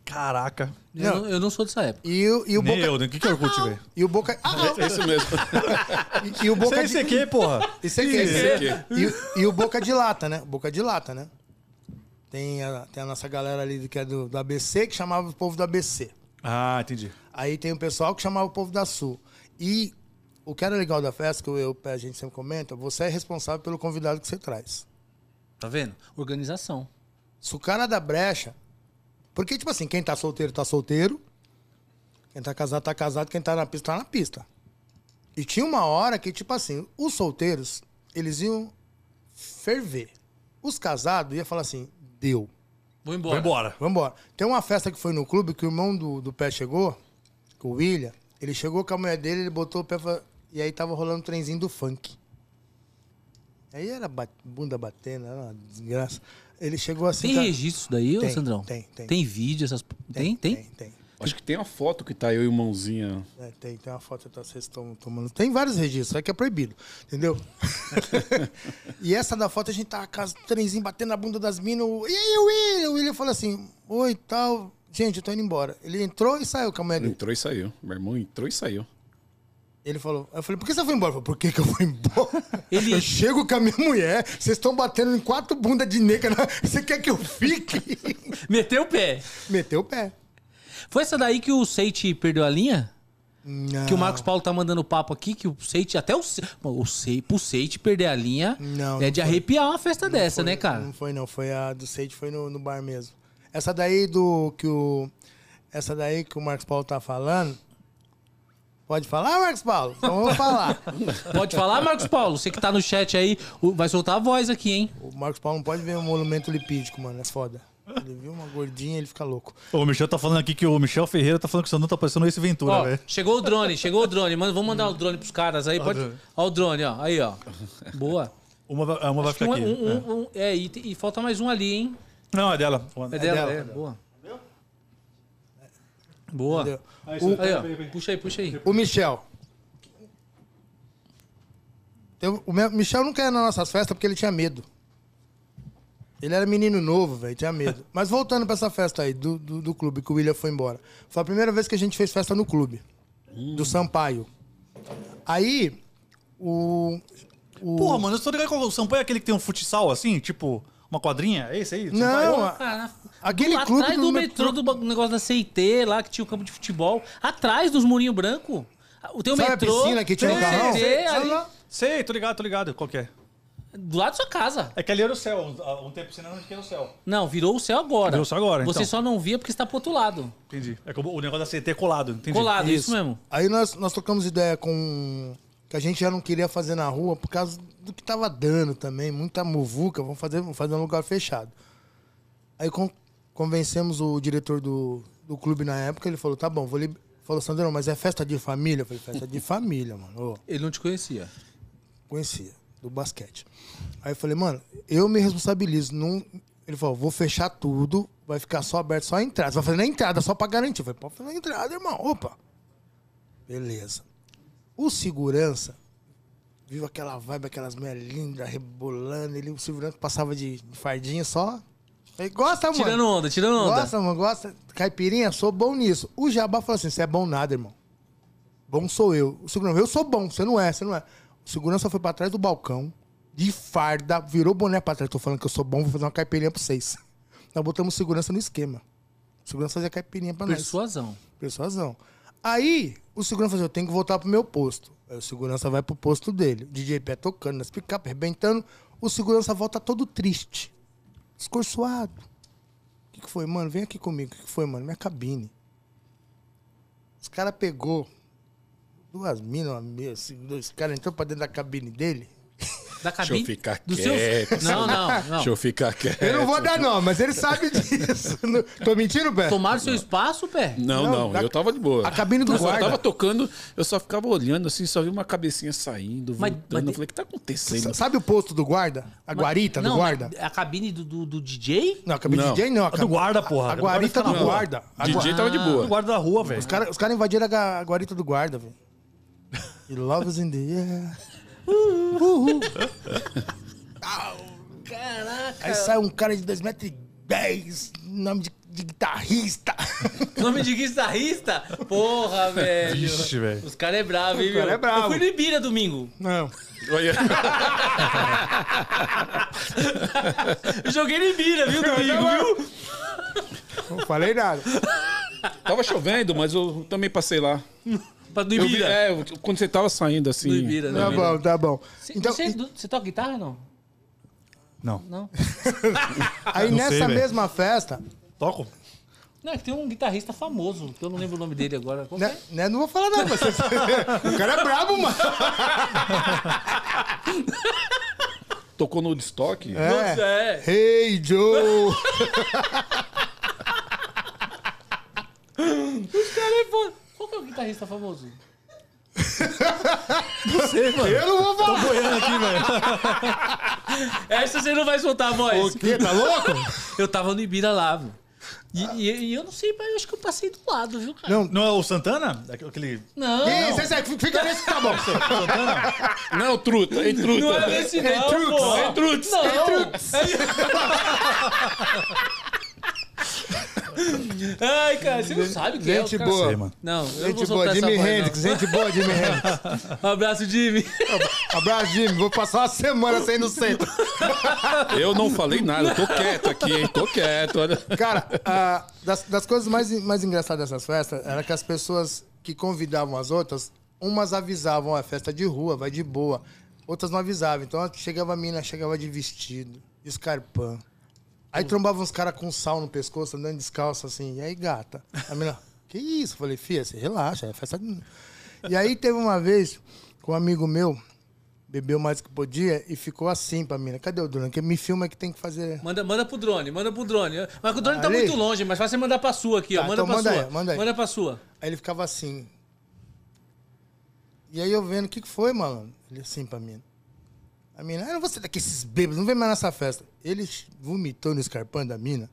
Speaker 2: Caraca.
Speaker 1: Eu não, eu não sou dessa época.
Speaker 3: E, o- e o
Speaker 2: Nem
Speaker 3: Boca...
Speaker 2: eu, né? O que que é Orkut, velho?
Speaker 3: E o Boca... Ah, ah,
Speaker 4: É isso mesmo.
Speaker 3: e, e o
Speaker 2: Isso
Speaker 3: Boca...
Speaker 2: é
Speaker 3: de-
Speaker 2: ICQ, porra.
Speaker 3: Isso aqui.
Speaker 4: ICQ.
Speaker 3: E, e o Boca de Lata, né? Boca de Lata, né? Tem a, tem a nossa galera ali que é do, do ABC, que chamava o povo do ABC.
Speaker 2: Ah, entendi.
Speaker 3: Aí tem o pessoal que chamava o povo da Sul. E o que era legal da festa, que eu, eu- a gente sempre comenta, você é responsável pelo convidado que você traz.
Speaker 1: Tá vendo? Organização.
Speaker 3: Se o cara dá brecha. Porque, tipo assim, quem tá solteiro, tá solteiro. Quem tá casado, tá casado. Quem tá na pista, tá na pista. E tinha uma hora que, tipo assim, os solteiros, eles iam ferver. Os casados iam falar assim: deu,
Speaker 1: Vou embora.
Speaker 2: Vai embora.
Speaker 3: vambora. Tem uma festa que foi no clube que o irmão do, do pé chegou, o William. Ele chegou com a mulher dele, ele botou o pé e falou- e aí tava rolando um trenzinho do funk. Aí era ba- bunda batendo, era uma desgraça. Ele chegou assim.
Speaker 1: Tem
Speaker 3: cara-
Speaker 1: registro daí, ô
Speaker 3: Tem,
Speaker 1: Sandrão?
Speaker 3: tem, tem.
Speaker 1: Tem vídeo, essas. Tem, tem?
Speaker 3: Tem, tem.
Speaker 4: Acho que tem uma foto que tá eu e o mãozinha.
Speaker 3: É, tem, tem uma foto que vocês estão tomando. Tem vários registros, é que é proibido, entendeu? e essa da foto a gente tava com as trenzinho batendo na bunda das minas. o- E aí, o William? O William falou assim: Oi, tal. Gente, eu tô indo embora. Ele entrou e saiu com a mulher dele.
Speaker 4: Entrou e saiu. Meu irmão entrou e saiu.
Speaker 1: Tá
Speaker 3: Ele falou: Eu falei, por que você foi embora? Eu falei, por que, que eu vou embora?
Speaker 1: Ele-
Speaker 3: Eu chego com a minha mulher, vocês estão batendo em quatro bundas de negra. na- Você quer que eu fique?
Speaker 1: Meteu o pé.
Speaker 3: Meteu o pé.
Speaker 1: Foi essa daí que o Seite perdeu a linha?
Speaker 3: Não.
Speaker 1: Que o Marcos Paulo tá mandando papo aqui, que o Seite, até o Seite, o Seite, pro Seite perder a linha,
Speaker 3: Não,
Speaker 1: é
Speaker 3: não
Speaker 1: de
Speaker 3: foi.
Speaker 1: arrepiar uma festa dessa, né, cara?
Speaker 3: Não foi, não. Foi a do Sage, foi no, no bar mesmo. Essa daí do que o. Essa daí que o Marcos Paulo tá falando. Pode falar, Marcos Paulo? Então vamos falar.
Speaker 1: Pode falar, Marcos Paulo, você que tá no chat aí, o- vai soltar a voz aqui, hein?
Speaker 3: o Marcos Paulo não pode ver um monumento lipídico, mano. É foda. Ele viu uma gordinha, ele fica louco.
Speaker 2: Ô, O Michel tá falando aqui que o Michel Ferreira tá falando que o Sandrão tá parecendo esse Ventura,
Speaker 1: Ó,
Speaker 2: velho.
Speaker 1: chegou o drone, chegou o drone, mano, vamos mandar o drone pros caras aí, pode...
Speaker 2: drone.
Speaker 1: Ó o drone, ó, aí, ó. Boa.
Speaker 2: Uma, vai- uma vai ficar
Speaker 1: Um,
Speaker 2: aqui.
Speaker 3: né?
Speaker 1: um- um- um- é, e, te- e falta mais um ali, hein?
Speaker 2: Não, é dela.
Speaker 1: É dela,
Speaker 3: dela.
Speaker 1: é, boa. Boa.
Speaker 3: Entendeu?
Speaker 1: Aí, ó, puxa aí, puxa aí.
Speaker 3: O Michel. Eu- o meu- Michel não quer nas nossas festas porque ele tinha medo. Ele era menino novo, velho, tinha medo. Mas voltando pra essa festa aí, do, do, do clube, que o William foi embora. Foi a primeira vez que a gente fez festa no clube. Do Sampaio. Aí, o. o-
Speaker 2: Porra, mano, eu tô ligado que o Sampaio é aquele que tem um futsal assim, tipo, uma quadrinha? É esse aí? Sampaio?
Speaker 3: Não, um a-
Speaker 1: Cara,
Speaker 3: aquele
Speaker 1: lá
Speaker 3: clube.
Speaker 1: atrás do, metrô, do ba- negócio da CIT lá, que tinha o campo de futebol. Atrás dos murinhos brancos. O teu
Speaker 3: Sabe a
Speaker 1: metrô.
Speaker 3: piscina que tinha
Speaker 1: tem
Speaker 3: no carrão?
Speaker 1: CT ali,
Speaker 2: Sei, tô ligado, tô ligado. Qual que é?
Speaker 1: do lado da sua casa.
Speaker 2: É que ali era o céu, um, um tempo senão não tinha o céu.
Speaker 1: Não, virou o céu agora.
Speaker 2: Virou o céu agora,
Speaker 1: Você
Speaker 2: então.
Speaker 1: só não via porque está pro outro lado.
Speaker 2: Entendi. É como o negócio da CT é colado, entendi.
Speaker 1: Colado, isso, mesmo.
Speaker 3: Aí nós, nós trocamos ideia com. um Que a gente já não queria fazer na rua por causa do que tava dando também, muita muvuca, vamos fazer, vamos fazer um lugar fechado. Aí con- convencemos o diretor do, do clube na época, ele falou, tá bom, vou lib... Falou, Sandrão, mas é festa de família? Eu falei, festa de família, mano. Ô,
Speaker 1: Ele não te conhecia.
Speaker 3: conhecia, do basquete. Aí eu falei, mano, eu me responsabilizo. Não... Ele falou, vou fechar tudo, vai ficar só aberto, só a entrada. Você vai fazer na entrada, só pra garantir. Eu falei, pode fazer na entrada, irmão. Opa. Beleza. O segurança viu aquela vibe, aquelas mulheres lindas, rebolando. Ele, o segurança passava de de fardinha só. Ele gosta, mano.
Speaker 1: Tirando onda, tirando onda.
Speaker 3: Gosta, mano, gosta. Caipirinha, sou bom nisso. O Jabá falou assim: você é bom nada, irmão. Bom sou eu. O segurança, eu sou bom, você não é, você não é. O segurança foi pra trás do balcão, de farda, virou boné pra trás. Tô falando que eu sou bom, vou fazer uma caipirinha pra vocês. Nós botamos segurança no esquema. O segurança fazia caipirinha pra nós.
Speaker 1: Persuasão.
Speaker 3: Persuasão. Aí, o segurança falou assim, eu tenho que voltar pro meu posto. Aí o segurança vai pro posto dele. O DJ pé tocando, nas picapes, arrebentando. O segurança volta todo triste. Descorçoado. O que, que foi, mano? Vem aqui comigo. O que, que foi, mano? Minha cabine. Os caras pegou duas minas, uma meia, assim, dois caras entrou pra dentro da cabine dele.
Speaker 1: Da
Speaker 4: Deixa eu
Speaker 1: cabine.
Speaker 4: ficar
Speaker 1: do seu-
Speaker 4: quieto.
Speaker 1: Não, não, não.
Speaker 4: Deixa eu ficar quieto.
Speaker 3: Eu não vou dar não, mas ele sabe disso. Não- Tô mentindo, Pé?
Speaker 1: Tomaram seu espaço, pé?
Speaker 4: Não,
Speaker 3: Não,
Speaker 4: não,
Speaker 3: da-
Speaker 4: eu tava de boa.
Speaker 3: a cabine do
Speaker 4: eu só
Speaker 3: guarda.
Speaker 4: tava tocando, eu só ficava olhando assim, só vi uma cabecinha saindo,
Speaker 1: Mas-
Speaker 4: voltando.
Speaker 1: mas-
Speaker 4: eu falei, o que tá acontecendo?
Speaker 3: Sa- Sabe o posto do guarda? A guarita do
Speaker 1: Não,
Speaker 3: guarda?
Speaker 1: mas A cabine do, do, do DJ?
Speaker 3: Não, a cabine
Speaker 4: Não.
Speaker 3: do DJ não.
Speaker 2: do
Speaker 3: cabi-
Speaker 2: guarda, porra.
Speaker 3: A,
Speaker 2: Do guarda
Speaker 3: guarita
Speaker 2: fica
Speaker 3: do
Speaker 2: na rua.
Speaker 3: tá guarda. A
Speaker 4: DJ
Speaker 1: Ah,
Speaker 3: gua-
Speaker 4: tava de
Speaker 2: O
Speaker 4: boa.
Speaker 2: guarda da rua, velho.
Speaker 3: Os caras os cara invadiram a, ga- a guarita do guarda, velho. E love is in the air. Uh-huh. Uhul. Au. Aí sai um cara de 2,10m, nome de, de guitarrista.
Speaker 1: Nome de guitarrista? Porra, velho.
Speaker 2: Ixi, velho.
Speaker 1: Os caras é bravo, hein,
Speaker 3: Os cara
Speaker 1: meu?
Speaker 3: é bravo.
Speaker 1: Eu fui no Ibira domingo.
Speaker 3: Não.
Speaker 4: Olha,
Speaker 1: Eu joguei no Ibira, viu, domingo, viu?
Speaker 3: Não falei nada.
Speaker 4: tava chovendo, mas eu também passei lá.
Speaker 1: Pra do
Speaker 4: Eu vi,
Speaker 1: Ibira.
Speaker 4: é, eu- quando você tava saindo assim.
Speaker 1: Do Ibira,
Speaker 3: Tá
Speaker 1: né?
Speaker 3: bom, tá bom. Então,
Speaker 1: Você você toca guitarra, não?
Speaker 2: Não.
Speaker 1: Não.
Speaker 3: aí
Speaker 2: Não sei,
Speaker 3: nessa
Speaker 2: velho.
Speaker 3: mesma festa,
Speaker 2: Toco?
Speaker 1: Não, é que tem um guitarrista famoso, que eu não lembro o nome dele agora. Qual que
Speaker 3: né,
Speaker 1: é?
Speaker 3: né, não vou falar nada. mas Você, o cara é brabo, mano.
Speaker 4: Tocou no destoque.
Speaker 1: Putz, é.
Speaker 3: Hey, Joe.
Speaker 1: Cara, é fo- Qual que é o guitarrista famoso?
Speaker 3: Eu não vou falar.
Speaker 2: Tá Boiando aqui, velho.
Speaker 1: Essa você não vai soltar a voz.
Speaker 3: O quê? Tá louco?
Speaker 1: Eu tava no Ibira lá, viu? E, e- e eu não sei, mas eu acho que eu passei do lado, viu, cara?
Speaker 3: Não. é
Speaker 2: Não é o Santana? Aquele.
Speaker 1: Não,
Speaker 3: Ih, você sai, fica nesse que tá bom.
Speaker 4: Não, truta, ei, truta.
Speaker 1: não é esse não,
Speaker 3: É Trux,
Speaker 1: pô.
Speaker 4: é Trux,
Speaker 1: Não.
Speaker 4: é
Speaker 1: Ai, cara, você não sabe quem é o
Speaker 3: Gente
Speaker 1: cara.
Speaker 3: boa.
Speaker 2: Sei, mano.
Speaker 1: Não, eu não vou
Speaker 3: Gente
Speaker 1: soltar
Speaker 3: boa,
Speaker 1: essa
Speaker 3: Jimi
Speaker 1: voz,
Speaker 3: Hendrix. Gente boa, Jimi Hendrix.
Speaker 1: não. Um Abraço, Jimmy.
Speaker 3: Abraço, Jimi. Vou passar uma semana sem ir no centro.
Speaker 4: Eu não falei nada, eu tô quieto aqui, hein? Tô quieto, olha.
Speaker 3: Cara, ah, das, das coisas mais, mais engraçadas dessas festas era que as pessoas que convidavam as outras, umas avisavam, ó, é festa de rua, vai de boa. Outras não avisavam. Então ó, chegava a mina, chegava de vestido, de escarpão. Aí trombava uns caras com sal no pescoço, andando descalço assim. E aí, gata? A mina, que isso? Eu falei, filha, você relaxa, é festa de... E aí teve uma vez com um amigo meu, bebeu mais que podia e ficou assim pra mina. Cadê o Duran? Que me filma que tem que fazer...
Speaker 1: Manda, manda pro drone, manda pro drone. Mas o drone tá
Speaker 3: Ali?
Speaker 1: muito longe, mas faz você mandar pra sua aqui, ó.
Speaker 3: Tá,
Speaker 1: manda
Speaker 3: então
Speaker 1: pra
Speaker 3: manda
Speaker 1: sua.
Speaker 3: aí, manda aí.
Speaker 1: pra sua.
Speaker 3: Aí ele ficava assim. E aí eu vendo, o que, que foi, malandro? Ele assim pra mim. A mina, ah, eu não vou sair daqui esses bêbados, não vem mais nessa festa. Ele vomitou no escarpão da mina.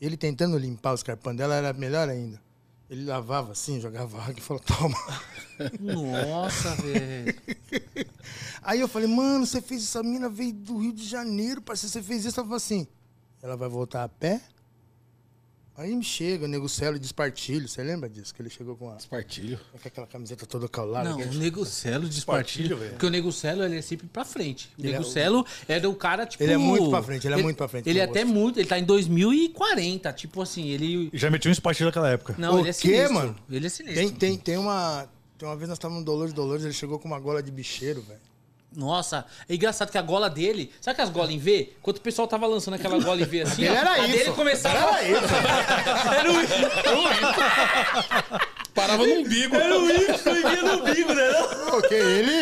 Speaker 3: Ele tentando limpar o escarpão dela era melhor ainda. Ele lavava assim, jogava água e falou, toma.
Speaker 1: Nossa, velho.
Speaker 3: Aí eu falei, mano, você fez isso, a mina veio do Rio de Janeiro, parceiro, você fez isso. Ela falou assim, ela vai voltar a pé? Aí me chega, o nego Celo despartilho, você lembra disso? Que ele chegou com, a,
Speaker 4: Espartilho.
Speaker 3: com aquela camiseta toda caulada.
Speaker 1: Não,
Speaker 3: que-
Speaker 1: o Negocelo despartilha.
Speaker 2: Despartilha, velho.
Speaker 1: Porque o Negocelo ele é sempre pra frente. O
Speaker 3: Ele é o-
Speaker 1: Negocelo era o cara, tipo.
Speaker 3: Ele é muito pra frente, ele é muito pra frente,
Speaker 1: Ele é
Speaker 3: meu
Speaker 1: até
Speaker 3: gosto.
Speaker 1: muito, ele tá em 2040. Tipo assim, ele.
Speaker 2: E Já meti um espartilho naquela época.
Speaker 1: Não,
Speaker 3: O
Speaker 1: ele é
Speaker 3: quê,
Speaker 1: sinistro.
Speaker 3: mano?
Speaker 1: Ele é sinistro.
Speaker 3: Tem, tem, tem uma. Tem uma vez nós estávamos no Dolores Dolores, ele chegou com uma gola de bicheiro, velho.
Speaker 1: Nossa, é engraçado que a gola dele. Sabe que as golas em V? Quando o pessoal tava lançando aquela gola em V assim.
Speaker 3: dele era
Speaker 1: a
Speaker 3: isso.
Speaker 1: dele começava. Era
Speaker 4: Parava no umbigo.
Speaker 1: o Y e vinha no bico, né? não?
Speaker 3: Porque ele.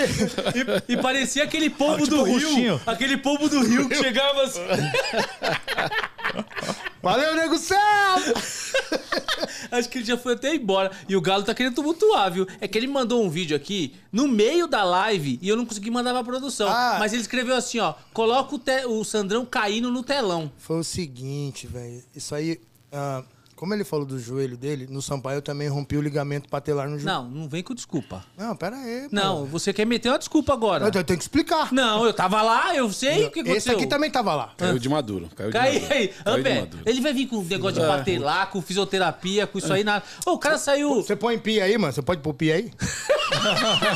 Speaker 1: E, e parecia aquele
Speaker 3: Ah,
Speaker 1: pombo
Speaker 2: tipo
Speaker 3: um
Speaker 1: do
Speaker 2: o
Speaker 1: rio.
Speaker 2: roxinho.
Speaker 1: Aquele pombo do rio que chegava assim.
Speaker 3: Valeu, nego céu!
Speaker 1: Acho que ele já foi até embora. E o Galo tá querendo tumultuar, viu? É que ele mandou um vídeo aqui no meio da live e eu não consegui mandar pra produção.
Speaker 3: Ah.
Speaker 1: Mas ele escreveu assim, ó. Coloca o, te- o Sandrão caindo no telão.
Speaker 3: Foi o seguinte, velho. Isso aí. ah, Como ele falou do joelho dele, no Sampaio eu também rompi o ligamento patelar no joelho.
Speaker 1: Não, não vem com desculpa.
Speaker 3: Não, pera aí. pô.
Speaker 1: Não, você quer meter uma desculpa agora.
Speaker 3: Eu tenho que explicar.
Speaker 1: Não, eu tava lá, eu sei o que aconteceu.
Speaker 3: Esse aqui tá também tava lá.
Speaker 4: Caiu de maduro. Caiu de
Speaker 1: Cai
Speaker 3: né?
Speaker 4: maduro.
Speaker 1: aí,
Speaker 3: Tá
Speaker 4: Caiu de
Speaker 1: Amber,
Speaker 4: maduro.
Speaker 1: ele vai vir com um negócio de bater lá, com fisioterapia, com isso aí na. Ô, o cara saiu.
Speaker 3: É. Você põe pia aí, mano? Você pode pôr pia aí?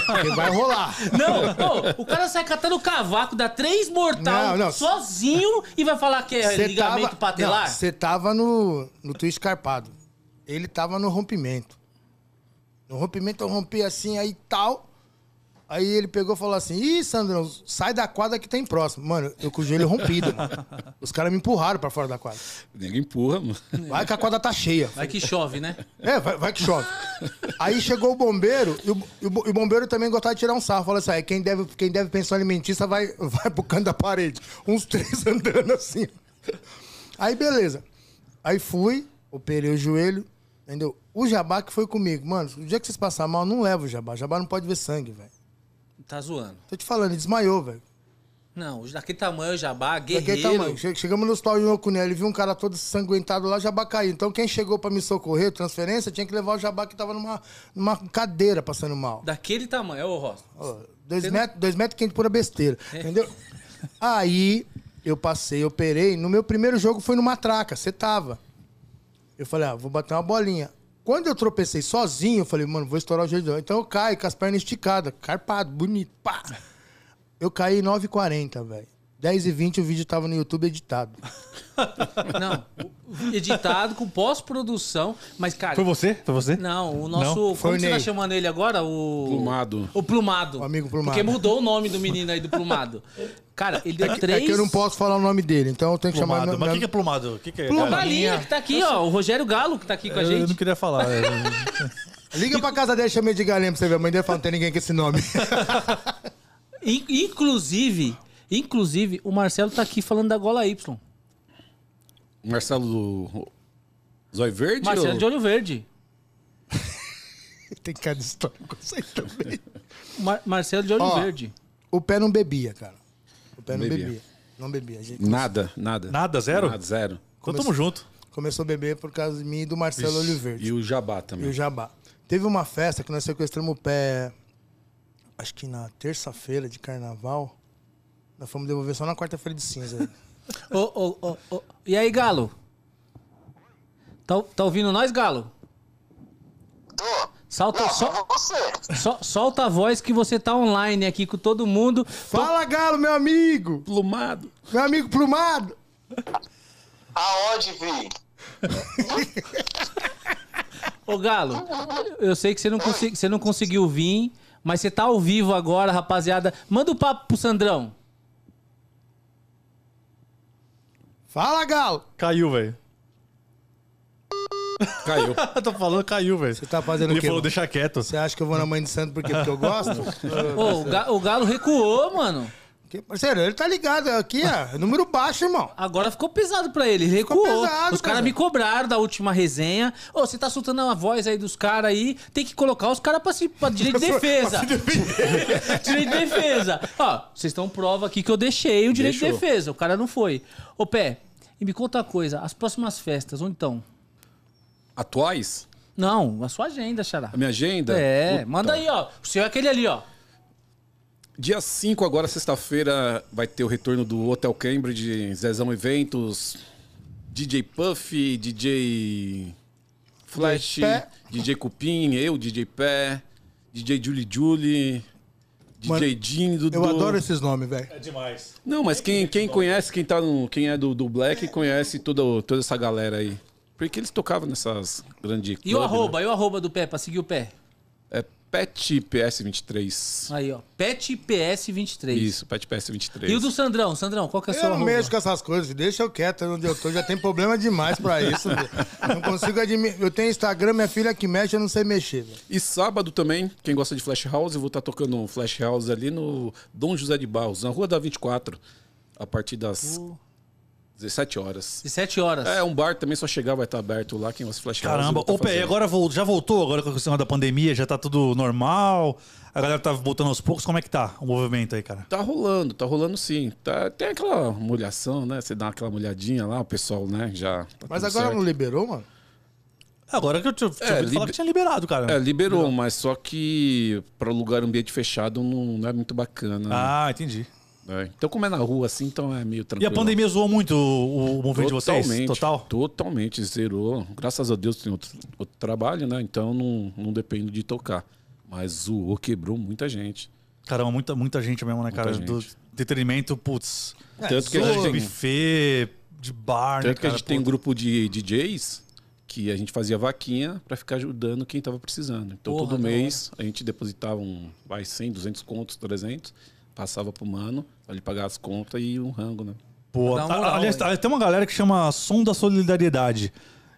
Speaker 3: Porque vai rolar.
Speaker 1: Não, ô, o cara sai catando cavaco, dá três mortal
Speaker 3: Não, não.
Speaker 1: sozinho e vai falar que é
Speaker 3: Cê
Speaker 1: ligamento
Speaker 3: tava-
Speaker 1: patelar?
Speaker 3: Não, Você tava no, no twist carpado. Ele tava no rompimento. No rompimento eu rompi assim, aí tal. Aí ele pegou e falou assim: Ih, Sandrão, sai da quadra que tem próximo. Mano, eu com o joelho rompido, mano. Os caras me empurraram pra fora da quadra.
Speaker 4: Ninguém empurra, mano.
Speaker 3: Vai que a quadra tá cheia.
Speaker 1: Vai que chove, né?
Speaker 3: É, vai, vai que chove. Aí chegou o bombeiro, e o, e o bo- e o bombeiro também gostava de tirar um sarro. Falou assim: "Ah, quem deve, quem deve pensão alimentista vai, vai pro canto da parede. Uns três andando assim. Aí beleza. Aí fui, operei o joelho, entendeu? O jabá que foi comigo. Mano, o dia que vocês passar mal, não leva o jabá. Jabá não pode ver sangue, velho.
Speaker 1: Tá zoando.
Speaker 3: Tô te falando, ele desmaiou, velho.
Speaker 1: Não, daquele tamanho, jabá,
Speaker 3: Daquele
Speaker 1: guerreiro.
Speaker 3: tamanho. tá, Che- Chegamos no hospital de Nocuné, ele viu um cara todo sanguentado lá, jabá caiu. Então quem chegou pra me socorrer, transferência, tinha que levar o jabá que tava numa, numa cadeira passando mal.
Speaker 1: Daquele tamanho, ô Rosa.
Speaker 3: Ó, Dois metros, dois metros quente pura besteira. Entendeu? Aí eu passei, operei. No meu primeiro jogo foi no Matraca, você tava. Eu falei, ah, vou bater uma bolinha. Quando eu tropecei sozinho, eu falei, mano, vou estourar o joelho. Então eu caio com as pernas esticadas, carpado, bonito, pá. Eu caí 9h40, velho. 10h20 o vídeo tava no YouTube editado.
Speaker 1: Não, o- editado com pós-produção, mas, cara.
Speaker 2: Foi você? Foi você?
Speaker 1: Não, o nosso. como
Speaker 3: Foi o
Speaker 1: você
Speaker 3: Ney.
Speaker 1: tá chamando ele agora? O.
Speaker 4: Plumado.
Speaker 1: O Plumado.
Speaker 3: O amigo Plumado.
Speaker 1: Porque mudou o nome do menino aí do Plumado. Cara, ele deu
Speaker 3: É
Speaker 1: três.
Speaker 3: que eu não posso falar o nome dele, então eu tenho que chamar...
Speaker 2: Plumado.
Speaker 3: meu-
Speaker 2: Mas o que, que é
Speaker 3: meu-
Speaker 2: plumado? O que, que é?
Speaker 1: O Galinha que tá aqui, ó. O Rogério Galo que tá aqui com a
Speaker 2: Eu não
Speaker 1: gente.
Speaker 2: queria falar. é.
Speaker 3: Liga pra casa dele, chamei de galinha pra você ver. A mãe dele fala, não tem ninguém com esse nome.
Speaker 1: In- inclusive, inclusive, o Marcelo tá aqui falando da gola Y.
Speaker 4: Marcelo do. Zóio Verde?
Speaker 1: Marcelo
Speaker 4: ou-
Speaker 1: de olho verde.
Speaker 3: tem cada história com isso aí também.
Speaker 1: Mar- Marcelo de olho
Speaker 3: Ó.
Speaker 1: verde.
Speaker 3: O pé não bebia, cara. O pé não
Speaker 4: Bebia.
Speaker 3: bebia. Não bebia. A gente
Speaker 4: Nada, nada.
Speaker 2: Nada, zero?
Speaker 4: Nada, zero.
Speaker 2: Então tamo junto.
Speaker 3: começou a beber por causa de mim e do Marcelo Olho Verde.
Speaker 4: E o Jabá
Speaker 3: E
Speaker 4: também.
Speaker 3: o Jabá. Teve uma festa que nós sequestramos o pé, acho que na terça-feira de carnaval. Nós fomos devolver só na quarta-feira de cinza.
Speaker 1: Ô, ô, ô, ô. E aí, Galo? Tá, tá ouvindo nós, Galo?
Speaker 6: Tô.
Speaker 1: Salta,
Speaker 6: Não,
Speaker 1: sol-
Speaker 6: só você.
Speaker 1: sol- solta a voz que você tá online aqui com todo mundo.
Speaker 3: Fala, Galo, meu amigo!
Speaker 4: Plumado.
Speaker 3: Meu amigo plumado!
Speaker 6: Aonde, Vi?
Speaker 1: Ô, Galo, eu sei que você não, consi- você não conseguiu vir, mas você tá ao vivo agora, rapaziada. Manda o papo pro Sandrão.
Speaker 3: Fala, Galo!
Speaker 2: Caiu, velho.
Speaker 4: Caiu.
Speaker 2: Eu tô falando, caiu, velho. Você
Speaker 3: tá fazendo o
Speaker 2: Ele
Speaker 3: quê,
Speaker 2: falou,
Speaker 3: mano?
Speaker 2: deixa quieto.
Speaker 3: Você acha que eu vou na mãe de santo por quê? Porque eu gosto?
Speaker 1: Ô, o, Ga- o Galo recuou, mano.
Speaker 3: Porque, parceiro, ele tá ligado aqui, ó. é Número baixo, irmão.
Speaker 1: Agora ficou pesado pra ele, ele recuou.
Speaker 3: pesado,
Speaker 1: Os caras
Speaker 3: cara.
Speaker 1: me cobraram da última resenha. Ô, você tá soltando a voz aí dos caras aí, tem que colocar os caras pra, se- pra direito de defesa. direito de defesa. Ó, vocês estão prova aqui que eu deixei o direito de
Speaker 4: Deixou.
Speaker 1: defesa, o cara não foi. Ô, Pé, e me conta uma coisa, as próximas festas, onde estão?
Speaker 4: Atuais?
Speaker 1: Não, a sua agenda, Xará.
Speaker 4: A minha agenda?
Speaker 1: É,
Speaker 4: Puta.
Speaker 1: manda aí, ó. O seu é aquele ali, ó.
Speaker 4: Dia 5, agora, sexta-feira, vai ter o retorno do Hotel Cambridge, Zezão Eventos, DJ Puff, DJ Flash,
Speaker 3: Pé.
Speaker 4: DJ Cupim, eu, DJ Pé, DJ Julie Julie, DJ Dindo.
Speaker 3: Eu adoro esses nomes, velho.
Speaker 2: É demais.
Speaker 4: Não, mas
Speaker 1: é
Speaker 4: quem, quem conhece, quem, tá no, quem é do, do Black, conhece toda, o- toda essa galera aí. Porque eles tocavam nessas grandes
Speaker 1: E
Speaker 4: club,
Speaker 1: o
Speaker 4: né?
Speaker 1: arroba, e o arroba do pé, pra seguir o pé.
Speaker 4: É Pet PS23.
Speaker 1: Aí, ó. Pet PS23.
Speaker 4: Isso, Pet PS23.
Speaker 1: E o do Sandrão, Sandrão, qual que é o seu
Speaker 3: Eu não
Speaker 1: arroba?
Speaker 3: mexo com essas coisas, deixa eu quieto onde eu tô, já tem problema demais pra isso. velho. não consigo admitir. Eu tenho Instagram, minha filha que mexe, eu não sei mexer. velho.
Speaker 4: E sábado também, quem gosta de Flash House, eu vou estar tocando um Flash House ali no Dom José de Barros, na Rua da 24, a partir das 17 horas.
Speaker 1: 17 horas.
Speaker 4: É, um bar também só chegar, vai estar aberto lá, quem gosta de Flash
Speaker 2: Caramba.
Speaker 4: House. eu vou
Speaker 2: Ô,
Speaker 4: tá
Speaker 2: Pé, e
Speaker 4: fazendo.
Speaker 2: agora vol- já voltou, agora com o sistema da pandemia, já tá tudo normal. A galera tá voltando aos poucos. Como é que tá o movimento aí, cara?
Speaker 4: Tá rolando, tá rolando sim. Tá, tem aquela molhação, né? Você dá aquela molhadinha lá, o pessoal, né? Já. tá
Speaker 3: Mas
Speaker 4: tudo
Speaker 3: agora
Speaker 4: certo.
Speaker 3: não liberou, mano?
Speaker 2: Agora que eu tinha tinha
Speaker 4: É,
Speaker 2: ouvido falar
Speaker 4: liber-
Speaker 2: que tinha liberado, cara.
Speaker 4: É, liberou, mas só que pra lugar ambiente fechado não, não é muito bacana.
Speaker 2: Ah, entendi.
Speaker 4: né? Então, como é na rua assim, então é meio
Speaker 2: E a
Speaker 4: tranquilo.
Speaker 2: pandemia zoou muito o, o movimento de vocês?
Speaker 4: Totalmente,
Speaker 2: Total?
Speaker 4: Totalmente, zerou. Graças a Deus tem outro, outro trabalho, né? Então não, não dependo de tocar. Mas zoou, quebrou muita gente.
Speaker 2: Caramba, muita, muita gente mesmo, né, cara?
Speaker 4: gente.
Speaker 2: Do entretenimento, putz.
Speaker 4: tanto que a
Speaker 2: É, zoou de
Speaker 4: gente tem,
Speaker 2: buffet, de bar, né,
Speaker 4: tanto que a
Speaker 2: cara?
Speaker 4: gente tem um
Speaker 2: Puta.
Speaker 4: grupo de DJs que a gente fazia vaquinha pra ficar ajudando quem tava precisando. Então
Speaker 1: Porra,
Speaker 4: todo
Speaker 1: da
Speaker 4: mês a gente depositava um, vai 100, 200 contos, 300, passava pro mano, pra ele pagar as contas e um rango, né?
Speaker 2: Pô,
Speaker 1: Dá uma moral,
Speaker 2: a- aliás, tá,
Speaker 1: hein?
Speaker 2: tem uma galera que chama Som da Solidariedade.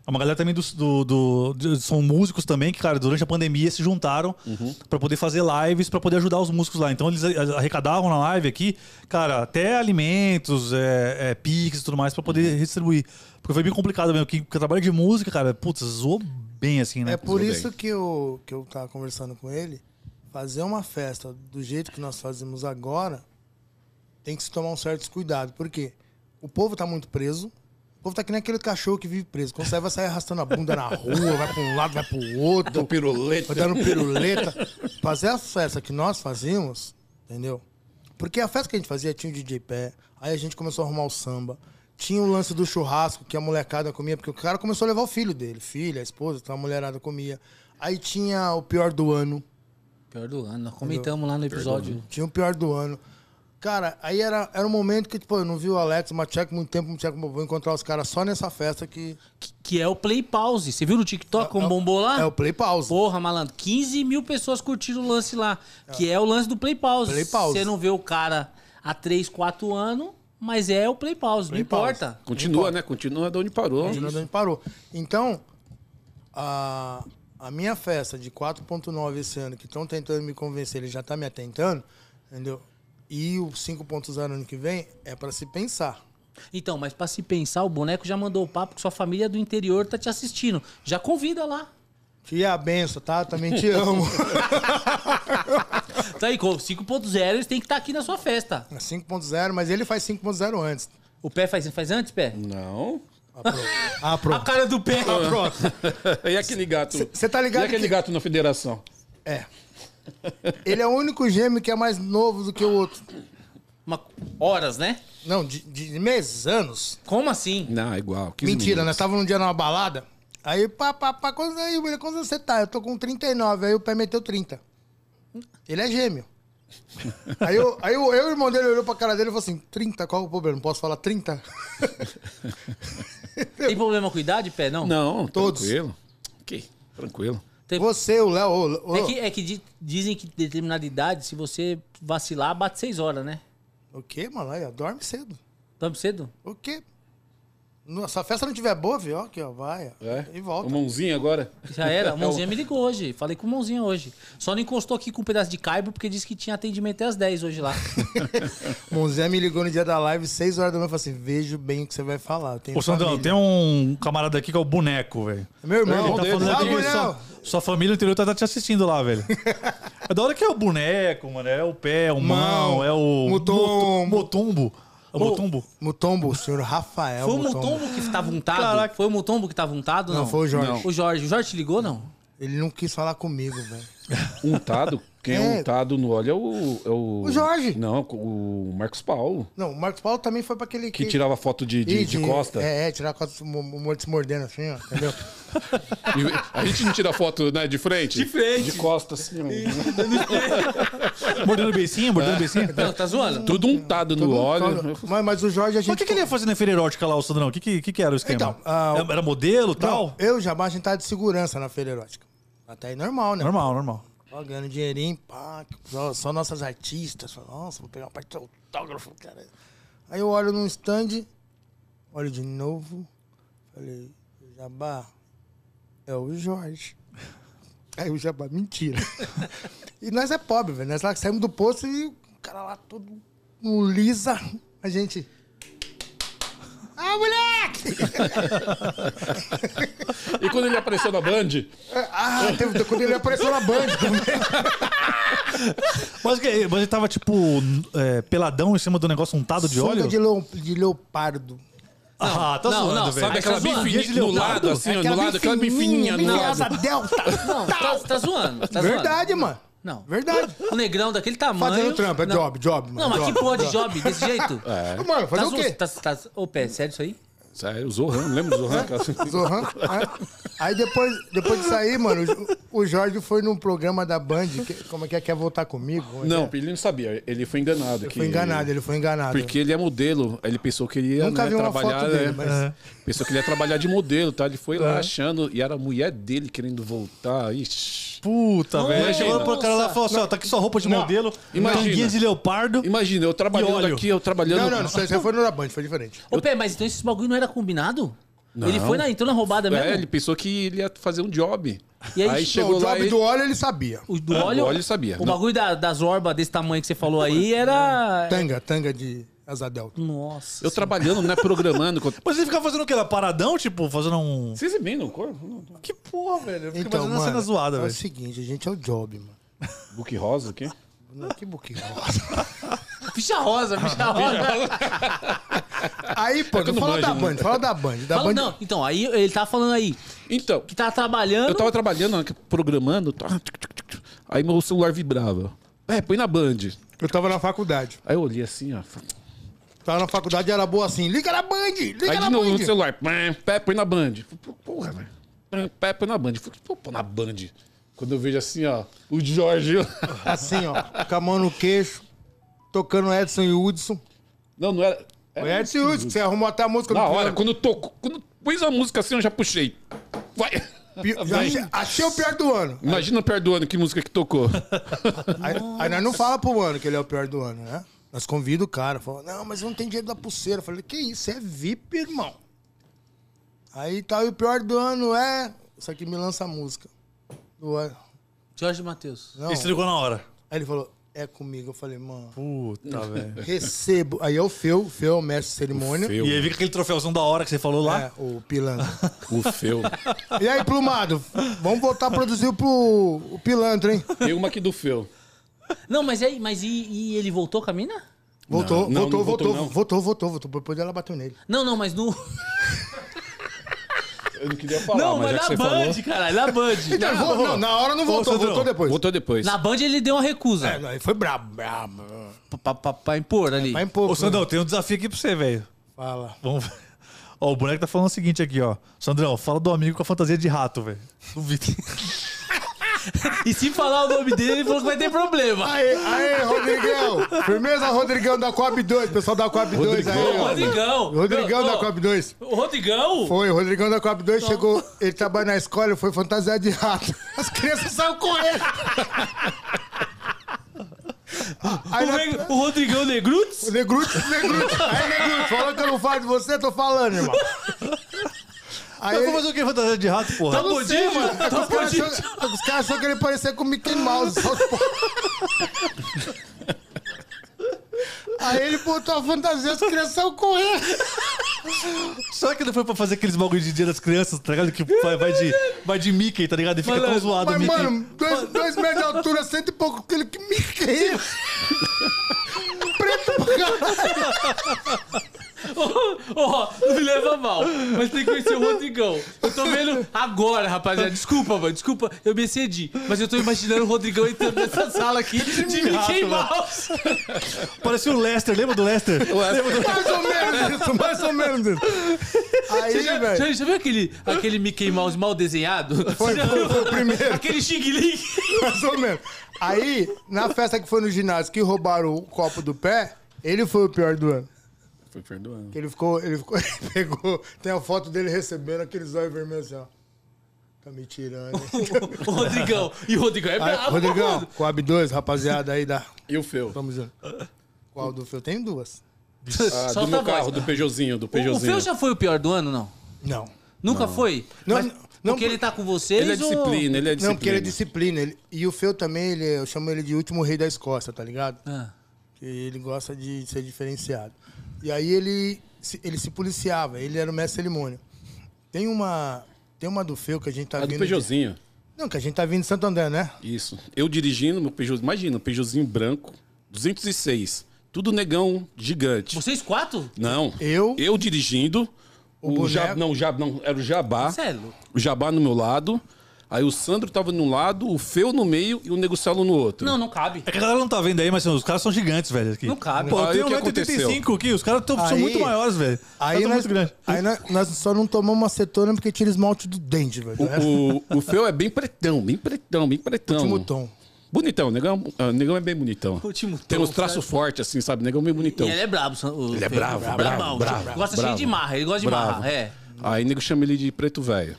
Speaker 2: É uma galera também dos- do, do, de- São músicos também que, cara, durante a pandemia se juntaram
Speaker 3: Uhum.
Speaker 2: pra poder fazer lives, pra poder ajudar os músicos lá. Então eles a- arrecadavam na live aqui, cara, até alimentos, é, é, piques e tudo mais pra poder
Speaker 3: Uhum.
Speaker 2: distribuir. Porque foi bem complicado mesmo. Quem que trabalha de música, cara, putz, zoou bem assim, né?
Speaker 3: É por
Speaker 4: Tudo
Speaker 3: isso
Speaker 4: bem.
Speaker 3: que eu, que eu tava conversando com ele. Fazer uma festa do jeito que nós fazemos agora tem que se tomar um certo cuidado. Por quê? O povo tá muito preso. O povo tá que nem aquele cachorro que vive preso. Quando sai, vai sair arrastando a bunda na rua, vai pra um lado, vai pro outro,
Speaker 4: piruleta.
Speaker 3: vai dando piruleta. Fazer a festa que nós fazíamos, entendeu? Porque a festa que a gente fazia tinha o DJ Pé, aí a gente começou a arrumar o samba. Tinha o lance do churrasco que a molecada comia, porque o cara começou a levar o filho dele, filha, a esposa, então a mulherada comia. Aí tinha o pior do ano.
Speaker 1: Pior do ano. Nós comentamos lá no episódio.
Speaker 3: Tinha o pior do ano. Cara, aí era, era um momento que, tipo, eu não vi o Alex, o Matchek, muito tempo, o Matchek, vou encontrar os caras só nessa festa que
Speaker 1: Que, que é o Play Pause. Você viu no TikTok como bombou lá?
Speaker 3: é o Play Pause.
Speaker 1: Porra, malandro. 15 mil pessoas curtiram o lance lá. Que é o lance do Play Pause.
Speaker 3: Play Pause.
Speaker 1: Você não vê o cara há 3, 4 anos, mas é o Play Pause.
Speaker 3: Play
Speaker 1: não importa.
Speaker 4: Continua, né? Continua de onde parou.
Speaker 3: Continua de onde parou. Então, a, a minha festa de 4.9 esse ano, que estão tentando me convencer, ele já está me atentando, entendeu? E o 5.0 ano que vem é para se pensar.
Speaker 1: Então, mas pra se pensar, o boneco já mandou o papo que sua família do interior tá te assistindo. Já convida lá.
Speaker 3: Tia, benção, tá? Também te amo.
Speaker 1: Tá aí, com o 5.0, eles têm que estar aqui na sua festa.
Speaker 3: É 5.0, mas ele faz 5.0 antes.
Speaker 1: O pé faz, faz antes, pé?
Speaker 4: Não.
Speaker 3: Ah, pronto. Ah,
Speaker 1: A
Speaker 3: pronto.
Speaker 1: cara do pé.
Speaker 3: Ah, pronto.
Speaker 4: e aquele gato?
Speaker 3: Você tá ligado
Speaker 4: E aquele
Speaker 3: que-
Speaker 4: gato na federação?
Speaker 3: É. Ele é o único gêmeo que é mais novo do que o outro.
Speaker 1: Uma- horas, né?
Speaker 3: Não, de, de meses, anos.
Speaker 1: Como assim?
Speaker 4: Não, é igual. 15
Speaker 3: Mentira, né?
Speaker 4: minutos.
Speaker 3: nós tava num dia numa balada. Aí, pá, pá, pá, quantos aí, William? Quantos anos você tá? Eu tô com 39. Aí o pé meteu 30. Ele é gêmeo. Aí, eu, aí eu, eu e o irmão dele olhou pra cara dele e falou assim: 30, qual é o problema? Não posso falar 30?
Speaker 1: Tem problema com idade, pé? Não.
Speaker 4: Não,
Speaker 3: Todos.
Speaker 4: tranquilo. Ok, tranquilo.
Speaker 1: Tem-
Speaker 3: Você, o Léo. o- o-
Speaker 1: É que, é que di- dizem que determinada idade, se você vacilar, bate 6 horas, né?
Speaker 3: O quê, mano? Aí, ó, dorme cedo.
Speaker 1: Tamo cedo?
Speaker 3: O quê? Não, Se a festa não tiver boa, viu? Ó, Aqui, ó, vai. ó,
Speaker 4: É.
Speaker 3: E volta.
Speaker 4: O mãozinho agora.
Speaker 1: Já
Speaker 3: É
Speaker 1: era. O Mãozinha me ligou hoje. Falei com o Mãozinha hoje. Só não encostou aqui com um pedaço de caibo porque disse que tinha atendimento até às 10 hoje lá.
Speaker 3: Monzé me ligou no dia da live, 6 horas da manhã, e falou assim: vejo bem o que você vai falar. Eu tenho
Speaker 2: Ô, Sandrão,
Speaker 3: família."
Speaker 2: tem um camarada aqui que é o Boneco, velho.
Speaker 3: Meu irmão, assim,
Speaker 4: Irmão
Speaker 2: Ele tá
Speaker 4: dele,
Speaker 2: falando
Speaker 4: né?
Speaker 2: aqui,
Speaker 3: Salve,
Speaker 2: que sua,
Speaker 3: Léo.
Speaker 2: sua família do interior tá, tá te assistindo lá, velho. É da hora que é o boneco, mano. É o pé, é o mão,
Speaker 3: Mão,
Speaker 2: é o. mutu-
Speaker 3: mutombo.
Speaker 2: Mutumbo. É o mutumbo?
Speaker 3: Mutombo, o senhor Rafael.
Speaker 1: Foi o
Speaker 3: Mutombo.
Speaker 1: Mutombo que tava untado?
Speaker 2: Caraca.
Speaker 1: Foi o Mutombo que tava untado? Não,
Speaker 3: um Não, foi o Jorge.
Speaker 1: O Jorge. O Jorge te ligou, não?
Speaker 3: Ele não quis falar comigo, velho.
Speaker 4: Untado? Quem é,
Speaker 3: É.
Speaker 4: untado no óleo é o, é o.
Speaker 3: O Jorge.
Speaker 4: Não, o Marcos Paulo.
Speaker 3: Não, o Marcos Paulo também foi pra aquele.
Speaker 4: Que tirava foto de, de,
Speaker 3: Ih,
Speaker 4: de costa.
Speaker 3: É, é, tirar a costa, o morto se mordendo assim, ó, entendeu?
Speaker 4: E A gente não tira foto, né? De frente? De frente. De costa, assim. ó.
Speaker 2: Mordendo beicinho, mordendo beicinho.
Speaker 1: Não, tá zoando?
Speaker 4: Tudo untado no óleo.
Speaker 3: mas, mas o Jorge a gente.
Speaker 2: Mas o que, que ele é ia fazer na feira erótica lá, o Sandrão? O que, que, que que era o esquema?
Speaker 3: Então, ah,
Speaker 2: Era- Era modelo e
Speaker 3: Não,
Speaker 2: tal?
Speaker 3: eu e o Jabá, a gente tava de segurança na feira erótica. Até aí normal, né?
Speaker 2: Normal, normal.
Speaker 3: Ó, ganhando dinheirinho, pá, só, só nossas artistas. Só, nossa, vou pegar uma parte de autógrafo, cara. Aí eu olho num stand, olho de novo, falei, Jabá, é o Jorge. Aí o Jabá, mentira. e nós é pobre, velho. Nós lá saímos do poço e o cara lá todo um lisa, a gente. Ah, moleque!
Speaker 4: E quando ele apareceu na Band,
Speaker 3: Ah, teve, quando ele apareceu na Band também.
Speaker 2: Mas, que- mas ele tava, tipo, é, peladão em cima do negócio untado de
Speaker 3: Sunga
Speaker 2: óleo?
Speaker 3: de, leu- de leopardo.
Speaker 2: Ah, tá
Speaker 1: não,
Speaker 2: zoando,
Speaker 1: não,
Speaker 2: velho.
Speaker 4: Sabe aquela
Speaker 1: zoando.
Speaker 4: bifininha
Speaker 2: Guia de
Speaker 4: no
Speaker 2: leopardo?
Speaker 4: lado, assim, ó,
Speaker 3: É Aquela
Speaker 4: no lado, aquela bifininha no
Speaker 3: bifininha,
Speaker 4: lado.
Speaker 3: asa delta.
Speaker 1: Não, tá, tá zoando. Tá
Speaker 3: Verdade, mano.
Speaker 1: Não.
Speaker 3: Verdade.
Speaker 1: zoando. O negrão daquele tamanho.
Speaker 3: Fazendo trampo, é
Speaker 1: Não.
Speaker 3: job, job, mano.
Speaker 1: Não, mas
Speaker 3: job,
Speaker 1: que porra de job desse jeito?
Speaker 4: É,
Speaker 3: Mano, fazer
Speaker 1: tá
Speaker 3: o quê?
Speaker 1: Tá, tá, ô, pé, sério isso aí?
Speaker 4: sério, o Zohan, lembra do Zohan? Aquela-
Speaker 3: Zohan. Aí- Aí depois, depois de sair, mano, o o Jorge foi num programa da Band. que- como é que é? Quer voltar comigo? Como é
Speaker 4: Não,
Speaker 3: que
Speaker 4: ele não sabia, ele foi enganado.
Speaker 3: é? Foi enganado, ele foi enganado.
Speaker 4: Porque ele é modelo, ele pensou que ele ia
Speaker 3: Nunca
Speaker 4: né,
Speaker 3: vi uma
Speaker 4: trabalhar,
Speaker 3: foto dele,
Speaker 4: né?
Speaker 3: mas-
Speaker 2: É.
Speaker 4: Pensou que ele ia trabalhar de modelo, tá? Ele foi lá achando, e era a mulher dele querendo voltar. Ixi.
Speaker 2: Puta, velho. Aí
Speaker 4: imagina.
Speaker 2: chegou pro cara lá e falou assim, ó, tá aqui sua roupa de
Speaker 4: Não,
Speaker 2: modelo,
Speaker 4: imagina.
Speaker 2: tanguinha de leopardo.
Speaker 4: Imagina, eu trabalhando
Speaker 2: E óleo.
Speaker 4: aqui, eu trabalhando.
Speaker 3: Não, não, não, você foi no da Band, foi diferente.
Speaker 1: Ô, pé, mas então esses bagulho não era combinado?
Speaker 4: Não.
Speaker 1: Ele foi na, entrou na roubada mesmo?
Speaker 4: É, ele pensou que ele ia fazer um job.
Speaker 1: E aí-
Speaker 4: aí,
Speaker 1: Não,
Speaker 4: chegou
Speaker 3: não, o
Speaker 4: lá
Speaker 3: job
Speaker 4: ele...
Speaker 3: do óleo ele sabia.
Speaker 1: É, O do
Speaker 4: Ah, do
Speaker 1: óleo,
Speaker 4: óleo sabia.
Speaker 1: O
Speaker 4: Não.
Speaker 1: bagulho da- das orbas desse tamanho que você falou aí era...
Speaker 3: Tanga, tanga de asa delta.
Speaker 1: Nossa.
Speaker 4: Eu trabalhando, né, programando. com-
Speaker 2: Mas ele ficava fazendo o quê? Era paradão, tipo, fazendo um...
Speaker 4: Vocês bem no corpo? Não, não.
Speaker 2: Que porra, velho. Eu fico
Speaker 3: Então,
Speaker 2: imaginando a
Speaker 3: mano,
Speaker 2: cena zoada,
Speaker 3: é o
Speaker 2: velho.
Speaker 3: seguinte, a gente é o job, mano.
Speaker 4: Book rosa aqui?
Speaker 3: Não, que boquinha.
Speaker 1: Ficha rosa, ficha
Speaker 3: Tá
Speaker 1: rosa.
Speaker 3: Aí, pô,
Speaker 4: que eu não
Speaker 3: fala da
Speaker 4: manjo,
Speaker 3: Band,
Speaker 4: né?
Speaker 3: fala da Band. Da
Speaker 1: Fala,
Speaker 3: Band
Speaker 1: não, então, aí ele tava falando aí
Speaker 4: Então,
Speaker 1: que tava trabalhando...
Speaker 4: eu tava trabalhando, né, programando. tá, tuc, tuc, tuc, tuc. Aí meu celular vibrava. É, põe na Band.
Speaker 3: Eu tava na faculdade.
Speaker 4: Aí eu olhei assim, ó.
Speaker 3: Tava na faculdade era boa assim. Liga na Band! Liga
Speaker 4: Aí
Speaker 3: na
Speaker 4: de novo no
Speaker 3: Band!
Speaker 4: celular. pã, Pé, põe na Band. Pô, Porra, velho. Pã, Pé, põe na Band. Falei, Pô, põe na Band. Quando eu vejo assim, ó, o Jorge.
Speaker 3: Assim, ó, com a mão no queixo, tocando Edson e Hudson.
Speaker 4: Não, não era.
Speaker 3: Foi Edson e Hudson, que você arrumou até a música
Speaker 4: Na
Speaker 3: do
Speaker 4: hora,
Speaker 3: programa.
Speaker 4: quando tocou, quando pus a música assim, eu já puxei. Vai.
Speaker 3: Pi- já achei, achei o pior do ano.
Speaker 4: Imagina perto do ano que música que tocou.
Speaker 3: Aí, aí nós não fala pro mano que ele é o pior do ano, né? Nós convida o cara, fala, não, mas eu não tenho dinheiro da pulseira. Eu falei, que isso, é VIP, irmão. Aí tá, e o pior do ano é. Isso aqui me lança a música. Do ano.
Speaker 1: Jorge Matheus.
Speaker 3: Não.
Speaker 2: Ele se ligou na hora.
Speaker 3: Aí ele falou, é comigo. Eu falei, mano,
Speaker 2: Puta, velho.
Speaker 3: recebo. Aí é o Feu, Feu é o mestre de cerimônia.
Speaker 4: Feu.
Speaker 2: E aí fica aquele troféuzão da hora que você falou lá.
Speaker 3: É, o pilantra.
Speaker 4: O feu.
Speaker 3: E aí, Plumado, vamos voltar a produzir pro o pilantra, hein?
Speaker 4: Tem uma aqui do feu.
Speaker 1: Não, mas aí, mas e, e ele voltou com a mina?
Speaker 3: Voltou,
Speaker 4: Não, não,
Speaker 3: voltou, voltou,
Speaker 4: não voltou,
Speaker 3: voltou,
Speaker 4: não.
Speaker 3: voltou, voltou, Depois ela bateu nele.
Speaker 1: Não, não, mas no...
Speaker 4: Eu não queria falar,
Speaker 1: não,
Speaker 4: mas,
Speaker 1: mas
Speaker 4: já
Speaker 1: na
Speaker 4: que você
Speaker 1: Band,
Speaker 4: falou.
Speaker 1: caralho, na Band.
Speaker 3: Não, Então, não, na hora não voltou,
Speaker 2: Sandrão,
Speaker 3: voltou depois.
Speaker 4: Voltou depois.
Speaker 1: Na Band ele deu uma recusa.
Speaker 3: É, não, ele foi brabo, brabo.
Speaker 1: pra- pra- pra- pra impor ali.
Speaker 3: Vai em pouco.
Speaker 2: Ô, Sandrão, tem um desafio aqui pra você, velho.
Speaker 3: Fala.
Speaker 2: Vamos ver. Ó, o boneco tá falando o seguinte aqui, ó. Sandrão, fala do amigo com a fantasia de rato, velho. Do Vitor.
Speaker 1: E se falar o nome dele, ele falou que vai ter problema.
Speaker 3: Aê, aê, Rodrigão. Firmeza, Rodrigão da Coab 2. Pessoal da Coab 2 aí,
Speaker 1: Ô,
Speaker 3: ó.
Speaker 1: Rodrigão.
Speaker 3: Rodrigão
Speaker 1: Ô,
Speaker 3: da
Speaker 1: ô,
Speaker 3: Coab 2.
Speaker 1: O Rodrigão?
Speaker 3: Foi, o Rodrigão da Coab 2 chegou, ele trabalha na escola, foi fantasiado de rato. As crianças saíram correndo. Aí
Speaker 1: O,
Speaker 3: na-
Speaker 1: Neg- o Rodrigão Negrutes?
Speaker 3: O Negrute, o Negrute. Aí, Negrute, falou que eu não falo de você, tô falando, irmão. Aí,
Speaker 2: Mas vou fazer o que fantasia de rato,
Speaker 1: Tá
Speaker 2: porra?
Speaker 3: sei,
Speaker 1: podinho?
Speaker 3: mano. É que
Speaker 1: Tá
Speaker 3: os caras
Speaker 1: podinho?
Speaker 3: achou- os caras achou que ele parecia com o Mickey Mouse. só os po- Aí ele botou a fantasia, as crianças saíram correndo.
Speaker 2: Será que ele foi pra fazer aqueles bagulho de dia das crianças, tá ligado? Que vai, vai de, vai de Mickey, tá ligado? E fica
Speaker 1: Mano,
Speaker 2: tão zoado o
Speaker 3: Mas,
Speaker 2: Mickey.
Speaker 3: mano, dois, dois metros de altura, cento e pouco quilo que Mickey. Preto pra caralho.
Speaker 1: Ó, não me leva mal, mas tem que conhecer o Rodrigão. Eu tô vendo agora, rapaziada. Desculpa, mano, desculpa, eu me excedi. Mas eu tô imaginando o Rodrigão entrando nessa sala aqui de Mickey Mouse.
Speaker 2: Parecia o Lester, lembra do Lester?
Speaker 3: Mais ou menos É isso, mais ou menos isso. Aí,
Speaker 1: Já,
Speaker 3: velho.
Speaker 1: já, já viu aquele, aquele Mickey Mouse mal desenhado? Você já
Speaker 3: foi,
Speaker 1: viu?
Speaker 3: foi o primeiro.
Speaker 1: Aquele xing-ling.
Speaker 3: Mais ou menos. Aí, na festa que foi no ginásio que roubaram o copo do pé, ele foi o pior do ano.
Speaker 4: Foi perdoando.
Speaker 3: Que ele ficou, ele ficou, ele pegou, tem a foto dele recebendo aqueles olhos vermelhos assim, ó. Tá me tirando. hein?
Speaker 1: O Rodrigão. E o Rodrigão é
Speaker 3: Aí,
Speaker 1: brabo,
Speaker 3: Rodrigão,
Speaker 1: mano.
Speaker 3: Coab 2, rapaziada aí da.
Speaker 4: E o feu?
Speaker 3: Tamo junto. Qual do Eu tenho duas.
Speaker 4: Ah,
Speaker 1: Solta
Speaker 4: do meu
Speaker 1: a voz.
Speaker 4: carro, do Peugeotzinho, do
Speaker 1: O
Speaker 4: Peugeotzinho.
Speaker 1: Feu já foi o pior do ano, não?
Speaker 3: Não.
Speaker 1: Nunca foi?
Speaker 3: Não,
Speaker 1: Mas
Speaker 3: não,
Speaker 1: porque
Speaker 3: não,
Speaker 1: ele tá com vocês
Speaker 4: Ele é
Speaker 1: ou-
Speaker 4: disciplina, ele é disciplina.
Speaker 3: Não, porque ele é disciplina. ele- e o Feu também, ele, eu chamo ele de último rei da Escócia, tá ligado?
Speaker 1: Ah.
Speaker 3: Que ele gosta de ser diferenciado. E aí ele, se- ele se policiava, ele era o mestre de cerimônia. Tem uma, tem uma do Feu que a gente tá
Speaker 4: Ah, do
Speaker 3: vindo. de-
Speaker 4: Peugeotzinho.
Speaker 3: não, que a gente tá vindo de Santo André, né?
Speaker 4: Isso. Eu dirigindo meu Peugeot. Imagina, um Peugeotzinho branco, 206. Tudo negão gigante.
Speaker 1: Vocês quatro?
Speaker 4: Não.
Speaker 3: Eu?
Speaker 4: Eu dirigindo.
Speaker 3: O
Speaker 4: O,
Speaker 3: boneco?
Speaker 4: Jab- não, o Jab- não, era o Jabá.
Speaker 1: Sério?
Speaker 4: O Jabá no meu lado. Aí o Sandro tava num lado, o Feu no meio e o Negocelo no outro.
Speaker 1: Não, não cabe.
Speaker 2: É que a galera não tá vendo aí, mas assim, os caras são gigantes, velho. Aqui.
Speaker 1: Não cabe.
Speaker 2: Pô, eu
Speaker 4: Aí
Speaker 2: tenho
Speaker 4: o que aconteceu?
Speaker 2: 1,85 aqui. Os caras tão- são
Speaker 3: Aí-
Speaker 2: muito maiores, velho. Os caras
Speaker 3: Aí,
Speaker 2: tão
Speaker 3: nós,
Speaker 2: é muito grandes.
Speaker 3: aí nós, nós só não tomamos acetona porque tira esmalte do dente, velho.
Speaker 4: O,
Speaker 3: É
Speaker 4: o- o Feu é bem pretão, bem pretão, bem pretão.
Speaker 3: último tom.
Speaker 4: Bonitão, negão, ah, negão é bem bonitão.
Speaker 1: Último
Speaker 4: Tem
Speaker 1: tom,
Speaker 4: uns traços fortes, assim, sabe? Negão bem bonitão.
Speaker 1: E ele é brabo. o-
Speaker 4: Ele é
Speaker 1: Pedro.
Speaker 4: bravo, bravo,
Speaker 1: Brabão.
Speaker 4: bravo,
Speaker 1: gosta
Speaker 4: bravo.
Speaker 1: cheio de marra. Ele gosta de
Speaker 4: Bravo.
Speaker 1: marra. É.
Speaker 4: Aí nego chama ele de preto velho.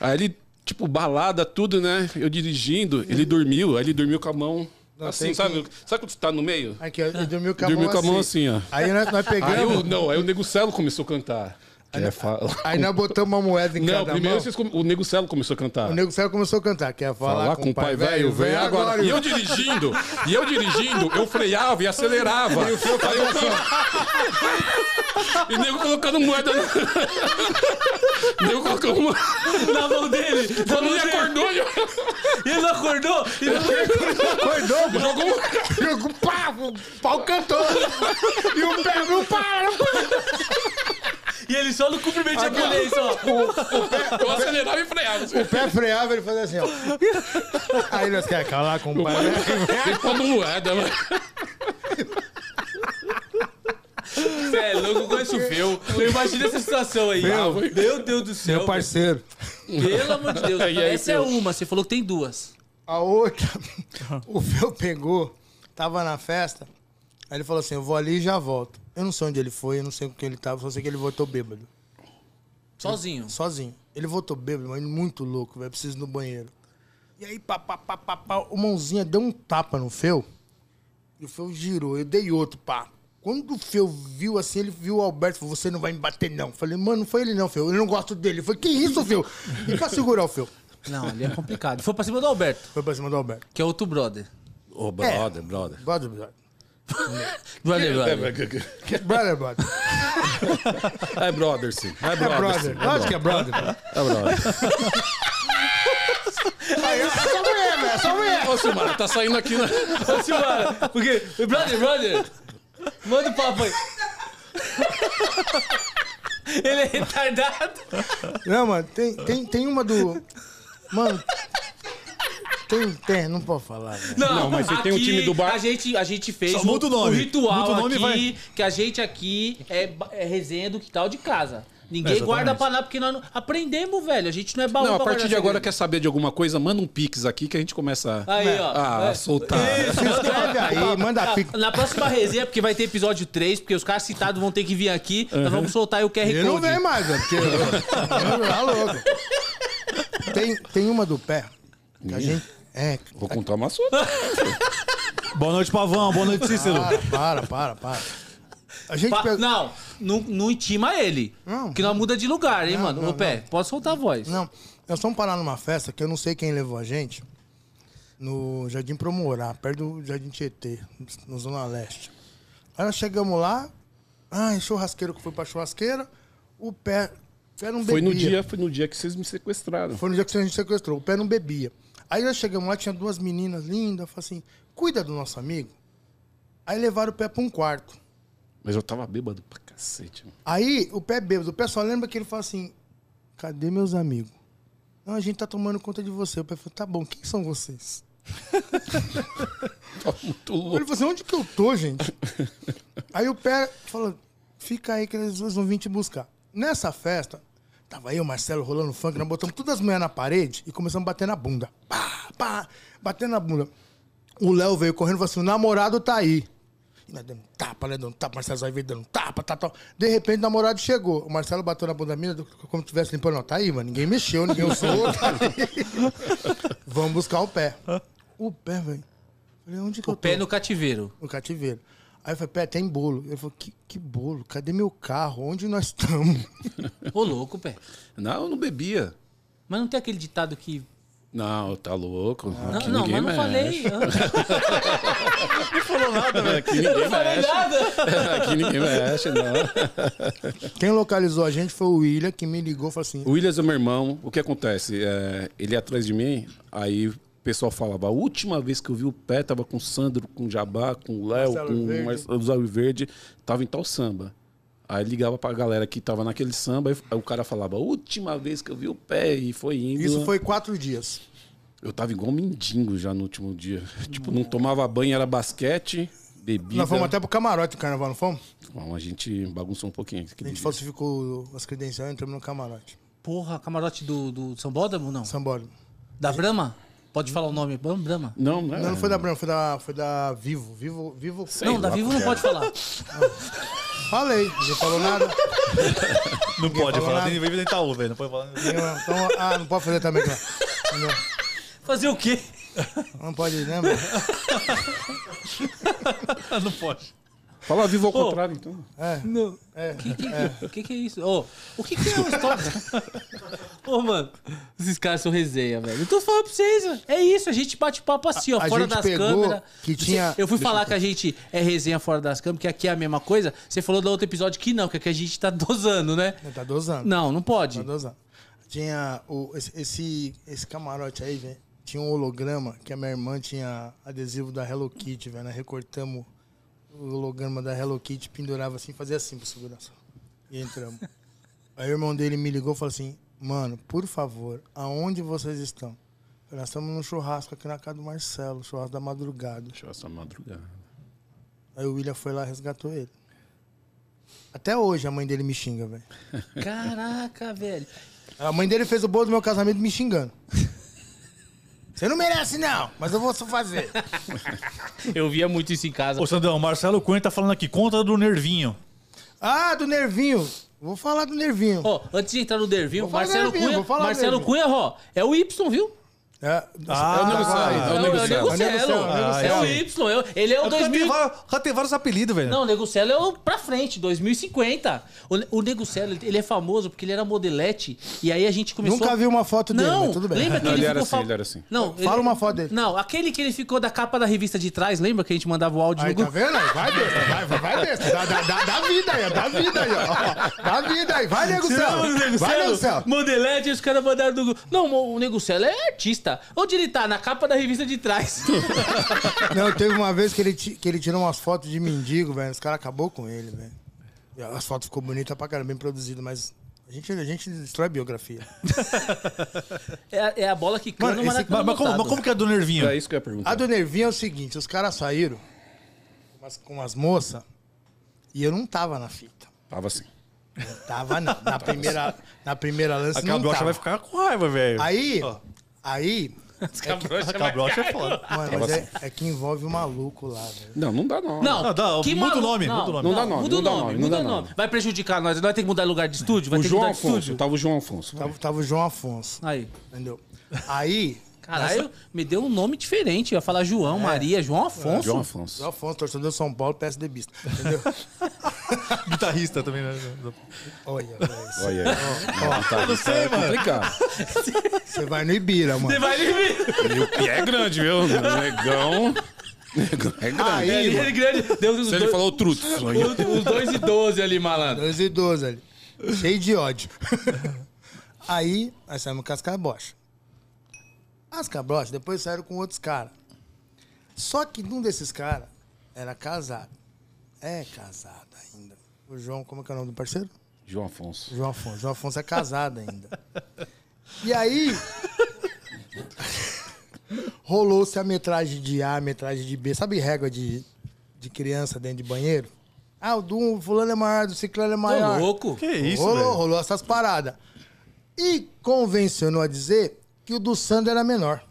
Speaker 4: aí ele, tipo, balada, tudo, né? Eu dirigindo, ele dormiu, aí ele dormiu com a mão. assim,
Speaker 3: tem
Speaker 4: sabe? Sabe quando tu tá no meio?
Speaker 3: Aqui, ó, ele dormiu com a
Speaker 4: Dormiu
Speaker 3: mão
Speaker 4: com a mão
Speaker 3: assim.
Speaker 4: assim, ó.
Speaker 3: Aí nós, nós
Speaker 4: Aí
Speaker 3: pegamos,
Speaker 4: eu, não, aí o nego Celo começou a cantar. Quer falar.
Speaker 3: aí nós botamos uma moeda em
Speaker 4: Não,
Speaker 3: cada
Speaker 4: primeiro
Speaker 3: mão.
Speaker 4: vocês come- o nego Celo começou a cantar.
Speaker 3: O nego saiu e começou a cantar. Quer falar,
Speaker 4: Falar com o pai velho, vem agora. E eu dirigindo, e eu dirigindo, eu freava e acelerava. E o tá filho caiu E nego colocando moeda. no- nego colocando moeda.
Speaker 1: Na mão dele. Na
Speaker 4: Quando
Speaker 1: mão
Speaker 4: ele
Speaker 1: dele.
Speaker 4: acordou, ele
Speaker 1: Ele não acordou. Ele não
Speaker 3: Acordou, mano.
Speaker 4: jogou um-
Speaker 3: Jogou pá, o pau cantou. E o pé não para.
Speaker 1: E ele só no cumprimento japonês, ó.
Speaker 4: Eu acelerava e freava. assim.
Speaker 3: O pé freava, ele fazia assim, ó. Aí nós quer calar com o pai
Speaker 4: é
Speaker 3: velho.
Speaker 4: Ele pondo moeda, mano.
Speaker 1: Cê é louco, quando choveu. Eu imagino essa situação aí.
Speaker 4: Meu.
Speaker 1: Meu Deus do céu.
Speaker 3: Meu parceiro.
Speaker 1: Pelo amor de Deus.
Speaker 4: E aí,
Speaker 1: essa é
Speaker 4: Fio?
Speaker 1: uma. Você falou que tem duas.
Speaker 3: A outra, o Fel pegou, tava na festa, aí ele falou assim, eu vou ali e já volto. Eu não sei onde ele foi, eu não sei com quem ele tava, só sei que ele voltou bêbado,
Speaker 1: Sozinho.
Speaker 3: sozinho. Ele voltou bêbado, mas muito louco, velho, preciso ir no banheiro. E aí, pá, pá, pá, pá, pá, o mãozinha deu um tapa no Fel, e o Fel girou, eu dei outro, pá. Quando o Fel viu assim, ele viu o Alberto, falou, você não vai me bater não. Falei, mano, não foi ele não, Fel, eu não gosto dele. Foi que isso, Fel? E pra segurar o Fel?
Speaker 1: Não, ali é complicado. Foi pra cima do Alberto,
Speaker 3: Foi pra cima do Alberto.
Speaker 1: que é outro brother.
Speaker 4: Ô, brother, brother.
Speaker 3: Brother, brother.
Speaker 1: Brother, brother.
Speaker 3: Brother, brother.
Speaker 4: É brother, sim. É
Speaker 3: É
Speaker 4: brother. sim.
Speaker 3: brother. Lógico que é brother. mano.
Speaker 4: É brother.
Speaker 3: Aí, ó, só mulher, velho. É Só mulher.
Speaker 4: Ô, Silmar, tá saindo aqui na.
Speaker 1: Ô, Silmara, porque... Brother, brother. Manda o papo aí. Ele é retardado.
Speaker 3: Não, mano, tem, tem, tem uma do. Mano. Tem, tem, não pode falar, velho.
Speaker 1: Não,
Speaker 4: mas você tem um
Speaker 1: aqui
Speaker 4: time do bar-
Speaker 1: A gente, a gente fez um,
Speaker 2: Só muda o nome.
Speaker 1: ritual
Speaker 2: Muda o nome e
Speaker 1: aqui, que a gente aqui é, ba- é resenha do quintal de casa. Ninguém
Speaker 2: Exatamente.
Speaker 1: guarda pra lá, porque nós não... aprendemos, velho. A gente não é baú
Speaker 4: É, Não, a
Speaker 1: pra
Speaker 4: partir
Speaker 1: guardar
Speaker 4: de agora
Speaker 1: segredo.
Speaker 4: quer saber de alguma coisa, manda um pix aqui que a gente começa a,
Speaker 1: Aí, ó.
Speaker 4: a
Speaker 1: É.
Speaker 4: soltar.
Speaker 3: Se inscreve aí, manda a pic.
Speaker 1: Na próxima resenha, porque vai ter episódio 3, porque os caras citados vão ter que vir aqui, nós vamos soltar aí o QR
Speaker 3: Ele não
Speaker 1: Code.
Speaker 3: vem mais, velho. Porque. eu- Tá louco. Tem, tem uma do pé. Que a gente. É.
Speaker 4: Vou contar uma sua.
Speaker 2: Boa noite, Pavão. Boa noite, Cícero.
Speaker 3: Para, para, para, para. A gente
Speaker 1: Pa-
Speaker 3: pegou.
Speaker 1: Não, não, não intima ele.
Speaker 3: Não,
Speaker 1: que nós muda de lugar, hein, mano?
Speaker 3: não,
Speaker 1: Ô, pé, pode soltar a voz.
Speaker 3: Não, nós fomos parar numa festa que eu não sei quem levou a gente. No Jardim Promorá, perto do Jardim Tietê, na Zona Leste. Aí nós chegamos lá, ai, churrasqueiro que foi pra churrasqueira, o pé, o pé não bebia.
Speaker 4: Foi no, dia, foi no dia que vocês me sequestraram.
Speaker 3: Foi no dia que a gente sequestrou, o pé não bebia. Aí nós chegamos lá, tinha duas meninas lindas, eu falei assim, cuida do nosso amigo. Aí levaram o pé pra um quarto.
Speaker 4: Mas eu tava bêbado pra cacete. mano.
Speaker 3: Aí o pé bêbado, o pé só lembra que ele fala assim: cadê meus amigos? Não, a gente tá tomando conta de você. O pé falou: tá bom, quem são vocês?
Speaker 4: Tava muito
Speaker 3: Ele
Speaker 4: louco.
Speaker 3: falou assim: onde que eu tô, gente? aí o pé falou: fica aí que eles vão vir te buscar. Nessa festa, tava eu, Marcelo, rolando funk, nós botamos todas as mulheres na parede e começamos a bater na bunda. Pá, pá, batendo na bunda. O Léo veio correndo e falou assim: o namorado tá aí. E nós dando tapa, né? Dando tapa, Marcelo Azevedo dando tapa, tá, tal. De repente, o namorado chegou. O Marcelo bateu na bunda da mina, como se estivesse limpando. Não, tá aí, mano. Ninguém mexeu, ninguém usou. Tá aí. Vamos buscar o pé. O pé, velho. Falei, onde que
Speaker 1: O
Speaker 3: eu tô?
Speaker 1: pé no cativeiro.
Speaker 3: no cativeiro. Aí eu falei, pé, tem bolo. Ele falou, que, que bolo? Cadê meu carro? Onde nós estamos?
Speaker 1: Ô, louco, pé.
Speaker 4: Não, eu não bebia.
Speaker 1: Mas não tem aquele ditado que.
Speaker 4: Não, tá louco.
Speaker 1: Não,
Speaker 4: Aqui
Speaker 1: Ah. não
Speaker 4: ninguém
Speaker 1: mas não
Speaker 4: mexe.
Speaker 1: falei. Ah,
Speaker 4: Aqui ninguém
Speaker 1: Não falei
Speaker 4: mexe.
Speaker 1: nada.
Speaker 4: Aqui ninguém mexe, não.
Speaker 3: Quem localizou a gente foi o William, que me ligou e falou assim,
Speaker 4: O Williams é meu irmão. O que acontece? É, ele ia atrás de é mim, aí pessoal falava, a última vez que eu vi o pé tava com o Sandro, com o Jabá, com o Léo,
Speaker 3: Marcelo
Speaker 4: com
Speaker 3: Verde.
Speaker 4: o Marcelo Zóio Verde, tava em tal samba. Aí ligava pra galera que tava naquele samba, aí aí o cara falava, última vez que eu vi o pé, e foi indo.
Speaker 3: Isso foi quatro dias.
Speaker 4: Eu tava igual um mendigo já no último dia. Tipo, não tomava banho, era basquete, bebida.
Speaker 3: Nós fomos até pro camarote do carnaval, não fomos?
Speaker 4: Bom, a gente bagunçou um pouquinho.
Speaker 3: A gente falsificou as credenciais e entramos no camarote.
Speaker 1: Porra, camarote do, do Sambódromo, não?
Speaker 3: Sambódromo.
Speaker 1: Da Brahma? Pode falar o nome. Bram- Brahma.
Speaker 4: Não, não, é.
Speaker 3: Não, não foi da Brama, foi da, foi da Vivo. Vivo, Vivo.
Speaker 4: Sei
Speaker 1: É. Não, da
Speaker 4: lá,
Speaker 1: Vivo não
Speaker 4: cara.
Speaker 1: pode falar.
Speaker 3: Falei, ninguém falou nada.
Speaker 2: Não pode
Speaker 3: falou
Speaker 2: falar
Speaker 3: nada.
Speaker 2: nem vive nem Itaú, um, velho. Não pode falar. nem-
Speaker 3: Então, ah, não pode fazer também, claro. Não,
Speaker 1: Fazer o quê?
Speaker 3: não pode, né, mano?
Speaker 2: Não pode.
Speaker 4: Fala vivo ao contrário, então.
Speaker 1: Não. O que, que- que que é isso? Ô, o que, que é o stop? Ô, mano, esses caras são resenha, velho. Eu tô falando pra vocês, velho. É isso, a gente bate papo assim, ó,
Speaker 3: A- a
Speaker 1: fora
Speaker 3: gente
Speaker 1: das
Speaker 3: pegou
Speaker 1: câmeras.
Speaker 3: que tinha-
Speaker 1: Eu fui falar que a gente é resenha fora das câmeras, que aqui é a mesma coisa. Você falou do outro episódio que não, que aqui a gente tá dosando, né?
Speaker 3: Não, Tá dosando.
Speaker 1: Não, não pode.
Speaker 3: Tá dosando. Tinha o, esse, esse, esse camarote aí, velho. Tinha um holograma que a minha irmã tinha adesivo da Hello Kitty, velho. Nós recortamos o holograma da Hello Kitty, pendurava assim, fazia assim pro segurança. E entramos. Aí o irmão dele me ligou e falou assim: Mano, por favor, aonde vocês estão? Eu falei, Nós estamos num churrasco aqui na casa do Marcelo, churrasco da madrugada.
Speaker 4: Deixa eu essa madrugada.
Speaker 3: Aí o William foi lá e resgatou ele. Até hoje a mãe dele me xinga, velho.
Speaker 1: Caraca, velho.
Speaker 3: A mãe dele fez o bolo do meu casamento me xingando. Você não merece, não, mas eu vou só fazer.
Speaker 1: Eu via muito isso em casa.
Speaker 2: Ô, Sandrão, Marcelo Cunha tá falando aqui. Conta do Nervinho.
Speaker 3: Ah, do Nervinho. Vou falar do Nervinho.
Speaker 1: Ó, antes de entrar no Dervinho,
Speaker 3: Vou falar
Speaker 1: Marcelo
Speaker 3: do Dervinho,
Speaker 1: Cunha,
Speaker 3: vou falar do
Speaker 1: Marcelo
Speaker 3: Dervinho.
Speaker 1: Cunha, ó, é o Y, viu?
Speaker 3: É,
Speaker 2: Ah,
Speaker 3: tá,
Speaker 2: o Nego
Speaker 3: tá,
Speaker 2: Sá,
Speaker 3: tá.
Speaker 1: É
Speaker 4: É
Speaker 1: o
Speaker 4: o Nego Celo.
Speaker 1: Nego
Speaker 3: É o Nego
Speaker 1: Celo.
Speaker 3: Celo,
Speaker 2: é o Nego
Speaker 1: É o
Speaker 2: Celo.
Speaker 1: Y. eu- Ele é o
Speaker 2: O cara tem
Speaker 1: 2000.
Speaker 2: vários- o cara tem vários apelidos, velho.
Speaker 1: Não, o Nego Celo é o pra frente, 2050. O, Ne- o Nego Celo, ele- ele é famoso porque ele era modelete e aí a gente começou...
Speaker 3: Nunca vi uma foto dele,
Speaker 1: Não,
Speaker 3: mas tudo bem.
Speaker 1: lembra que
Speaker 4: Não,
Speaker 1: ele,
Speaker 4: ele
Speaker 1: ficou
Speaker 4: era assim,
Speaker 1: fa-
Speaker 4: ele era assim.
Speaker 1: Não,
Speaker 3: Fala uma foto dele.
Speaker 1: Não, aquele que ele ficou da capa da revista de trás, lembra que a gente mandava o áudio
Speaker 3: Aí,
Speaker 1: no
Speaker 3: tá
Speaker 1: grupo?
Speaker 3: vendo? Aí, Vai, besta, vai, vai, vai, besta. Dá, dá, dá, dá vida aí, ó, dá vida aí, ó. Dá vida aí. Vai, Nego Céu.
Speaker 1: Não, o Nego
Speaker 2: Ah,
Speaker 3: Vai,
Speaker 1: Celo,
Speaker 3: Nego Céu.
Speaker 1: Modelete, os caras mandaram do grupo. Não, o Nego Celo é artista. Onde ele tá? Na capa da revista de trás.
Speaker 3: Não, teve uma vez que ele, ti- que ele tirou umas fotos de mendigo, velho. Os caras acabou com ele, velho. E As fotos ficou bonita pra caramba, bem produzido, mas a gente, a gente destrói a biografia.
Speaker 1: É, a- é a bola que cai
Speaker 2: Mano,
Speaker 1: no
Speaker 2: esse-
Speaker 1: Maracanã
Speaker 2: mas, mas como,
Speaker 1: lotado.
Speaker 2: mas como que é do Nervinho?
Speaker 4: É isso que eu ia perguntar.
Speaker 3: A do Nervinho é o seguinte, os caras saíram com as, com as moças e eu não tava na fita.
Speaker 4: Tava assim.
Speaker 3: Não tava, não. Na primeira, na primeira lance
Speaker 2: A
Speaker 3: não
Speaker 2: cabrocha
Speaker 3: tava.
Speaker 2: vai ficar com raiva, velho.
Speaker 3: Aí,
Speaker 2: Ó.
Speaker 3: aí, é
Speaker 2: A cabrocha é foda.
Speaker 3: mano, mas é,
Speaker 2: assim.
Speaker 3: é que envolve o maluco lá, velho.
Speaker 4: Não, não dá não.
Speaker 1: Não,
Speaker 2: Não, dá,
Speaker 1: que
Speaker 2: muda o
Speaker 1: maluco-
Speaker 2: nome, muda o nome.
Speaker 4: Não dá nome,
Speaker 1: Muda o
Speaker 4: não dá
Speaker 1: nome,
Speaker 4: nome,
Speaker 1: muda o
Speaker 4: não dá
Speaker 1: nome.
Speaker 4: nome.
Speaker 1: Vai prejudicar nós, nós temos que mudar lugar de estúdio, vai
Speaker 4: O
Speaker 1: ter
Speaker 4: João
Speaker 1: que mudar de
Speaker 4: Afonso. tá-
Speaker 1: estúdio.
Speaker 4: Tava o João Afonso.
Speaker 2: Tá.
Speaker 3: Tava, tava o João Afonso,
Speaker 1: Aí.
Speaker 3: entendeu? Aí,
Speaker 1: Caralho, me deu um nome diferente. Eu ia falar
Speaker 2: É.
Speaker 1: João, Maria, João Afonso.
Speaker 4: João
Speaker 3: João
Speaker 4: Afonso.
Speaker 3: Afonso, torcedor de São Paulo, PSDBista, entendeu?
Speaker 2: Guitarrista também, né?
Speaker 3: Olha, velho.
Speaker 4: Olha aí. Não, tá, isso é complicado.
Speaker 3: Você vai no Ibira,
Speaker 2: É.
Speaker 3: mano.
Speaker 1: Vai ele-
Speaker 4: E o pé é grande, viu? Negão. Negão é grande.
Speaker 3: Aí,
Speaker 1: ele é grande. Deu os
Speaker 4: Se ele
Speaker 1: dois,
Speaker 4: falou truto.
Speaker 1: os, os dois e doze ali, malandro.
Speaker 3: 12 e 12 ali. Cheio de ódio. Aí, nós saímos com as cabrochas. As cabrochas depois saíram com outros caras. Só que um desses caras era casado. É casado ainda. O João, como é que é o nome do parceiro?
Speaker 4: João Afonso.
Speaker 3: João Afonso. João Afonso é casado ainda. E aí. Rolou-se a metragem de A, a metragem de B. Sabe régua de, de criança dentro de banheiro? Ah, o do fulano é maior, do ciclano é
Speaker 1: Tô
Speaker 3: maior.
Speaker 1: louco.
Speaker 2: Que isso,
Speaker 3: rolou,
Speaker 2: velho.
Speaker 3: rolou essas paradas. E convencionou a dizer que o do Sandro era menor.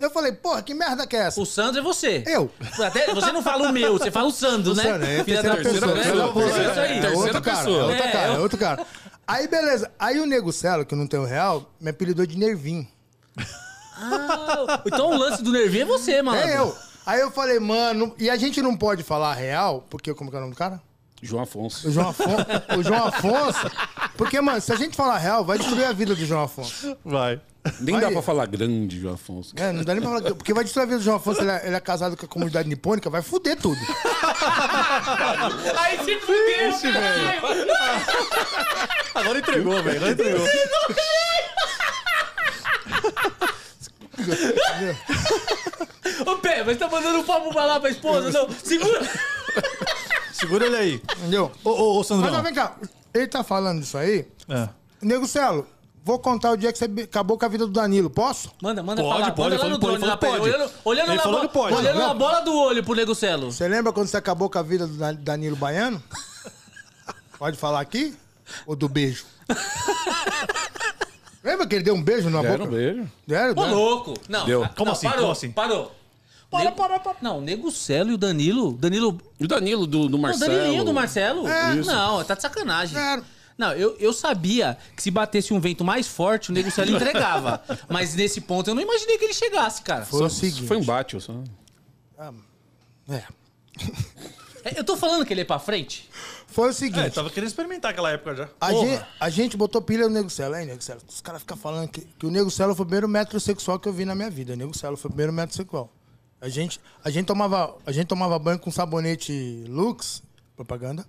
Speaker 3: Eu falei, porra, que merda que é essa?
Speaker 1: O Sandro é você.
Speaker 3: Eu.
Speaker 1: Até, você não fala o meu, você fala o Sandro,
Speaker 3: O
Speaker 1: né?
Speaker 3: Sandro, é
Speaker 1: Filha
Speaker 3: terceira pessoa, terceira
Speaker 1: né?
Speaker 3: pessoa.
Speaker 1: É isso aí.
Speaker 3: É
Speaker 4: Terceira
Speaker 3: outro cara,
Speaker 4: pessoa.
Speaker 3: é outro
Speaker 1: É,
Speaker 3: cara,
Speaker 1: é
Speaker 3: é outro cara. Aí, beleza. Aí o Nego Celo, que não tem o real, me apelidou de Nervinho.
Speaker 1: Ah, então o lance do Nervinho é você, malandro.
Speaker 3: É eu. Aí eu falei, mano, e a gente não pode falar real, porque como que é o nome do cara?
Speaker 4: João Afonso.
Speaker 3: O João, Afon... o João Afonso. Porque, mano, se a gente falar real, vai destruir a vida do João Afonso.
Speaker 2: Vai.
Speaker 4: Nem dá
Speaker 3: Aí.
Speaker 4: pra falar grande, João Afonso.
Speaker 3: É, não dá nem pra falar. Porque vai destruir a vida do João Afonso, ele é, ele é casado com a comunidade nipônica, vai fuder tudo.
Speaker 1: Aí se fudeu, caralho.
Speaker 2: Agora entregou, velho. Agora entregou.
Speaker 3: Entendeu?
Speaker 1: Ô, Pé, mas tá mandando o Fábio falar pra esposa? Não, segura!
Speaker 2: Segura ele aí.
Speaker 3: Entendeu?
Speaker 2: Ô, ô, ô
Speaker 3: Mas ó,
Speaker 2: Sandrão.
Speaker 3: vem cá, ele tá falando isso aí.
Speaker 2: É.
Speaker 3: Nego Celo, vou contar o dia que você be- acabou com a vida do Danilo, posso?
Speaker 1: Manda, manda
Speaker 2: Pode,
Speaker 1: falar. manda
Speaker 2: pode,
Speaker 1: lá
Speaker 2: ele
Speaker 1: no
Speaker 2: falou-
Speaker 1: drone, lá
Speaker 2: ele
Speaker 1: pra
Speaker 2: falou
Speaker 1: ele.
Speaker 2: que
Speaker 1: Olhando,
Speaker 2: pode.
Speaker 1: olhando,
Speaker 2: Ele
Speaker 1: na,
Speaker 2: falou
Speaker 1: bo-
Speaker 2: que pode.
Speaker 1: olhando
Speaker 3: Não,
Speaker 1: na
Speaker 3: não.
Speaker 1: bola do olho pro Nego Celo.
Speaker 3: Você lembra quando você acabou com a vida do Dan- Danilo Baiano? Pode falar aqui? Ou do beijo? lembra que ele deu um beijo na
Speaker 4: Deram
Speaker 3: boca?
Speaker 4: um beijo.
Speaker 3: Deram,
Speaker 1: Ô,
Speaker 3: deram.
Speaker 1: louco! Não,
Speaker 4: Deu.
Speaker 1: ah,
Speaker 2: Como
Speaker 1: não,
Speaker 2: assim?
Speaker 1: Parou,
Speaker 2: Como assim?
Speaker 1: parou. Nego- Não, o Nego Celo e o Danilo... Danilo...
Speaker 4: E o Danilo do, do
Speaker 1: Não, o
Speaker 4: Marcelo.
Speaker 1: Danilinho do Marcelo? Não, tá de sacanagem.
Speaker 3: Claro.
Speaker 1: Não, eu, eu sabia que se batesse um vento mais forte, o Nego Celo entregava. Mas nesse ponto eu não imaginei que ele chegasse, cara.
Speaker 3: Foi o seguinte.
Speaker 4: Foi um bate, só.
Speaker 3: é.
Speaker 1: É, Eu tô falando que ele é pra frente?
Speaker 3: Foi o
Speaker 2: É,
Speaker 4: tá
Speaker 3: seguinte.
Speaker 2: tava querendo experimentar aquela época já.
Speaker 3: A
Speaker 1: Porra.
Speaker 3: gente, a gente botou pilha no Nego Celo, hein, Nego Celo? Os caras ficam falando que, que o Nego Celo foi o primeiro metrosexual que eu vi na minha vida. O Nego Celo foi o primeiro metrosexual. A gente, a gente, tomava, a gente tomava banho com sabonete Lux, propaganda,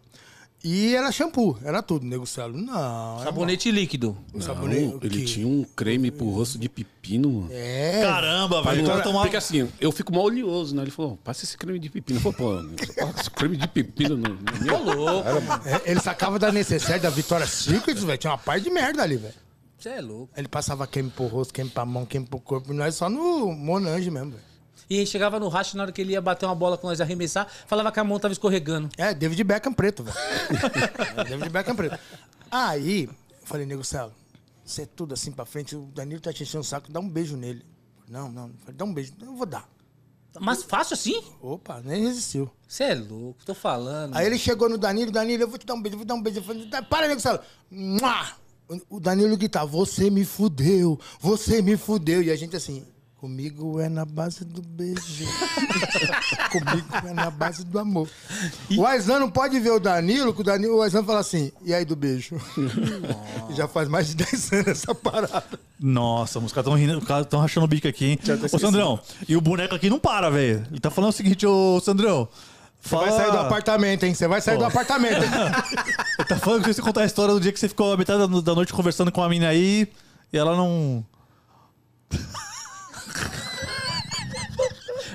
Speaker 3: e era shampoo, era tudo. O Nego Celo, não. era
Speaker 1: Sabonete líquido.
Speaker 3: um
Speaker 4: Não,
Speaker 3: sabonete
Speaker 4: Ah, ele
Speaker 3: que-
Speaker 4: tinha um creme pro rosto de pepino, mano.
Speaker 3: É,
Speaker 2: Caramba,
Speaker 4: Pra
Speaker 1: Então
Speaker 2: velho. O
Speaker 4: não-
Speaker 2: um cara tomava.
Speaker 1: um-
Speaker 4: Porque assim, eu fico mal oleoso, né? Ele falou, passa esse creme de pepino. Eu falei, pô, mano, você passa creme de pepino no, no
Speaker 1: Ô,
Speaker 4: meu...
Speaker 1: louco.
Speaker 3: é, ele sacava da necessária da Vitória Secrets, velho. Tinha uma parte de merda ali, velho.
Speaker 1: Você é louco.
Speaker 3: Ele passava queime pro rosto, queime pra mão, queime pro corpo, e nós só no Monange mesmo, velho.
Speaker 1: E aí chegava no racha, na hora que ele ia bater uma bola com nós arremessar, falava que a mão tava escorregando.
Speaker 3: É, David Beckham preto, velho. É, David Beckham preto. Aí, eu falei, nego Celo, você é tudo assim pra frente, o Danilo tá te enchendo o saco, dá um beijo nele. Não, não, Eu falei, dá um beijo. Eu vou dar.
Speaker 1: Mas fácil assim?
Speaker 3: Opa, nem resistiu.
Speaker 1: Você é louco, tô falando.
Speaker 3: Aí ele chegou no Danilo, Danilo, eu vou te dar um beijo, eu vou te dar um beijo. Eu falei, "Dá- para, nego Celo. Mua! O Danilo gritava, você me fudeu, você me fudeu. E a gente assim, comigo é na base do beijo. comigo é na base do amor. O Aizan não pode ver o Danilo, que o Danilo, o Aizan fala assim, e aí do beijo? Já faz mais de 10 anos essa parada.
Speaker 2: Nossa, os caras tão rindo, os caras tão rachando o bico aqui, hein? Ô, Sandrão, e o boneco aqui não para, velho. Ele tá falando o seguinte, ô, Sandrão. Fala...
Speaker 3: Vai sair do apartamento, hein? Você vai sair do apartamento, hein?
Speaker 2: Ele tá falando que você contar a história do dia que você ficou a metade da- da noite conversando com a mina aí e ela não.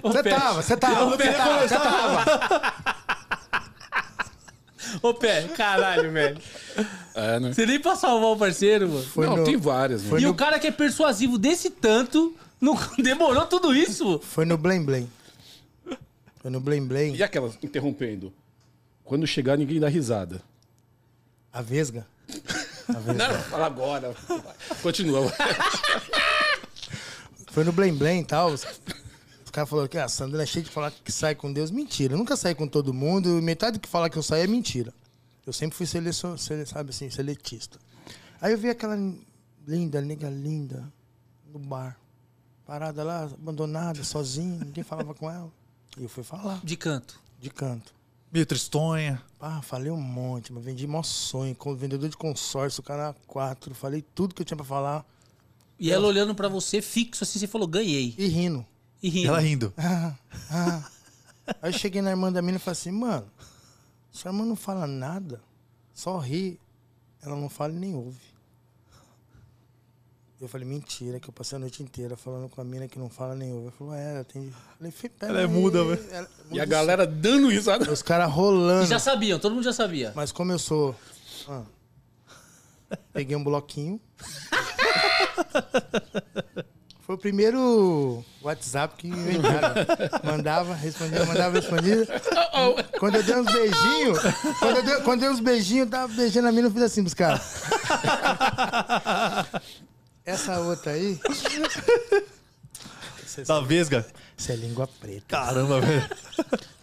Speaker 1: Ô,
Speaker 3: Você
Speaker 1: Pé,
Speaker 3: tava, você tava, você tava, você tava.
Speaker 1: Ô, pé, caralho, velho.
Speaker 4: É, né?
Speaker 1: Você nem pra salvar o parceiro, mano.
Speaker 3: Foi
Speaker 4: não,
Speaker 3: no-
Speaker 4: tem várias, mano.
Speaker 1: E o cara que é persuasivo desse tanto, não demorou tudo isso?
Speaker 3: Foi no Blém Blém. Foi no Blém Blém.
Speaker 4: E aquela, interrompendo, quando chegar ninguém dá risada.
Speaker 3: A Vesga.
Speaker 4: Não, fala agora. Continua.
Speaker 3: Foi no Blém Blém e tal. Os os caras falaram que ah, a Sandra é cheia de falar que sai com Deus. Mentira. Eu nunca saí com todo mundo. e Metade do que fala que eu saio é mentira. Eu sempre fui seleção, sele- sabe assim, seletista. Aí eu vi aquela linda, nega linda, no bar. Parada lá, abandonada, sozinha, ninguém falava com ela. E eu fui falar,
Speaker 1: De canto.
Speaker 3: de canto.
Speaker 2: Meio tristonha.
Speaker 3: Ah, falei um monte, mas vendi mó sonho. Como vendedor de consórcio, cara quatro. Falei tudo que eu tinha pra falar
Speaker 1: E ela olhando pra você fixo assim, você falou, ganhei.
Speaker 3: e rindo.
Speaker 1: E
Speaker 2: E
Speaker 1: rindo.
Speaker 2: ela rindo.
Speaker 3: Ah, Aí eu cheguei na irmã da mina e falei assim, mano, sua irmã não fala nada, só ri. Ela não fala e nem ouve. Eu falei, mentira, que eu passei a noite inteira falando com a mina que não fala nem ouve. Ela falou, é, ela tem. Eu falei, "Fih, pera
Speaker 2: Ela é
Speaker 3: aí,
Speaker 2: muda, velho."
Speaker 3: ela-
Speaker 4: E a
Speaker 3: muda
Speaker 4: galera dando
Speaker 3: isso.
Speaker 4: risada.
Speaker 3: Os caras
Speaker 1: E
Speaker 3: rolando.
Speaker 1: já sabiam, todo mundo já sabia.
Speaker 3: Mas como eu sou. ah, peguei um bloquinho. Foi o primeiro WhatsApp que inventaram. Mandava, respondia, mandava, respondia. Quando eu dei uns beijinhos, quando eu dei, quando eu dei uns beijinhos, eu tava beijando a mina, eu fiz assim pros caras. Essa outra aí,
Speaker 2: Da tá vesga.
Speaker 3: isso é língua preta.
Speaker 2: Caramba, velho.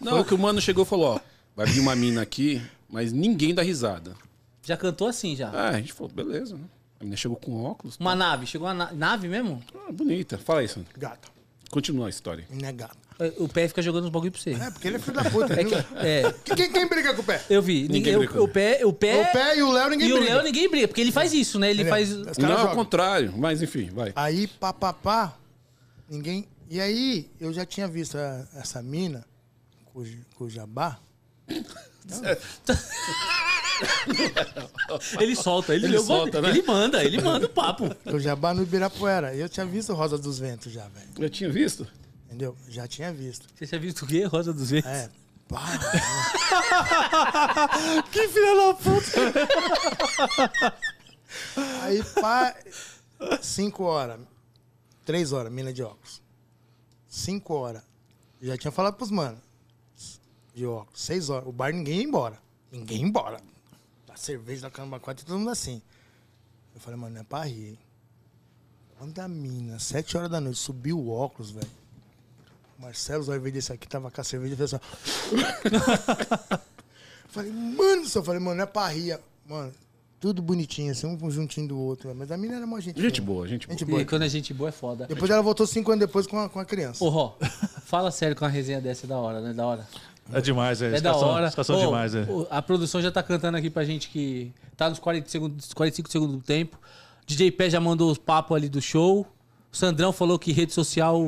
Speaker 4: Não, que o mano chegou e falou, ó, vai vir uma mina aqui, mas ninguém dá risada.
Speaker 1: Já cantou assim, já.
Speaker 4: Ah, a gente falou, beleza, né? A menina chegou com óculos.
Speaker 1: Uma nave, chegou uma na- nave mesmo?
Speaker 4: Ah, bonita. Fala aí, Sandro.
Speaker 3: Gata.
Speaker 4: Continua a história.
Speaker 3: Mina é gata.
Speaker 1: É, O pé fica jogando os bagulho pra você.
Speaker 3: É, porque ele é filho da puta.
Speaker 1: É,
Speaker 3: viu?
Speaker 1: que- é,
Speaker 3: Quem, quem briga com o pé?
Speaker 1: eu vi.
Speaker 4: Ninguém
Speaker 1: Eu-
Speaker 4: brincou.
Speaker 1: o pé, o pé,
Speaker 3: O pé e o Léo, ninguém
Speaker 1: e o
Speaker 3: briga.
Speaker 1: Léo ninguém briga, porque ele faz isso, né? Ele
Speaker 3: Ele-
Speaker 1: faz
Speaker 3: os caras
Speaker 4: Não, é o
Speaker 3: jogam.
Speaker 4: contrário, mas enfim, vai.
Speaker 3: Aí, pá, pá, pá, ninguém. E aí, eu já tinha visto a- essa mina, com o Jabá.
Speaker 1: Ele solta, ele,
Speaker 4: Ele
Speaker 1: eu gosto-
Speaker 4: solta, né?
Speaker 1: ele manda, ele manda o papo.
Speaker 3: Eu Jabá no Ibirapuera. Eu tinha visto Rosa dos Ventos já, velho.
Speaker 4: Eu tinha visto.
Speaker 3: Entendeu? Já tinha visto.
Speaker 1: Você já viu o quê? Rosa dos Ventos?
Speaker 3: É. Pá,
Speaker 2: Que filha da puta!
Speaker 3: aí, pá. Cinco horas. Três horas, mina de óculos. Cinco horas. Já tinha falado pros manos. De óculos. Seis horas. O bar ninguém ia embora. Ninguém ia embora. A cerveja da caramba quatro, todo mundo assim. Eu falei, mano, não é pra rir, hein? Quando a mina, sete horas da noite, subiu o óculos, velho. O Marcelo vai ver desse aqui, tava com a cerveja e fez assim. ó. Falei, mano, só falei, mano, é parria. Mano, tudo bonitinho, assim, um juntinho do outro. né? Mas a menina era uma gente.
Speaker 4: Gente
Speaker 3: fina.
Speaker 4: boa, gente boa.
Speaker 3: Gente boa.
Speaker 1: E quando a gente boa é foda.
Speaker 3: Depois ela voltou cinco anos depois com a, com a criança.
Speaker 1: Ô, Ró, fala sério com a resenha dessa é da hora, né? Da hora.
Speaker 2: É demais, é.
Speaker 1: É da
Speaker 2: Escação-
Speaker 1: hora.
Speaker 2: escação
Speaker 1: Ô,
Speaker 2: demais, é.
Speaker 1: o- A produção já tá cantando aqui pra gente que tá nos 40 segundos, 45 segundos do tempo. DJ Pé já mandou os papos ali do show. O Sandrão falou que rede social.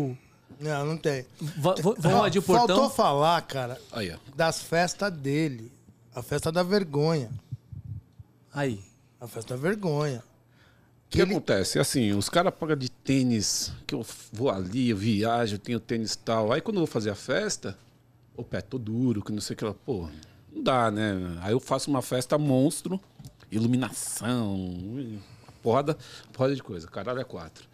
Speaker 3: Não, não tem.
Speaker 1: va- va- Vão
Speaker 3: Não,
Speaker 1: invadir o
Speaker 3: Faltou
Speaker 1: portão.
Speaker 3: falar, cara,
Speaker 4: Aí, ó.
Speaker 3: das festas dele. A festa da vergonha.
Speaker 1: Aí.
Speaker 3: A festa da vergonha.
Speaker 4: O que acontece? Assim, os caras pagam de tênis, que eu vou ali, eu viajo, eu tenho tênis tal. Aí quando eu vou fazer a festa, o pé tô duro, que não sei o que lá. Pô, não dá, né? Aí eu faço uma festa monstro, iluminação, ui, uma porrada, porrada de coisa. Caralho, é quatro.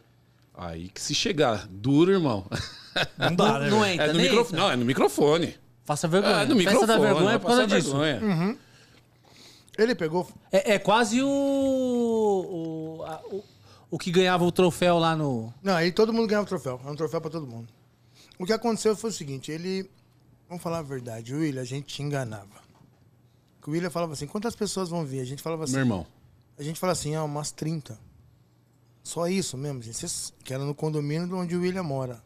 Speaker 4: Aí que se chegar duro, irmão.
Speaker 2: Não dá, né?
Speaker 1: não
Speaker 2: velho?
Speaker 1: é,
Speaker 4: É
Speaker 1: entra,
Speaker 4: no,
Speaker 1: nem
Speaker 4: micro...
Speaker 1: entra.
Speaker 4: não, é no microfone.
Speaker 1: Faça vergonha.
Speaker 4: É
Speaker 1: Festa
Speaker 4: no microfone.
Speaker 1: da vergonha
Speaker 4: vai
Speaker 1: é por causa
Speaker 4: passar
Speaker 1: disso. Uhum.
Speaker 4: vergonha.
Speaker 3: Ele pegou.
Speaker 1: É, é quase o. O, a- o. o que ganhava o troféu lá no.
Speaker 3: Não, aí todo mundo ganhava um troféu. Era um troféu pra todo mundo. O que aconteceu foi o seguinte, ele. Vamos falar a verdade, o William, a gente te enganava. Que O William falava assim, quantas pessoas vão vir? A gente falava assim.
Speaker 4: Meu irmão.
Speaker 3: A gente fala assim, ah, umas 30. Só isso mesmo, gente. Vocês- Que era no condomínio onde o William mora.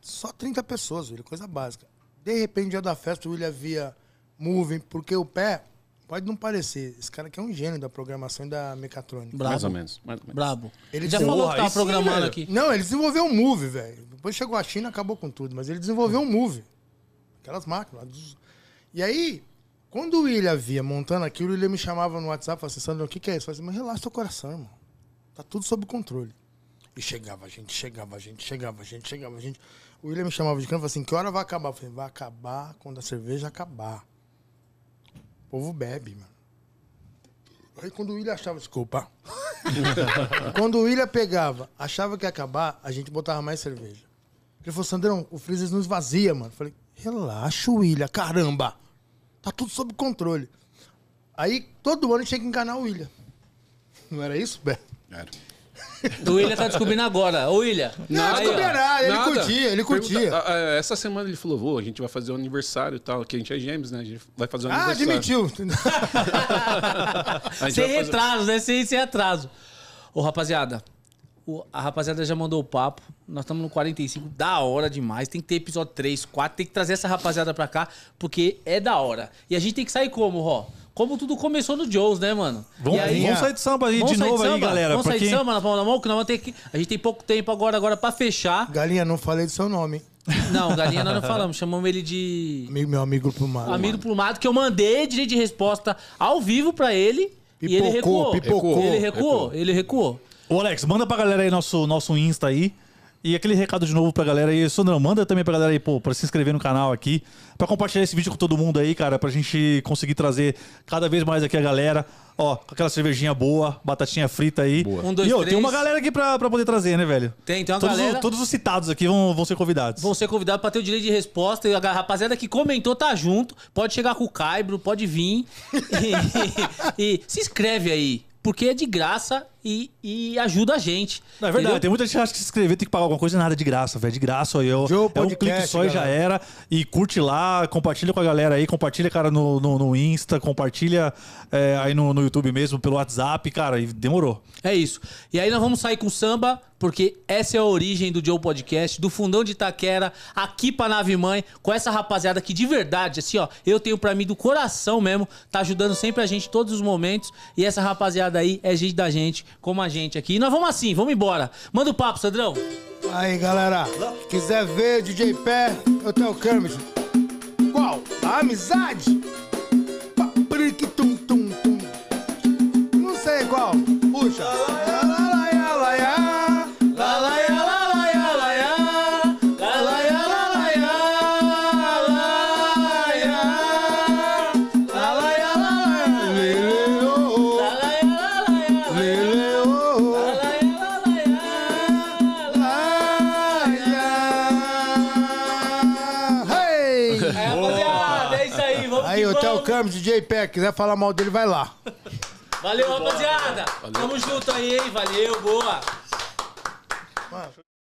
Speaker 3: Só 30 pessoas, William, coisa básica. De repente, no dia da festa, o William via moving, porque o pé pode não parecer. Esse cara aqui é um gênio da programação e da mecatrônica.
Speaker 1: Brabo.
Speaker 4: Mais ou menos. Mais ou menos.
Speaker 1: Brabo. Ele
Speaker 3: Ele
Speaker 1: já
Speaker 3: disse,
Speaker 1: falou
Speaker 2: "Porra,
Speaker 1: que tava
Speaker 2: aí sim,
Speaker 1: programando
Speaker 2: velho."
Speaker 1: aqui.
Speaker 3: Não, ele desenvolveu um move, velho. Depois chegou a China, acabou com tudo. Mas ele desenvolveu um move. Aquelas máquinas. lá dos- E aí, quando o William via montando aquilo, o William me chamava no WhatsApp, falava assim, Sandro, o que, que é isso? Eu falei assim, mas relaxa teu coração, irmão. Tá tudo sob controle. E chegava a gente, chegava a gente, chegava a gente, chegava a gente. O William me chamava de canto e falava assim, que hora vai acabar? Eu falei, vai acabar quando a cerveja acabar. O povo bebe, mano. Aí quando o William achava, desculpa. Quando o William pegava, achava que ia acabar, a gente botava mais cerveja. Ele falou, Sandrão, o freezer nos vazia, mano. Eu falei, relaxa, William, caramba. Tá tudo sob controle. Aí, todo ano tinha que enganar o William. Não era isso, Bé?
Speaker 4: Era.
Speaker 1: O William tá descobrindo agora. Ô, William.
Speaker 3: Não,
Speaker 1: aí, ó.
Speaker 3: descobriu nada, ele curtia, ele curtia.
Speaker 4: Pergunta- ah, ah, essa semana ele falou, vô, a gente vai fazer um aniversário e tal, que a gente é gêmeos, né? A gente vai fazer um
Speaker 3: Ah,
Speaker 4: aniversário.
Speaker 3: admitiu.
Speaker 4: A gente
Speaker 1: Sem
Speaker 4: vai fazer-
Speaker 1: retraso, né? Sem, sem atraso. Ô, rapaziada, o- a rapaziada já mandou o papo. Nós estamos no 45, da hora demais. Tem que ter episódio 3, 4. Tem que trazer essa rapaziada pra cá, porque é da hora. E a gente tem que sair como, Ró? Como tudo começou no Jones, né, mano?
Speaker 2: Vamos,
Speaker 1: e aí,
Speaker 2: vamos sair de samba aí
Speaker 1: vamos
Speaker 2: de
Speaker 1: sair
Speaker 2: novo aí,
Speaker 1: samba?
Speaker 2: galera.
Speaker 1: Vamos
Speaker 2: pra
Speaker 1: sair de
Speaker 2: quem-
Speaker 1: samba na palma da mão, que nós vamos ter que... A gente tem pouco tempo agora, agora pra fechar.
Speaker 3: Galinha, não falei do seu nome.
Speaker 1: Não, galinha, nós não falamos. Chamamos ele de...
Speaker 3: Amigo- Meu amigo pro mar.
Speaker 1: Amigo Plumado, que eu mandei direito de resposta ao vivo pra ele. e ele
Speaker 3: Pipocou,
Speaker 1: recuou.
Speaker 3: pipocou.
Speaker 1: Ele recuou, ele recuou.
Speaker 2: Ô, Alex, manda pra galera aí nosso, nosso Insta aí. E aquele recado de novo pra galera aí. Sandrão, manda também pra galera aí, pô, pra se inscrever no canal aqui. Pra compartilhar esse vídeo com todo mundo aí, cara. Pra gente conseguir trazer cada vez mais aqui a galera. Ó, com aquela cervejinha boa, batatinha frita aí.
Speaker 4: Boa.
Speaker 1: Um, dois,
Speaker 2: e, ó,
Speaker 1: três.
Speaker 2: tem uma galera aqui pra, pra poder trazer, né, velho?
Speaker 1: Tem, tem uma
Speaker 2: todos,
Speaker 1: galera.
Speaker 2: Os, todos os citados aqui vão, vão ser convidados.
Speaker 1: Vão ser convidados pra ter o direito de resposta. E a rapaziada que comentou tá junto. Pode chegar com o Caibro, pode vir. E, e se inscreve aí. Porque é de graça e, e ajuda a gente.
Speaker 2: Não, é verdade,
Speaker 1: entendeu?
Speaker 2: tem muita gente que acha que se inscrever tem que pagar alguma coisa, nada é de graça, velho. De graça, aí, ó.
Speaker 3: Joe
Speaker 2: é um
Speaker 3: Podcast,
Speaker 2: clique só e já
Speaker 3: galera.
Speaker 2: era. E curte lá, compartilha com a galera aí, compartilha, cara, no, no, no Insta, compartilha é, aí no, no YouTube mesmo, pelo WhatsApp, cara, e demorou.
Speaker 1: É isso. E aí nós vamos sair com samba, porque essa é a origem do Joe Podcast, do fundão de Itaquera, aqui pra Nave Mãe, com essa rapaziada que de verdade, assim, ó, eu tenho pra mim do coração mesmo, tá ajudando sempre a gente em todos os momentos. E essa rapaziada aí é gente da gente, como a gente aqui. E nós vamos assim, vamos embora. Manda o papo, Sandrão.
Speaker 3: Aí, galera, quiser ver DJ Pé, eu tenho o Kermit. Qual? A amizade? Paprique tum tum tum
Speaker 1: É, rapaziada, é isso aí. Vamos
Speaker 3: Aí,
Speaker 1: que
Speaker 3: Hotel
Speaker 1: vamos.
Speaker 3: Câmbio, DJ Pack, quiser falar mal dele, vai lá.
Speaker 1: Valeu, rapaziada. Tamo junto aí, hein? Valeu, boa.